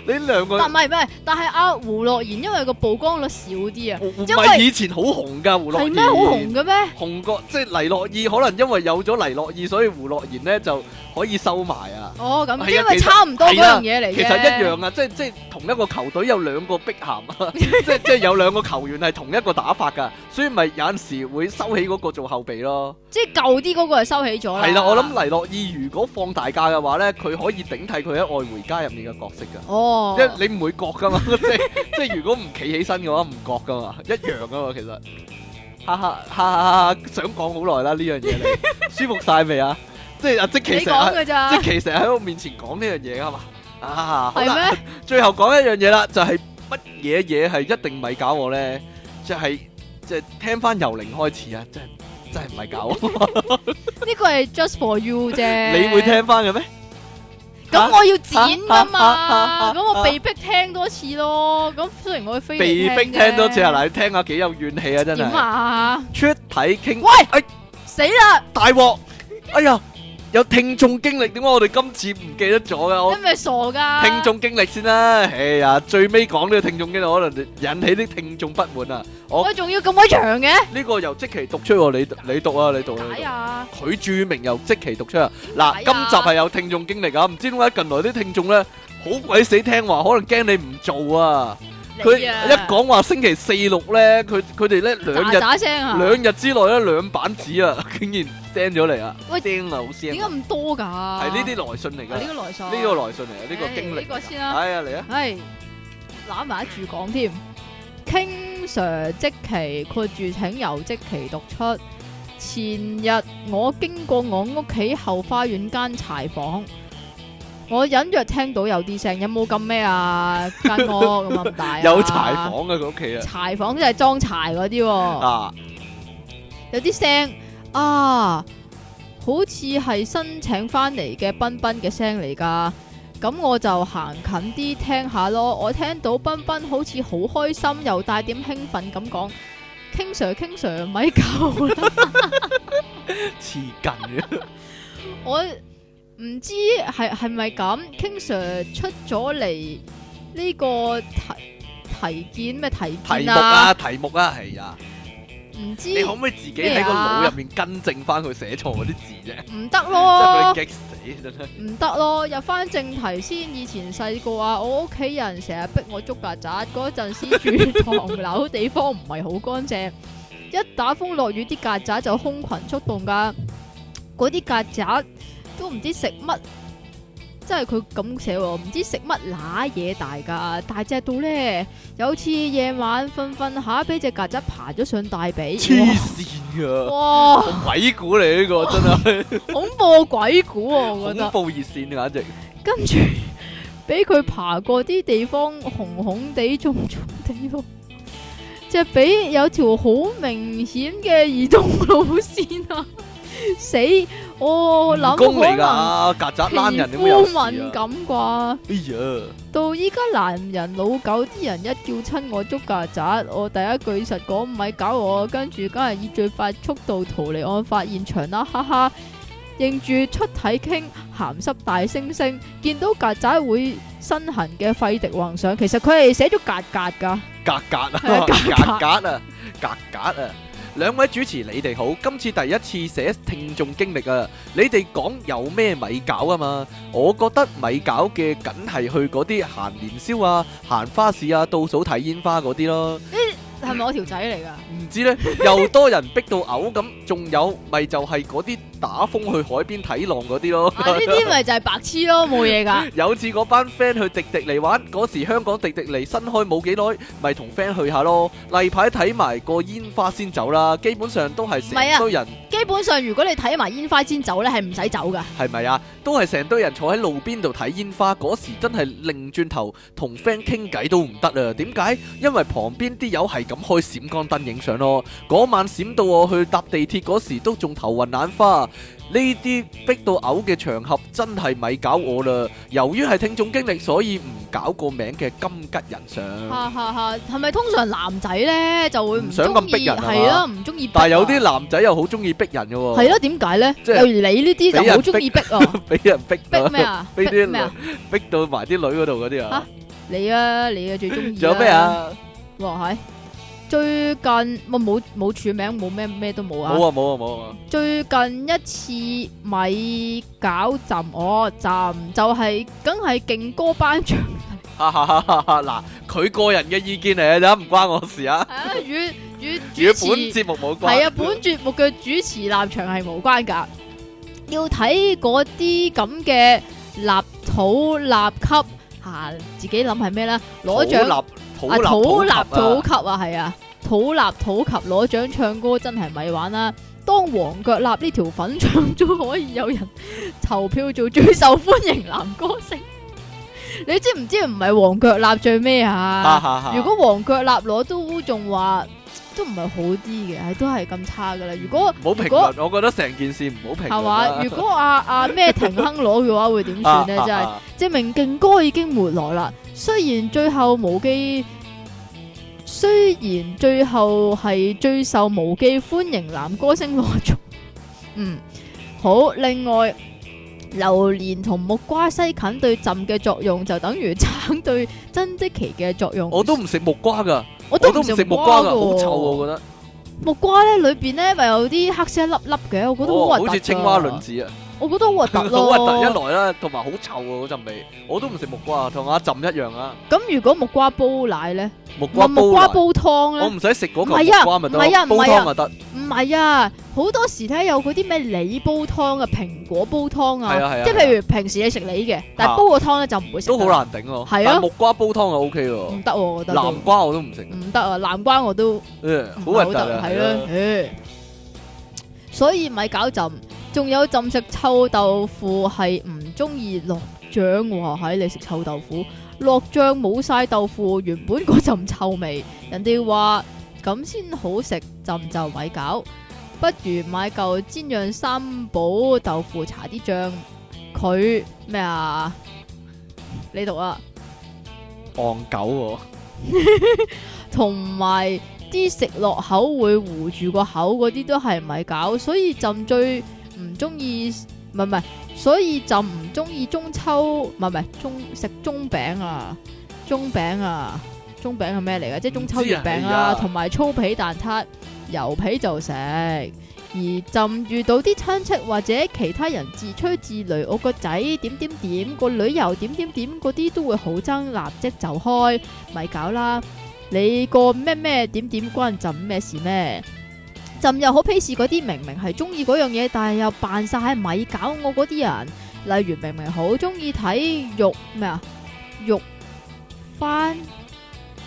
Speaker 1: 你兩個
Speaker 2: 但唔係唔係，但係阿胡諾言因為個曝光率少啲啊，
Speaker 1: 唔唔
Speaker 2: 因為
Speaker 1: 係以前好紅噶胡樂
Speaker 2: 係
Speaker 1: 兒，
Speaker 2: 咩好紅嘅咩？
Speaker 1: 紅過即係黎諾懿，可能因為有咗黎諾懿，所以胡樂兒咧就可以收埋啊。
Speaker 2: 哦
Speaker 1: 係
Speaker 2: 咁，
Speaker 1: 啊
Speaker 2: 因為
Speaker 1: 其實
Speaker 2: 差唔多嗰樣嘢嚟啫
Speaker 1: 其實一樣啊，即係即係同一個球隊有兩個碧咸 啊，即係即係有兩個球員係同一個打法噶，所以咪有陣時會收起嗰個做後備咯。
Speaker 2: 即係舊啲嗰個係收起咗啦。
Speaker 1: 係啦，我諗黎諾懿如果放大假嘅話咧，佢可以頂替佢喺《愛回家》入面嘅角色噶，
Speaker 2: 哦，
Speaker 1: 即係你唔會覺噶嘛，即係即係如果唔企起身嘅話唔覺噶嘛，一樣噶嘛其實，哈哈哈哈哈，想講好耐啦呢樣 嘢你，舒服晒未啊？即係阿即其
Speaker 2: 你
Speaker 1: 成日喺，
Speaker 2: 講㗎咋？
Speaker 1: 即其成日喺我面前講呢樣嘢噶嘛，啊好
Speaker 2: 係
Speaker 1: 啦，
Speaker 2: 咩？
Speaker 1: 最後講一樣嘢啦，就係乜嘢嘢係一定咪搞我咧？就係即係聽翻由零開始啊，真係真係唔係搞我，
Speaker 2: 呢個係 just for you 啫。
Speaker 1: 你會？聽翻嘅咩？
Speaker 2: 咁我要剪噶
Speaker 1: 啊啊啊
Speaker 2: 嘛，
Speaker 1: 啊
Speaker 2: 咁我被逼聽多次咯。咁雖然我會飛嚟
Speaker 1: 被逼
Speaker 2: 啫
Speaker 1: 聽多次啊！嗱，你聽下幾有怨氣啊！真
Speaker 2: 點
Speaker 1: 係
Speaker 2: 啊？
Speaker 1: 出體傾，
Speaker 2: 喂
Speaker 1: 哎
Speaker 2: 死啦！
Speaker 1: 大鑊！哎呀，有聽眾經歷，點解我哋今次唔記得咗嘅？我
Speaker 2: 你咪傻噶？
Speaker 1: 聽眾經歷先啦。哎呀，最尾講呢個聽眾經歷，可能引起啲聽眾不滿啊！
Speaker 2: 我仲要咁鬼長嘅？
Speaker 1: 呢個由即期讀出喎，你你讀啊，你讀啊！
Speaker 2: 哎
Speaker 1: 你讀
Speaker 2: 呀，
Speaker 1: 佢注明由即期讀出啊！嗱，
Speaker 2: 點解
Speaker 1: 今
Speaker 2: 啊
Speaker 1: 集係有聽眾經歷啊！唔知點解近來啲聽眾咧好鬼死聽話，可能驚你唔做啊！佢
Speaker 2: 你啊
Speaker 1: 一講話星期四六咧，佢佢哋咧兩日
Speaker 2: 喳。喳聲啊！
Speaker 1: 兩日之內咧兩版紙啊， 竟然 send 咗嚟啊！
Speaker 2: 喂
Speaker 1: 驚啊，好聲
Speaker 2: 點解
Speaker 1: 啊！
Speaker 2: 咁多噶？
Speaker 1: 係
Speaker 2: 係
Speaker 1: 呢啲來信嚟㗎，
Speaker 2: 啊呢
Speaker 1: 呢
Speaker 2: 個來信，
Speaker 1: 個來信嚟啊，呢個
Speaker 2: 唉
Speaker 1: 經歷嚟㗎。
Speaker 2: 呢個先啦
Speaker 1: 係啊，嚟啊！
Speaker 2: 係攬埋一住講添。King Sir 即期括住請由即期讀出。前日我經過我屋企後花園間柴房，我隱約聽到有啲聲，有冇咁咩啊？間屋咁咁大、啊，
Speaker 1: 有柴房啊，佢屋企啊
Speaker 2: 柴房即係裝柴嗰啲、喎。
Speaker 1: 啊！
Speaker 2: 有啲聲啊，好似係新請翻嚟嘅彬彬嘅聲嚟㗎。咁我就行近啲聽下咯。我聽到彬彬好似好開心，又帶點興奮咁講，King Sir，King Sir 咪救
Speaker 1: 黐
Speaker 2: 啦！
Speaker 1: 筋啊 嘅，
Speaker 2: 我唔知係系咪咁，King Sir 出咗嚟呢個提提件咩提
Speaker 1: 題
Speaker 2: 件
Speaker 1: 目
Speaker 2: 啊？
Speaker 1: 啊，題目啊，係啊，
Speaker 2: 唔知
Speaker 1: 你可唔可以自己喺個腦入面更正翻佢寫錯嗰啲字啫？
Speaker 2: 唔得
Speaker 1: 真係
Speaker 2: 咯，
Speaker 1: 俾佢激死真係。
Speaker 2: 唔得咯，入翻正題先。以前細個啊，我屋企人成日逼我捉曱甴，嗰陣時住唐樓，地方唔係好乾淨，一打風落雨啲曱甴就空群速動噶。嗰啲曱甴都唔知食乜，即係佢咁寫喎，唔知食乜乸嘢大噶，大隻到咧。有次夜晚瞓瞓下，俾只曱甴爬咗上大髀，
Speaker 1: 黐線噶，
Speaker 2: 哇！哇
Speaker 1: 鬼故嚟呢個真係
Speaker 2: 恐怖鬼故啊， 我覺得
Speaker 1: 恐。怖熱線啊簡直。
Speaker 2: 跟住 俾佢爬過啲地方，紅紅地、棕棕地咯。只髀有條好明顯嘅移動路線啊！ 死，我諗
Speaker 1: 工嚟
Speaker 2: 可
Speaker 1: 噶，曱甴
Speaker 2: 能
Speaker 1: 躝
Speaker 2: 皮
Speaker 1: 人點會有事
Speaker 2: 膚敏
Speaker 1: 啊？
Speaker 2: 感啩。
Speaker 1: 哎呀，
Speaker 2: 到依家男人老狗啲人一叫親我捉曱甴，我第一句實講唔係搞我，跟住梗係以最快速度逃離案發現場啦，哈哈！認住出體傾鹹濕大猩猩，見到曱甴會身痕嘅費迪幻想，其實佢係寫咗曱甴㗎，
Speaker 1: 曱甴啊，
Speaker 2: 係啊曱
Speaker 1: 曱甴啊，曱甴啊！兩位主持你哋好，今次第一次寫聽眾經歷啊，你哋講有咩米搞啊嘛？我覺得米搞嘅梗係去嗰啲行年宵啊、行花市啊、倒數睇煙花嗰啲咯。
Speaker 2: 係咪我條仔 嚟㗎？
Speaker 1: 唔知呢，又多人逼到嘔咁，仲有咪就係嗰啲打風去海邊睇浪嗰啲咯。
Speaker 2: 啊，呢啲咪就係白痴咯，冇嘢 㗎。
Speaker 1: 有次嗰班 friend 去迪迪尼玩，嗰時香港迪迪尼新開冇幾耐，咪同 friend 去下咯。例牌睇埋個煙花先走啦，基本上都係
Speaker 2: 唔係啊
Speaker 1: 成堆人，
Speaker 2: 基本上如果你睇埋煙花先走咧，係唔使走㗎。
Speaker 1: 係咪啊？都係成堆人坐喺路邊度睇煙花。嗰時真係擰轉頭同 friend 傾偈都唔得啊！點解？因為旁邊啲友係咁開閃光燈影相咯。嗰晚閃到我去搭地鐵嗰時都仲頭暈眼花。呢啲逼到嘔嘅場合真係咪搞我啦！由於係聽眾經歷，所以唔搞個名嘅金吉人上。
Speaker 2: 哈哈哈，係咪通常男仔咧就會唔
Speaker 1: 唔想咁
Speaker 2: 中
Speaker 1: 逼
Speaker 2: 意
Speaker 1: 人啊嘛
Speaker 2: 係咯，唔中意逼啊。
Speaker 1: 但係有啲男仔又好中意逼人嘅喎，
Speaker 2: 係啊咯，點解咧？
Speaker 1: 哦即係
Speaker 2: 例如你呢啲就好中意逼啊，
Speaker 1: 俾人逼
Speaker 2: 逼咩啊？
Speaker 1: 逼
Speaker 2: 逼咩啊？
Speaker 1: 逼到埋啲女嗰度嗰啲啊。
Speaker 2: 你啊，你啊最中意。
Speaker 1: 仲有咩？啊？
Speaker 2: 哇係，最近我冇冇署名，冇咩咩都冇啊。
Speaker 1: 冇啊冇啊冇啊！
Speaker 2: 最近一次咪搞浸我浸，就係梗係勁歌頒獎
Speaker 1: 哈哈哈哈哈！嗱，佢個人嘅意見嚟嘅咋，唔關我事啊。
Speaker 2: 啊， 與與
Speaker 1: 與
Speaker 2: 主
Speaker 1: 本
Speaker 2: 持。
Speaker 1: 節目冇關。
Speaker 2: 係啊，本節目嘅主持立場係無關㗎，要睇嗰啲咁嘅立土立級啊，自己諗係咩啦？攞獎啊，
Speaker 1: 土立土
Speaker 2: 立
Speaker 1: 立
Speaker 2: 土
Speaker 1: 土及
Speaker 2: 級啊，係啊，土立土及攞獎唱歌真係咪玩啦？當黃腳立呢條粉腸都可以有人投票做最受歡迎男歌星，你知唔知唔係黃腳立最咩啊
Speaker 1: 啊！哈？哈哈
Speaker 2: 如果黃腳立攞都仲話都唔係好啲嘅，係都係咁差噶啦。如果
Speaker 1: 唔好評
Speaker 2: 如果
Speaker 1: 論，我覺得成件事唔好評論啦
Speaker 2: 係嘛，如果阿阿咩廷亨攞嘅話，會點算
Speaker 1: 啊
Speaker 2: 呢？真
Speaker 1: 啊
Speaker 2: 係
Speaker 1: 啊
Speaker 2: 證明勁歌已經沒落啦。雖然最後無機，雖然最後係最受無忌歡迎男歌星攞咗。 嗯，好。另外，榴蓮同木瓜西芹對浸嘅作用就等於橙對增積奇嘅作用。
Speaker 1: 我都唔食木瓜㗎，
Speaker 2: 我
Speaker 1: 我
Speaker 2: 都
Speaker 1: 都唔食木瓜
Speaker 2: 瓜
Speaker 1: 㗎，好臭啊！
Speaker 2: 喎。
Speaker 1: 我覺得。
Speaker 2: 木瓜咧裏邊咧咪有啲黑色一粒粒嘅，我覺得
Speaker 1: 哦
Speaker 2: 好核突。
Speaker 1: 好似青蛙卵，子啊，
Speaker 2: 我覺得好 核突
Speaker 1: 好
Speaker 2: 咯。
Speaker 1: 核突一來啦，同埋好臭啊嗰陣味，我都唔食木瓜，同阿浸一樣啊。
Speaker 2: 咁如果木瓜煲奶咧，
Speaker 1: 木
Speaker 2: 唔係
Speaker 1: 瓜
Speaker 2: 木瓜煲
Speaker 1: 煲奶，
Speaker 2: 湯
Speaker 1: 我
Speaker 2: 咧，
Speaker 1: 唔使食嗰
Speaker 2: 唔係
Speaker 1: 嚿
Speaker 2: 啊
Speaker 1: 木瓜咪得
Speaker 2: 唔係啊
Speaker 1: 咯，煲
Speaker 2: 唔係啊
Speaker 1: 湯咪得，
Speaker 2: 唔係啊，好多時咧有嗰啲咩梨煲湯啊、蘋果煲湯
Speaker 1: 係啊係
Speaker 2: 啊
Speaker 1: 啊，
Speaker 2: 即係
Speaker 1: 係啊
Speaker 2: 譬如平時你食梨嘅，但係煲個湯咧就唔會食
Speaker 1: 都
Speaker 2: 得。
Speaker 1: 好難頂喎。
Speaker 2: 係啊
Speaker 1: 但木瓜煲湯就 O K
Speaker 2: 唔
Speaker 1: 喎，
Speaker 2: 得喎，我覺得都
Speaker 1: 南瓜我都唔食，
Speaker 2: 唔得啊，南瓜我都。
Speaker 1: 誒好
Speaker 2: 唔
Speaker 1: 核
Speaker 2: 係
Speaker 1: 突啊，
Speaker 2: 係啦，唉所以咪搞浸，仲有浸食臭豆腐係唔中意落醬喎，喺你食臭豆腐落醬冇晒豆腐原本嗰陣臭味，人哋話咁先好食，浸就咪搞，不如買嚿煎釀三寶豆腐搽啲醬，佢咩啊？你讀啊！
Speaker 1: 戇狗喎。
Speaker 2: 同埋啲食落口會糊住個口嗰啲都係米餃，所以朕最唔中意，唔係唔係，所以朕唔中意中秋，唔係唔係中食中餅啊，中餅啊，中餅係咩嚟嘅？即係中秋月餅
Speaker 1: 唔知啊係
Speaker 2: 啦，
Speaker 1: 啊
Speaker 2: 同埋粗皮蛋撻、油皮就食。而朕遇到啲親戚或者其他人自吹自擂，我個仔點點點，個女又點點點，嗰啲都會好憎，立即就開，咪搞啦！你個咩咩點點關朕咩事咩？朕又好鄙視嗰啲明明係中意嗰樣嘢，但係又扮晒係咪搞我嗰啲人。例如明明好中意睇肉咩啊肉翻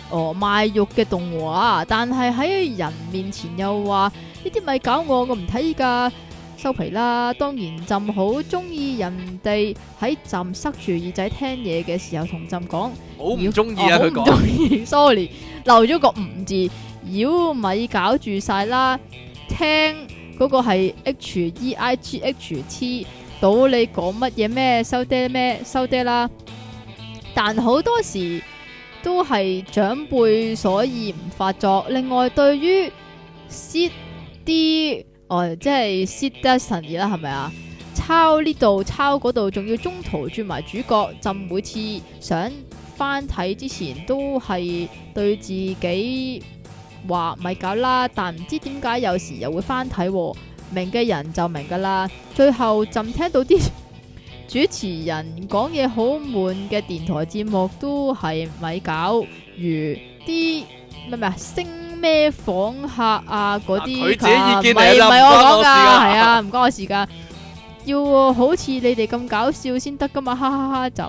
Speaker 2: 哦賣肉嘅動畫，但係喺人面前又話呢啲咪搞我，我唔睇㗎。收皮啦！當然朕好中意人哋喺朕塞住耳仔聽嘢嘅時候同朕講。
Speaker 1: 好唔中意啊！
Speaker 2: 哦我好
Speaker 1: 佢
Speaker 2: 唔
Speaker 1: 講
Speaker 2: 中意，sorry，漏咗個唔字，妖咪搞住晒啦。聽嗰個係 H E I G H T，到你講乜嘢咩收爹咩收爹啦。但好多時都係長輩，所以唔發作。另外，對於 sit 啲，哦，即係 sit 得神熱啦，係咪啊？抄呢度，抄嗰度，仲要中途轉埋主角。朕每次想翻睇之前，都係對自己話咪搞啦，但唔知點解有時又會翻睇喎。明嘅人就明噶啦。最後朕聽到啲 主持人講嘢好悶嘅電台節目，都係咪搞，如啲咩咩啊星咩訪客啊嗰
Speaker 1: 嗱佢
Speaker 2: 啲㗎，
Speaker 1: 自己意見
Speaker 2: 唔係
Speaker 1: 嚟啦
Speaker 2: 唔係
Speaker 1: 唔關我
Speaker 2: 我講㗎，
Speaker 1: 事㗎
Speaker 2: 係啊，唔關我事㗎。要好似你哋咁搞笑先得噶嘛，哈哈哈！朕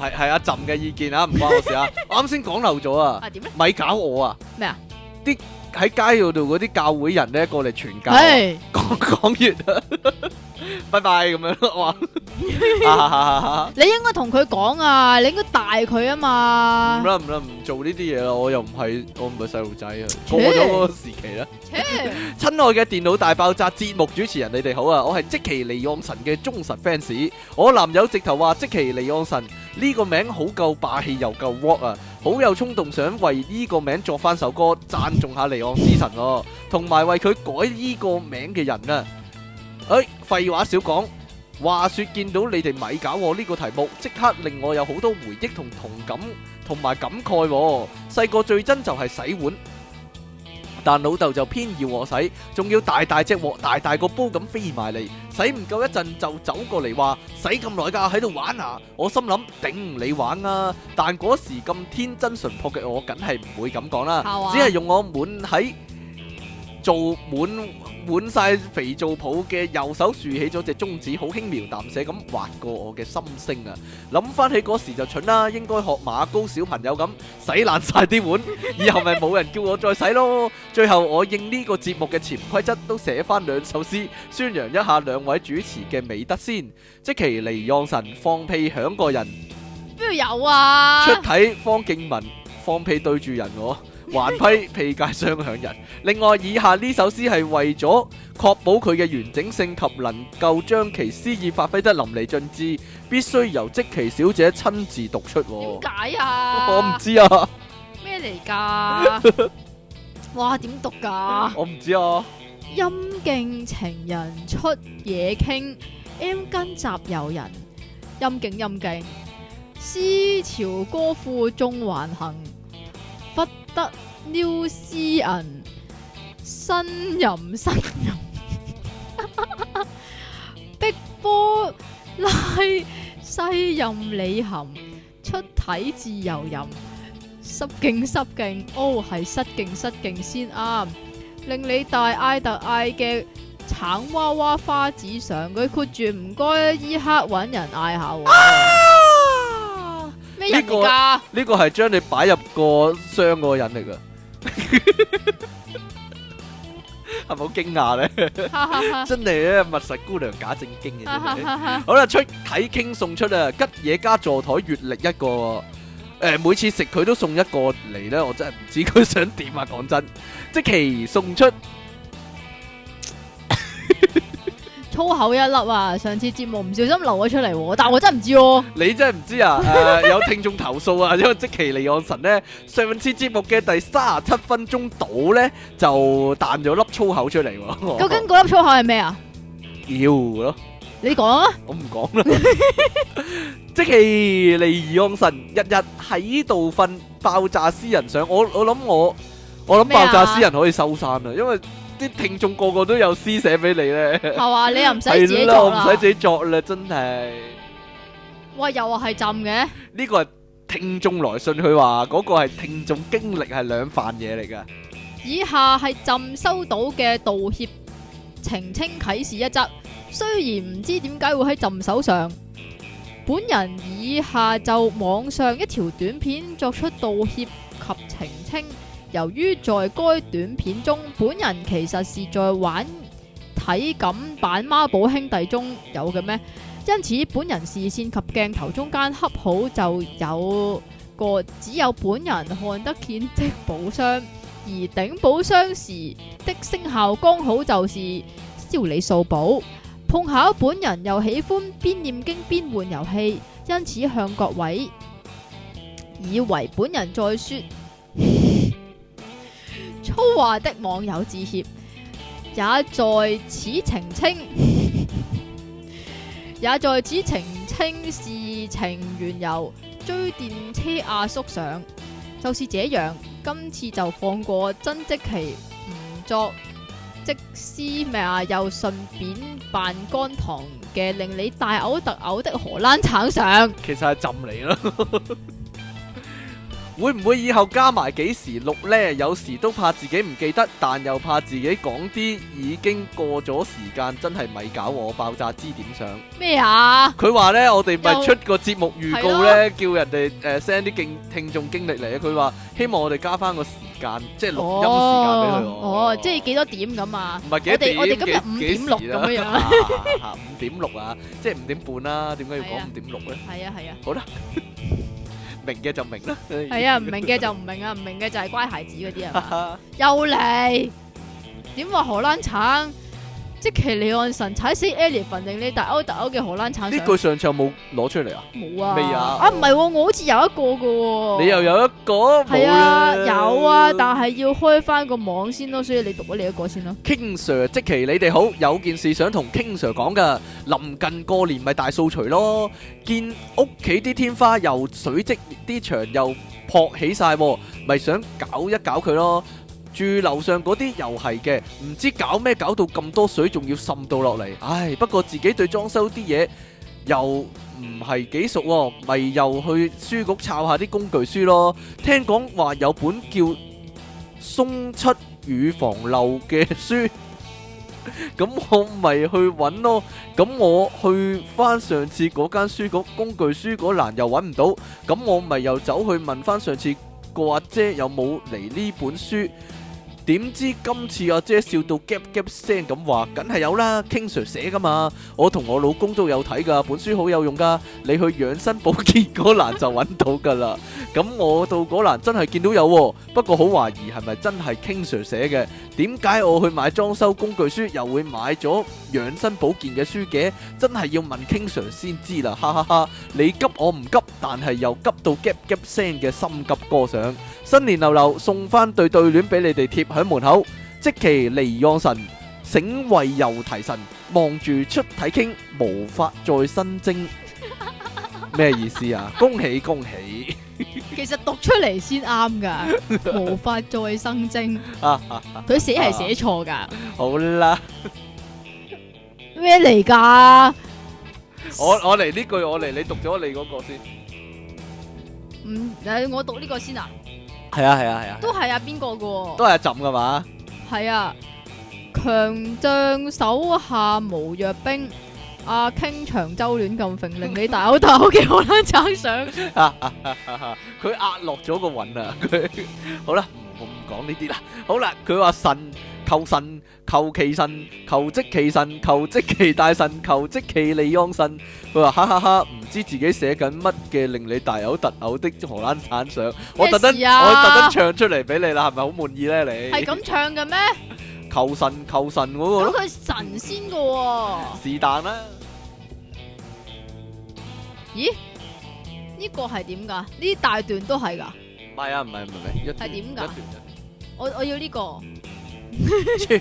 Speaker 1: 係係阿朕嘅意見啊，唔關我 事啊。我啱先講漏咗啊，
Speaker 2: 啊點咧？
Speaker 1: 咪搞我啊！
Speaker 2: 咩啊？
Speaker 1: 啲喺街嗰度嗰啲教會人咧過嚟傳教啊，
Speaker 2: 係
Speaker 1: 講講完啊， 拜拜咁樣 咯，我話啊哈哈哈
Speaker 2: 你應該同佢講啊，你應該大佢啊
Speaker 1: 哈
Speaker 2: 嘛
Speaker 1: 唔。啦唔啦，唔做呢啲嘢啦，我又唔係我唔係細路仔啊，
Speaker 2: 切
Speaker 1: 過咗嗰個時期啦。
Speaker 2: 切
Speaker 1: 親愛嘅電腦大爆炸節目主持人，你哋好啊！我係即其離岸神嘅忠實 fans，我男友直頭話即其離岸神呢個名好夠霸氣又夠 rock 啊！好有衝動想為呢個名作翻首歌，讚頌下離岸之神喎、同埋為佢改呢個名嘅人啊！誒、廢話少講。話說見到你哋咪搞我呢個題目，即刻令我有好多回憶同同感，同埋感慨、喎。細個最憎就係洗碗，但老豆就偏要我洗，仲要大大隻鑊、大大個煲咁飛埋嚟，洗唔夠一陣就走過嚟話洗咁耐㗎，喺度玩啊！我心諗頂你玩啊！但嗰時咁天真純朴嘅我，梗係唔會咁講啦
Speaker 2: 嚇 哇，
Speaker 1: 只係用我滿喺做滿滿晒肥皂泡嘅右手豎起咗隻中指，好輕描淡寫咁劃過我嘅心聲啊！諗翻起嗰時就蠢啦，應該學馬高小朋友咁洗爛晒啲碗，以後咪冇人叫我再洗咯。最後我應呢個節目嘅潛規則，都寫翻兩首詩，宣揚一下兩位主持嘅美德先。即其離岸神放屁響過人，
Speaker 2: 邊度有啊？
Speaker 1: 出體方敬文放屁對住人 我。還批屁界雙響人。另外，以下呢首詩係為咗確保佢嘅完整性及能夠將其詩意發揮得淋漓盡致，必須由即其小姐親自讀出喎。
Speaker 2: 點解啊？
Speaker 1: 我唔知啊，
Speaker 2: 咩嚟 㗎？哇，點讀㗎？
Speaker 1: 我唔知啊，
Speaker 2: 陰勁情人出野傾，M 跟集友人，陰勁陰勁，思潮歌賦縱橫行，忽得撩詩人，呻吟呻吟，碧波拉西任李含，出體自由吟，濕勁濕勁，哦係失勁失勁先 啱。令你大嗌特嗌嘅橙娃娃花紙上，佢括住唔該，依刻揾人嗌下喎。咩人嚟㗎？
Speaker 1: 呢個係將你擺入個箱嗰個人嚟噶， 係咪好驚訝 咧？
Speaker 2: 哈哈哈
Speaker 1: 真係咧，密實姑娘假正經嘅真
Speaker 2: 哈 哈
Speaker 1: 係。
Speaker 2: 哈哈！
Speaker 1: 好啦，出體傾送出啊，吉野家座台月曆一個喎。誒、每次食佢都送一個嚟咧，我真係唔知佢想點啊！講真，即期送出
Speaker 2: 粗口一粒啊！上次節目唔小心流咗出嚟喎，但我真係唔知喎。
Speaker 1: 你真係唔知啊！誒、有聽眾投訴啊，因為即其尼昂神咧上次節目嘅第三十七分鐘度咧就彈咗粒粗口出嚟喎。
Speaker 2: 究竟嗰粒粗口係咩啊？
Speaker 1: 妖咯，
Speaker 2: 你講啊！
Speaker 1: 我唔講 啦。即其尼昂神日日喺度瞓，爆炸私人相。我我諗我我諗
Speaker 2: 咩啊
Speaker 1: 爆炸私人可以收山啦，因為啲聽眾個個都有私寫俾你咧。
Speaker 2: 係嘛？你又唔使自己
Speaker 1: 係啦，
Speaker 2: 做
Speaker 1: 我唔
Speaker 2: 啦。
Speaker 1: 使自己作啦，真係。
Speaker 2: 喂，又話係浸嘅，
Speaker 1: 呢個係聽眾來信，佢話嗰個係聽眾經歷係兩飯嘢嚟㗎。
Speaker 2: 以下係浸收到嘅道歉澄清啟示一則。雖然唔知點解會喺浸手上，本人以下就網上一條短片作出道歉及澄清。由於在該短片中，本人其實是在玩體感版孖寶兄弟中有嘅咩，因此本人視線及鏡頭中間恰好就有個只有本人看得見的寶箱。而頂寶箱時的聲效剛好就是燒你數寶。碰巧本人又喜歡邊念經邊玩遊戲，因此向各位以為本人在說 粗話的網友致歉，也在此澄清， 也在此澄清事情緣由。追電車阿叔上，就是這樣。今次就放過曾積奇唔作即師咩啊，又順便扮乾糖嘅令你大嘔特嘔的荷蘭橙上，
Speaker 1: 其實係浸嚟啦。 會唔會以後加埋幾時錄呢？有時都怕自己唔記得，但又怕自己講啲已經過咗時間，真係咪搞我爆炸支點上。
Speaker 2: 咩啊？
Speaker 1: 佢話呢，我哋咪
Speaker 2: 又
Speaker 1: 出個節目預告呢，叫人哋誒 send 啲經聽眾經歷嚟。佢話希望我哋加翻個時間，即係錄音時間俾佢
Speaker 2: 哦
Speaker 1: 喎。
Speaker 2: 哦，即係幾多點咁啊？
Speaker 1: 唔係幾多點？
Speaker 2: 我哋我哋今日
Speaker 1: 幾
Speaker 2: 5.6
Speaker 1: 幾時啦
Speaker 2: 咁樣
Speaker 1: 啊五點六啊，即係五點半啦。點解要
Speaker 2: 係
Speaker 1: 講
Speaker 2: 啊
Speaker 1: 五點六咧？
Speaker 2: 係啊係啊
Speaker 1: 明嘅就明啦。
Speaker 2: 係啊，唔明嘅就唔明啊，唔明嘅就係乖孩子嗰 啲啊。
Speaker 1: 啊，
Speaker 2: 又嚟，點話荷蘭橙？即其利岸神踩死 elephant 令你大歐大歐嘅荷蘭橙
Speaker 1: 呢
Speaker 2: 上
Speaker 1: 句上次有冇攞出嚟啊？
Speaker 2: 冇啊？
Speaker 1: 未啊
Speaker 2: 啊唔係喎，我好似有一個嘅喎。
Speaker 1: 你又有一個
Speaker 2: 系
Speaker 1: 冇
Speaker 2: 哦啊，
Speaker 1: 啦？
Speaker 2: 有啊，但係要開翻個網先咯，所以你讀咗你一個先咯。
Speaker 1: King Sir，即其你哋好，有件事想同 King Sir 講噶。臨近過年咪大掃除咯，見屋企啲天花又水積，啲牆又撲起晒喎，咪想搞一搞佢咯。住樓上嗰啲又係嘅，唔知搞咩搞到咁多水，仲要滲到落嚟。唉，不過自己對裝修啲嘢又唔係幾熟喎，咪又去書局抄下啲工具書咯。聽講話有本叫《松七乳防漏》嘅書， 咁我咪去揾咯。咁我去翻上次嗰間書局工具書嗰欄又揾唔到，咁我咪又走去問翻上次個阿姐有冇嚟呢本書。點知今次阿姐笑到 gap gap 聲咁話，梗係有啦，King Sir 寫噶嘛，我同我老公都有睇噶，本書好有用噶，你去養生保健嗰欄就揾到噶啦。咁我到嗰欄真係見到有、喎，不過好懷疑係咪真係 King Sir 寫嘅？點解我去買裝修工具書又會買咗養生保健嘅書嘅？真係要問 King Sir 先知啦，哈哈哈！你急我唔急，但係又急到 gap gap 聲嘅心急歌上。新年流流送翻對對聯俾你哋貼喺門口，即其離岸神，醒慧又提神，望住出體傾，無法再新精。咩意思啊？恭喜恭喜！
Speaker 2: 其實讀出嚟先 啱噶，無法再生精。
Speaker 1: 啊
Speaker 2: 佢寫係寫錯噶，
Speaker 1: 好啦，
Speaker 2: 咩嚟噶？
Speaker 1: 我我嚟呢句，我嚟，你讀咗你嗰個先。
Speaker 2: 唔，嗯誒我讀呢個先啊，
Speaker 1: 係啊係啊係啊，
Speaker 2: 都係啊，邊個噶？
Speaker 1: 都係浸噶嘛？
Speaker 2: 係啊，強將手下無弱兵。阿傾長洲亂咁揈，令你大口大口嘅荷蘭橙上。
Speaker 1: 啊佢壓落咗個雲啊！佢 好啦，唔唔講呢啲啦。好啦，佢話神求神求其神求即其神求即其大神求即其利安神。佢話哈哈哈，唔知自己寫緊乜嘅，令你大嘔特嘔的荷蘭產相。我特登
Speaker 2: 咩事啊
Speaker 1: 我特登唱出嚟俾你啦，係咪好滿意咧？你
Speaker 2: 係咁唱嘅咩？
Speaker 1: 求神求神嗰個
Speaker 2: 咁
Speaker 1: 咯，
Speaker 2: 佢神仙噶喎，
Speaker 1: 是但啦。
Speaker 2: 呢個係點㗎？呢大段都係㗎，
Speaker 1: 唔係啊，唔係唔係唔係，一段
Speaker 2: 係點㗎
Speaker 1: 一段啫
Speaker 2: 我我要呢個
Speaker 1: 切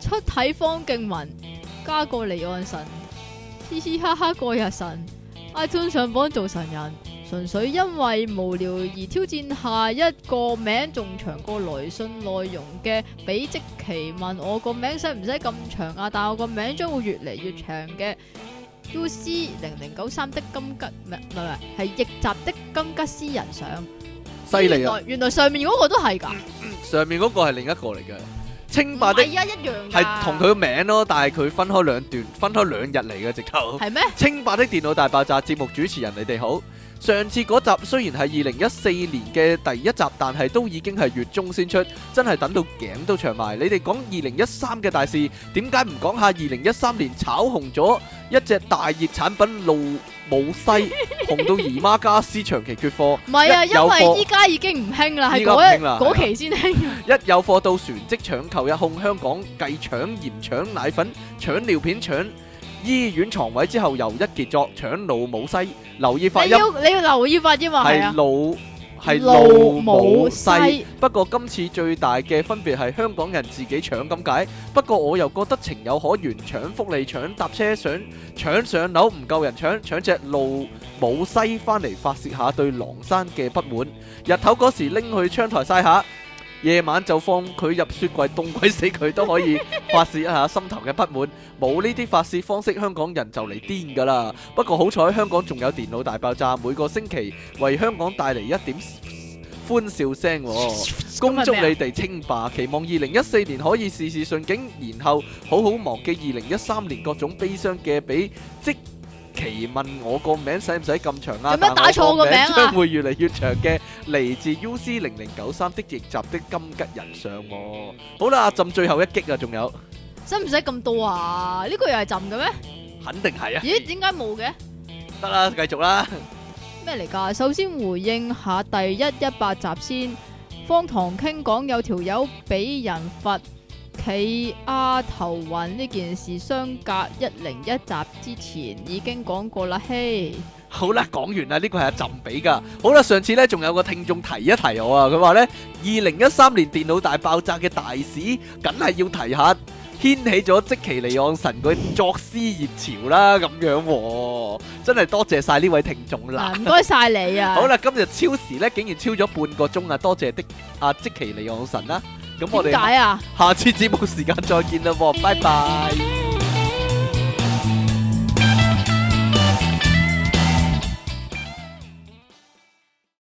Speaker 2: 出體方敬文加個離岸神，嘻嘻哈哈過日神，iTunes 上榜做神人，純粹因為無聊而挑戰下一個名仲長過來信內容嘅比即奇問我個名使唔使咁長啊？但我個名將會越嚟越長嘅。U C 零零九三的金吉唔係唔係唔係係逆襲的金吉斯人上，
Speaker 1: 犀利啊！
Speaker 2: 原來！原來上面嗰個都係㗎。
Speaker 1: 上面嗰個係另一個嚟嘅，清白的
Speaker 2: 唔係啊，一樣㗎
Speaker 1: 係同佢個名咯，但係佢分開兩段，分開兩日嚟嘅直頭。
Speaker 2: 係咩？
Speaker 1: 清白的電腦大爆炸節目主持人，你哋好。上次嗰集雖然係二零一四年嘅第一集，但係都已經係月中先出，真係等到頸都長埋。你哋講二零一三嘅大事，點解唔講下二零一三年炒紅咗一隻大熱產品路姆西，紅到姨媽家私長期缺貨？
Speaker 2: 唔係啊，
Speaker 1: 一
Speaker 2: 因
Speaker 1: 有貨
Speaker 2: 為依家已經唔興啦，係
Speaker 1: 依家唔興
Speaker 2: 嗰
Speaker 1: 啦
Speaker 2: 嗰期先興。
Speaker 1: 一有貨到船即搶購一空，香港繼搶鹽、搶奶粉、搶尿片、搶醫院床位之後，又一傑作搶老母西。留意發
Speaker 2: 你
Speaker 1: 音
Speaker 2: 要你要留意發啫嘛，係
Speaker 1: 係
Speaker 2: 啊，
Speaker 1: 老係老
Speaker 2: 路
Speaker 1: 母
Speaker 2: 母
Speaker 1: 西
Speaker 2: 西。
Speaker 1: 不過今次最大嘅分別係香港人自己搶咁解。不過我又覺得情有可原，搶福利、搶搭車、想搶上樓唔夠人搶，搶只路母西翻嚟發泄下對狼山嘅不滿。日頭嗰時拎去窗台晒下，夜晚就放佢入雪櫃凍鬼死佢都可以發泄一下心頭嘅不滿。冇呢啲發泄方式，香港人就嚟癲㗎啦。不過好彩香港仲有電腦大爆炸，每個星期為香港帶嚟一點歡笑聲喎。恭祝你哋稱霸，期望二零一四年可以事事順境，然後好好忘記二零一三年各種悲傷嘅比即期問我個名使唔使咁長啊？
Speaker 2: 做咩打錯我個名啊
Speaker 1: 但我 個將會越嚟越長嘅，嚟自 U C 零零九三的逆襲的金吉人上喎。好啦，阿朕最後一擊啊，仲有
Speaker 2: 使唔使咁多啊？呢個又係浸嘅咩？
Speaker 1: 肯定係啊，
Speaker 2: 咦，點解冇嘅？
Speaker 1: 得啦，繼續啦，
Speaker 2: 咩嚟㗎？首先回應下第一一百集先。方唐傾講有條友俾人罰企丫頭暈呢件事，相隔一零一集之前已經講過啦，嘿。
Speaker 1: 好啦，講完啦，呢個係阿朕俾噶。好啦，上次呢，仲有個聽眾提一提我啊，佢話呢，二零一三年電腦大爆炸嘅大事，梗係要提下。掀起咗即其利昂神嘅作詩熱潮啦，咁樣喎、真係多謝晒呢位聽眾啦
Speaker 2: 嗱，。唔該晒你啊！
Speaker 1: 好啦，今日超時咧，竟然超咗半個鐘啊！多謝的阿即奇利昂神啦。咁我哋
Speaker 2: 點解啊？
Speaker 1: 下次節目時間再見啦喎，拜拜。